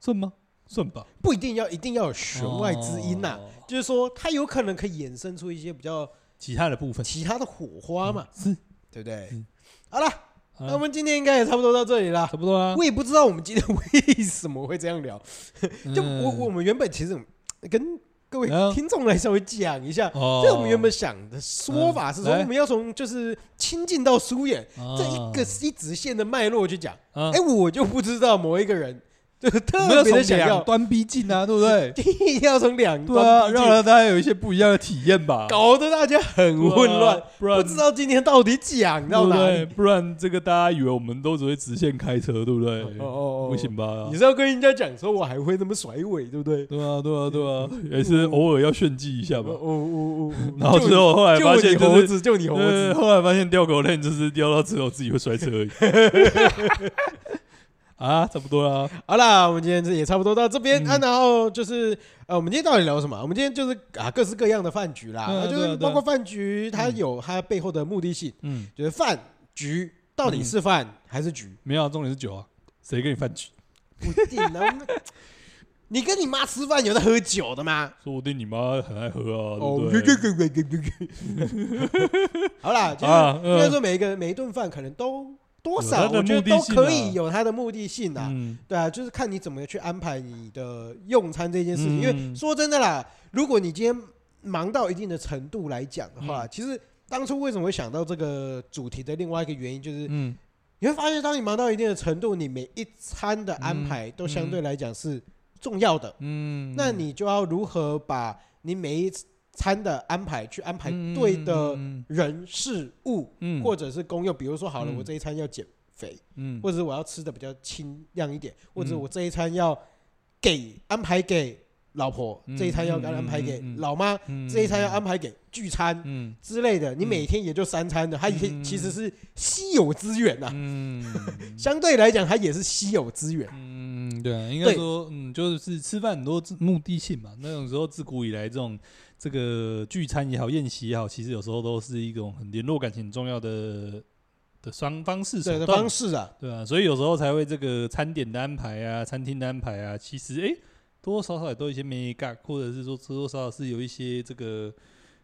[SPEAKER 2] 算吗？算吧，
[SPEAKER 1] 不一定要一定要有弦外之音啊呐、
[SPEAKER 2] 哦
[SPEAKER 1] 就是说它有可能可以衍生出一些比较
[SPEAKER 2] 其他的部分
[SPEAKER 1] 其他的火花嘛，
[SPEAKER 2] 是，
[SPEAKER 1] 对不对
[SPEAKER 2] 嗯？
[SPEAKER 1] 好了，
[SPEAKER 2] 啊
[SPEAKER 1] 那我们今天应该也差不多到这里了
[SPEAKER 2] 差。不多啊啦。
[SPEAKER 1] 我也不知道我们今天为什么会这样聊，就
[SPEAKER 2] 嗯
[SPEAKER 1] 我我们原本其实跟各位
[SPEAKER 2] 嗯
[SPEAKER 1] 听众来稍微讲一下，
[SPEAKER 2] 哦，
[SPEAKER 1] 这我们原本想的说法是说
[SPEAKER 2] 嗯来
[SPEAKER 1] 我们要从就是亲近到疏远这一个
[SPEAKER 2] 啊
[SPEAKER 1] 一直线的脉络去讲。
[SPEAKER 2] 啊
[SPEAKER 1] 哎，我就不知道某一个人就
[SPEAKER 3] 我们
[SPEAKER 1] 特
[SPEAKER 3] 要
[SPEAKER 1] 别的
[SPEAKER 3] 从
[SPEAKER 1] 想
[SPEAKER 3] 两
[SPEAKER 1] 要，
[SPEAKER 3] 端逼近啊，对不 对？
[SPEAKER 1] 一定要从两
[SPEAKER 3] 对啊，
[SPEAKER 1] 端逼
[SPEAKER 3] 让
[SPEAKER 1] 近
[SPEAKER 3] 大家有一些不一样的体验吧。
[SPEAKER 1] 搞得大家很混乱，，
[SPEAKER 2] 啊不然
[SPEAKER 1] 不知道今天到底讲到哪
[SPEAKER 2] 对
[SPEAKER 1] 里
[SPEAKER 2] 不。对？不然这个大家以为我们都只会直线开车，对不对？
[SPEAKER 1] 哦哦，哦
[SPEAKER 2] 不，行吧
[SPEAKER 1] 你？是要跟人家讲说我还会那么甩尾，对不对？
[SPEAKER 2] 对啊，对啊，对 啊，也是偶尔要炫技一下
[SPEAKER 1] 哦
[SPEAKER 2] 吧。
[SPEAKER 1] 哦哦哦，
[SPEAKER 2] 然后之后后来发
[SPEAKER 1] 就
[SPEAKER 2] 现
[SPEAKER 1] 你
[SPEAKER 2] 就
[SPEAKER 1] 猴
[SPEAKER 2] 是
[SPEAKER 1] 子，就你猴
[SPEAKER 2] 对，
[SPEAKER 1] 子，
[SPEAKER 2] 后来发现掉狗链就是掉到只有自己会摔车而已。 啊，差不多啦。
[SPEAKER 1] 好啦，我们今天这也差不多到这边、
[SPEAKER 2] 嗯
[SPEAKER 1] 啊。然后就是呃，我们今天到底聊什么？我们今天就是啊，各式各样的饭局啦，
[SPEAKER 2] 对啊
[SPEAKER 1] 那就
[SPEAKER 2] 对
[SPEAKER 1] 是
[SPEAKER 2] 啊对
[SPEAKER 1] 包
[SPEAKER 2] 啊
[SPEAKER 1] 括饭局，它有它背后的目的性，
[SPEAKER 2] 嗯，
[SPEAKER 1] 就是饭局到底是饭还是局？
[SPEAKER 2] 没有啊，重点是酒啊，谁跟你饭局？
[SPEAKER 1] 不一定啊。我们 你跟你妈吃饭有在喝酒的吗？
[SPEAKER 2] 说不定你妈很爱喝啊，
[SPEAKER 1] 哦
[SPEAKER 2] 对，不对？
[SPEAKER 1] 好 啦，就是
[SPEAKER 2] 啊
[SPEAKER 1] 应该
[SPEAKER 2] 嗯
[SPEAKER 1] 说每一个每一顿饭可能都多
[SPEAKER 2] 有
[SPEAKER 1] 少，
[SPEAKER 2] 它的
[SPEAKER 1] 我觉得
[SPEAKER 2] 目的
[SPEAKER 1] 都
[SPEAKER 2] 性
[SPEAKER 1] 可
[SPEAKER 2] 啊
[SPEAKER 1] 以有它的目的性啊。
[SPEAKER 2] 嗯，
[SPEAKER 1] 对啊，就是看你怎么去安排你的用餐这件事情。因
[SPEAKER 2] 嗯
[SPEAKER 1] 为说真的啦，如果你今天忙到一定的程度来讲的
[SPEAKER 2] 嗯
[SPEAKER 1] 话，其实当初为什么会想到这个主题的另外一个原因，就是
[SPEAKER 2] 嗯，
[SPEAKER 1] 你会发现，当你忙到一定的程度，你每一餐的安排都相对来讲是重要的。
[SPEAKER 2] 嗯，
[SPEAKER 1] 那你就要如何把你每一餐的安排去安排
[SPEAKER 2] 嗯
[SPEAKER 1] 对的
[SPEAKER 2] 嗯
[SPEAKER 1] 人事物，
[SPEAKER 2] 嗯
[SPEAKER 1] 或者是功用？比如说，好了，
[SPEAKER 2] 嗯
[SPEAKER 1] 我这一餐要减肥，
[SPEAKER 2] 嗯
[SPEAKER 1] 或者是我要吃的比较清亮一点，或者
[SPEAKER 2] 嗯
[SPEAKER 1] 我这一餐要给安排给老婆，
[SPEAKER 2] 嗯
[SPEAKER 1] 这一餐要
[SPEAKER 2] 嗯嗯
[SPEAKER 1] 安排给
[SPEAKER 2] 嗯嗯
[SPEAKER 1] 老妈，
[SPEAKER 2] 嗯
[SPEAKER 1] 这一餐要安排给聚餐
[SPEAKER 2] 嗯
[SPEAKER 1] 之类的。你
[SPEAKER 2] 嗯
[SPEAKER 1] 每天也就三餐的，它也
[SPEAKER 2] 嗯
[SPEAKER 1] 其实是稀有资源呐、
[SPEAKER 2] 嗯
[SPEAKER 1] 相对来讲，它也是稀有资源。
[SPEAKER 2] 嗯，对啊，应
[SPEAKER 1] 对
[SPEAKER 2] 该说，嗯，就是吃饭很多自目的性嘛。那种时候，自古以来这种这个聚餐也好，宴席也好，其实有时候都是一种很联络感情很重要的的双方式
[SPEAKER 1] 对
[SPEAKER 2] 手
[SPEAKER 1] 的
[SPEAKER 2] 段
[SPEAKER 1] 方。式啊，
[SPEAKER 2] 对啊，所以有时候才会这个餐点的安排啊，餐厅的安排啊，其实诶多多少少也都有一些 m 干，或者是说多多少少是有一些这个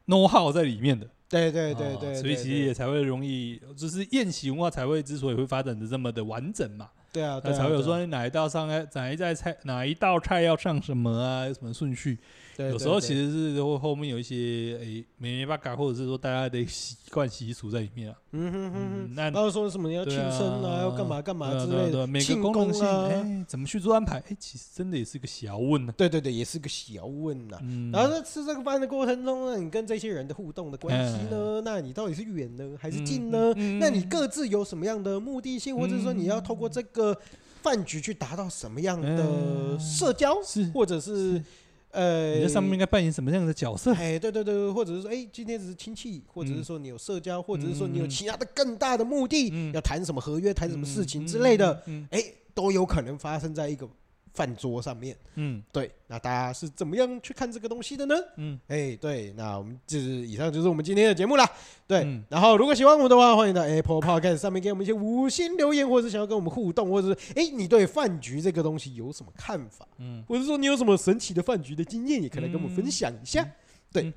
[SPEAKER 2] know how 在里面的。
[SPEAKER 1] 对对对
[SPEAKER 2] 啊
[SPEAKER 1] 对，
[SPEAKER 2] 所以
[SPEAKER 1] 对
[SPEAKER 2] 其实
[SPEAKER 1] 对
[SPEAKER 2] 也才会容易，就是宴席文化才会之所以会发展的这么的完整嘛。
[SPEAKER 1] 对啊，
[SPEAKER 2] 那
[SPEAKER 1] 对啊
[SPEAKER 2] 才会有，
[SPEAKER 1] 对啊
[SPEAKER 2] 说哪一道上哪一道菜哪一道菜要上什么啊，有什么顺序？
[SPEAKER 1] 对
[SPEAKER 2] 有
[SPEAKER 1] 对
[SPEAKER 2] 时候
[SPEAKER 1] 对
[SPEAKER 2] 其实是会后面有一些诶美眉巴嘎，或者是说大家的习惯习俗在里面啊。
[SPEAKER 1] 嗯哼哼哼
[SPEAKER 2] 嗯，，那
[SPEAKER 1] 然后说什么你要庆生
[SPEAKER 2] 对
[SPEAKER 1] 啊，
[SPEAKER 2] 啊
[SPEAKER 1] 要干嘛干嘛
[SPEAKER 2] 对啊
[SPEAKER 1] 之
[SPEAKER 2] 对啊
[SPEAKER 1] 类
[SPEAKER 2] 对啊
[SPEAKER 1] 的，
[SPEAKER 2] 每个
[SPEAKER 1] 庆
[SPEAKER 2] 功
[SPEAKER 1] 功
[SPEAKER 2] 能性
[SPEAKER 1] 啊，
[SPEAKER 2] 哎怎么去做安排？哎，其实真的也是个小问啊呢。
[SPEAKER 1] 对对对，也是个学问啊呐。
[SPEAKER 2] 嗯，
[SPEAKER 1] 然后在吃这个饭的过程中呢，你跟这些人的互动的关系呢，那你到底是远呢还是近呢？
[SPEAKER 2] 哎嗯
[SPEAKER 1] 那你各自有什么样的目的性，或者说你要透过这个饭局去达到什么样的
[SPEAKER 2] 嗯
[SPEAKER 1] 社交，
[SPEAKER 2] 是
[SPEAKER 1] 或者是呃，
[SPEAKER 2] 你在上面应该扮演什么样的角色？
[SPEAKER 1] 哎，对对对，或者是说，哎，今天只是亲戚，或者是
[SPEAKER 2] 嗯
[SPEAKER 1] 说你有社交，或者是说你有
[SPEAKER 2] 嗯
[SPEAKER 1] 其他的更大的目的，
[SPEAKER 2] 嗯
[SPEAKER 1] 要谈什么合约、谈什么事情
[SPEAKER 2] 嗯
[SPEAKER 1] 之类的，
[SPEAKER 2] 嗯
[SPEAKER 1] 哎、都有可能发生在一个饭桌上面。
[SPEAKER 2] 嗯
[SPEAKER 1] 对，那大家是怎么样去看这个东西的呢？
[SPEAKER 2] 嗯，
[SPEAKER 1] 哎，对，那我们就是以上就是我们今天的节目啦。对，
[SPEAKER 2] 嗯
[SPEAKER 1] 然后如果喜欢我们的话，欢迎到 Apple Podcast 上面给我们一些五星留言，或者是想要跟我们互动，或者是哎，你对饭局这个东西有什么看法？
[SPEAKER 2] 嗯，
[SPEAKER 1] 或者说你有什么神奇的饭局的经验，也可以来跟我们分享一下。对
[SPEAKER 2] 嗯，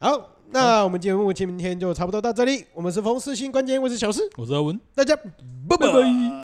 [SPEAKER 1] 好，那我们节目今天就差不多到这里。我们是冯世新关键，我是小诗，
[SPEAKER 2] 我是阿文，
[SPEAKER 1] 大家拜拜。
[SPEAKER 2] 拜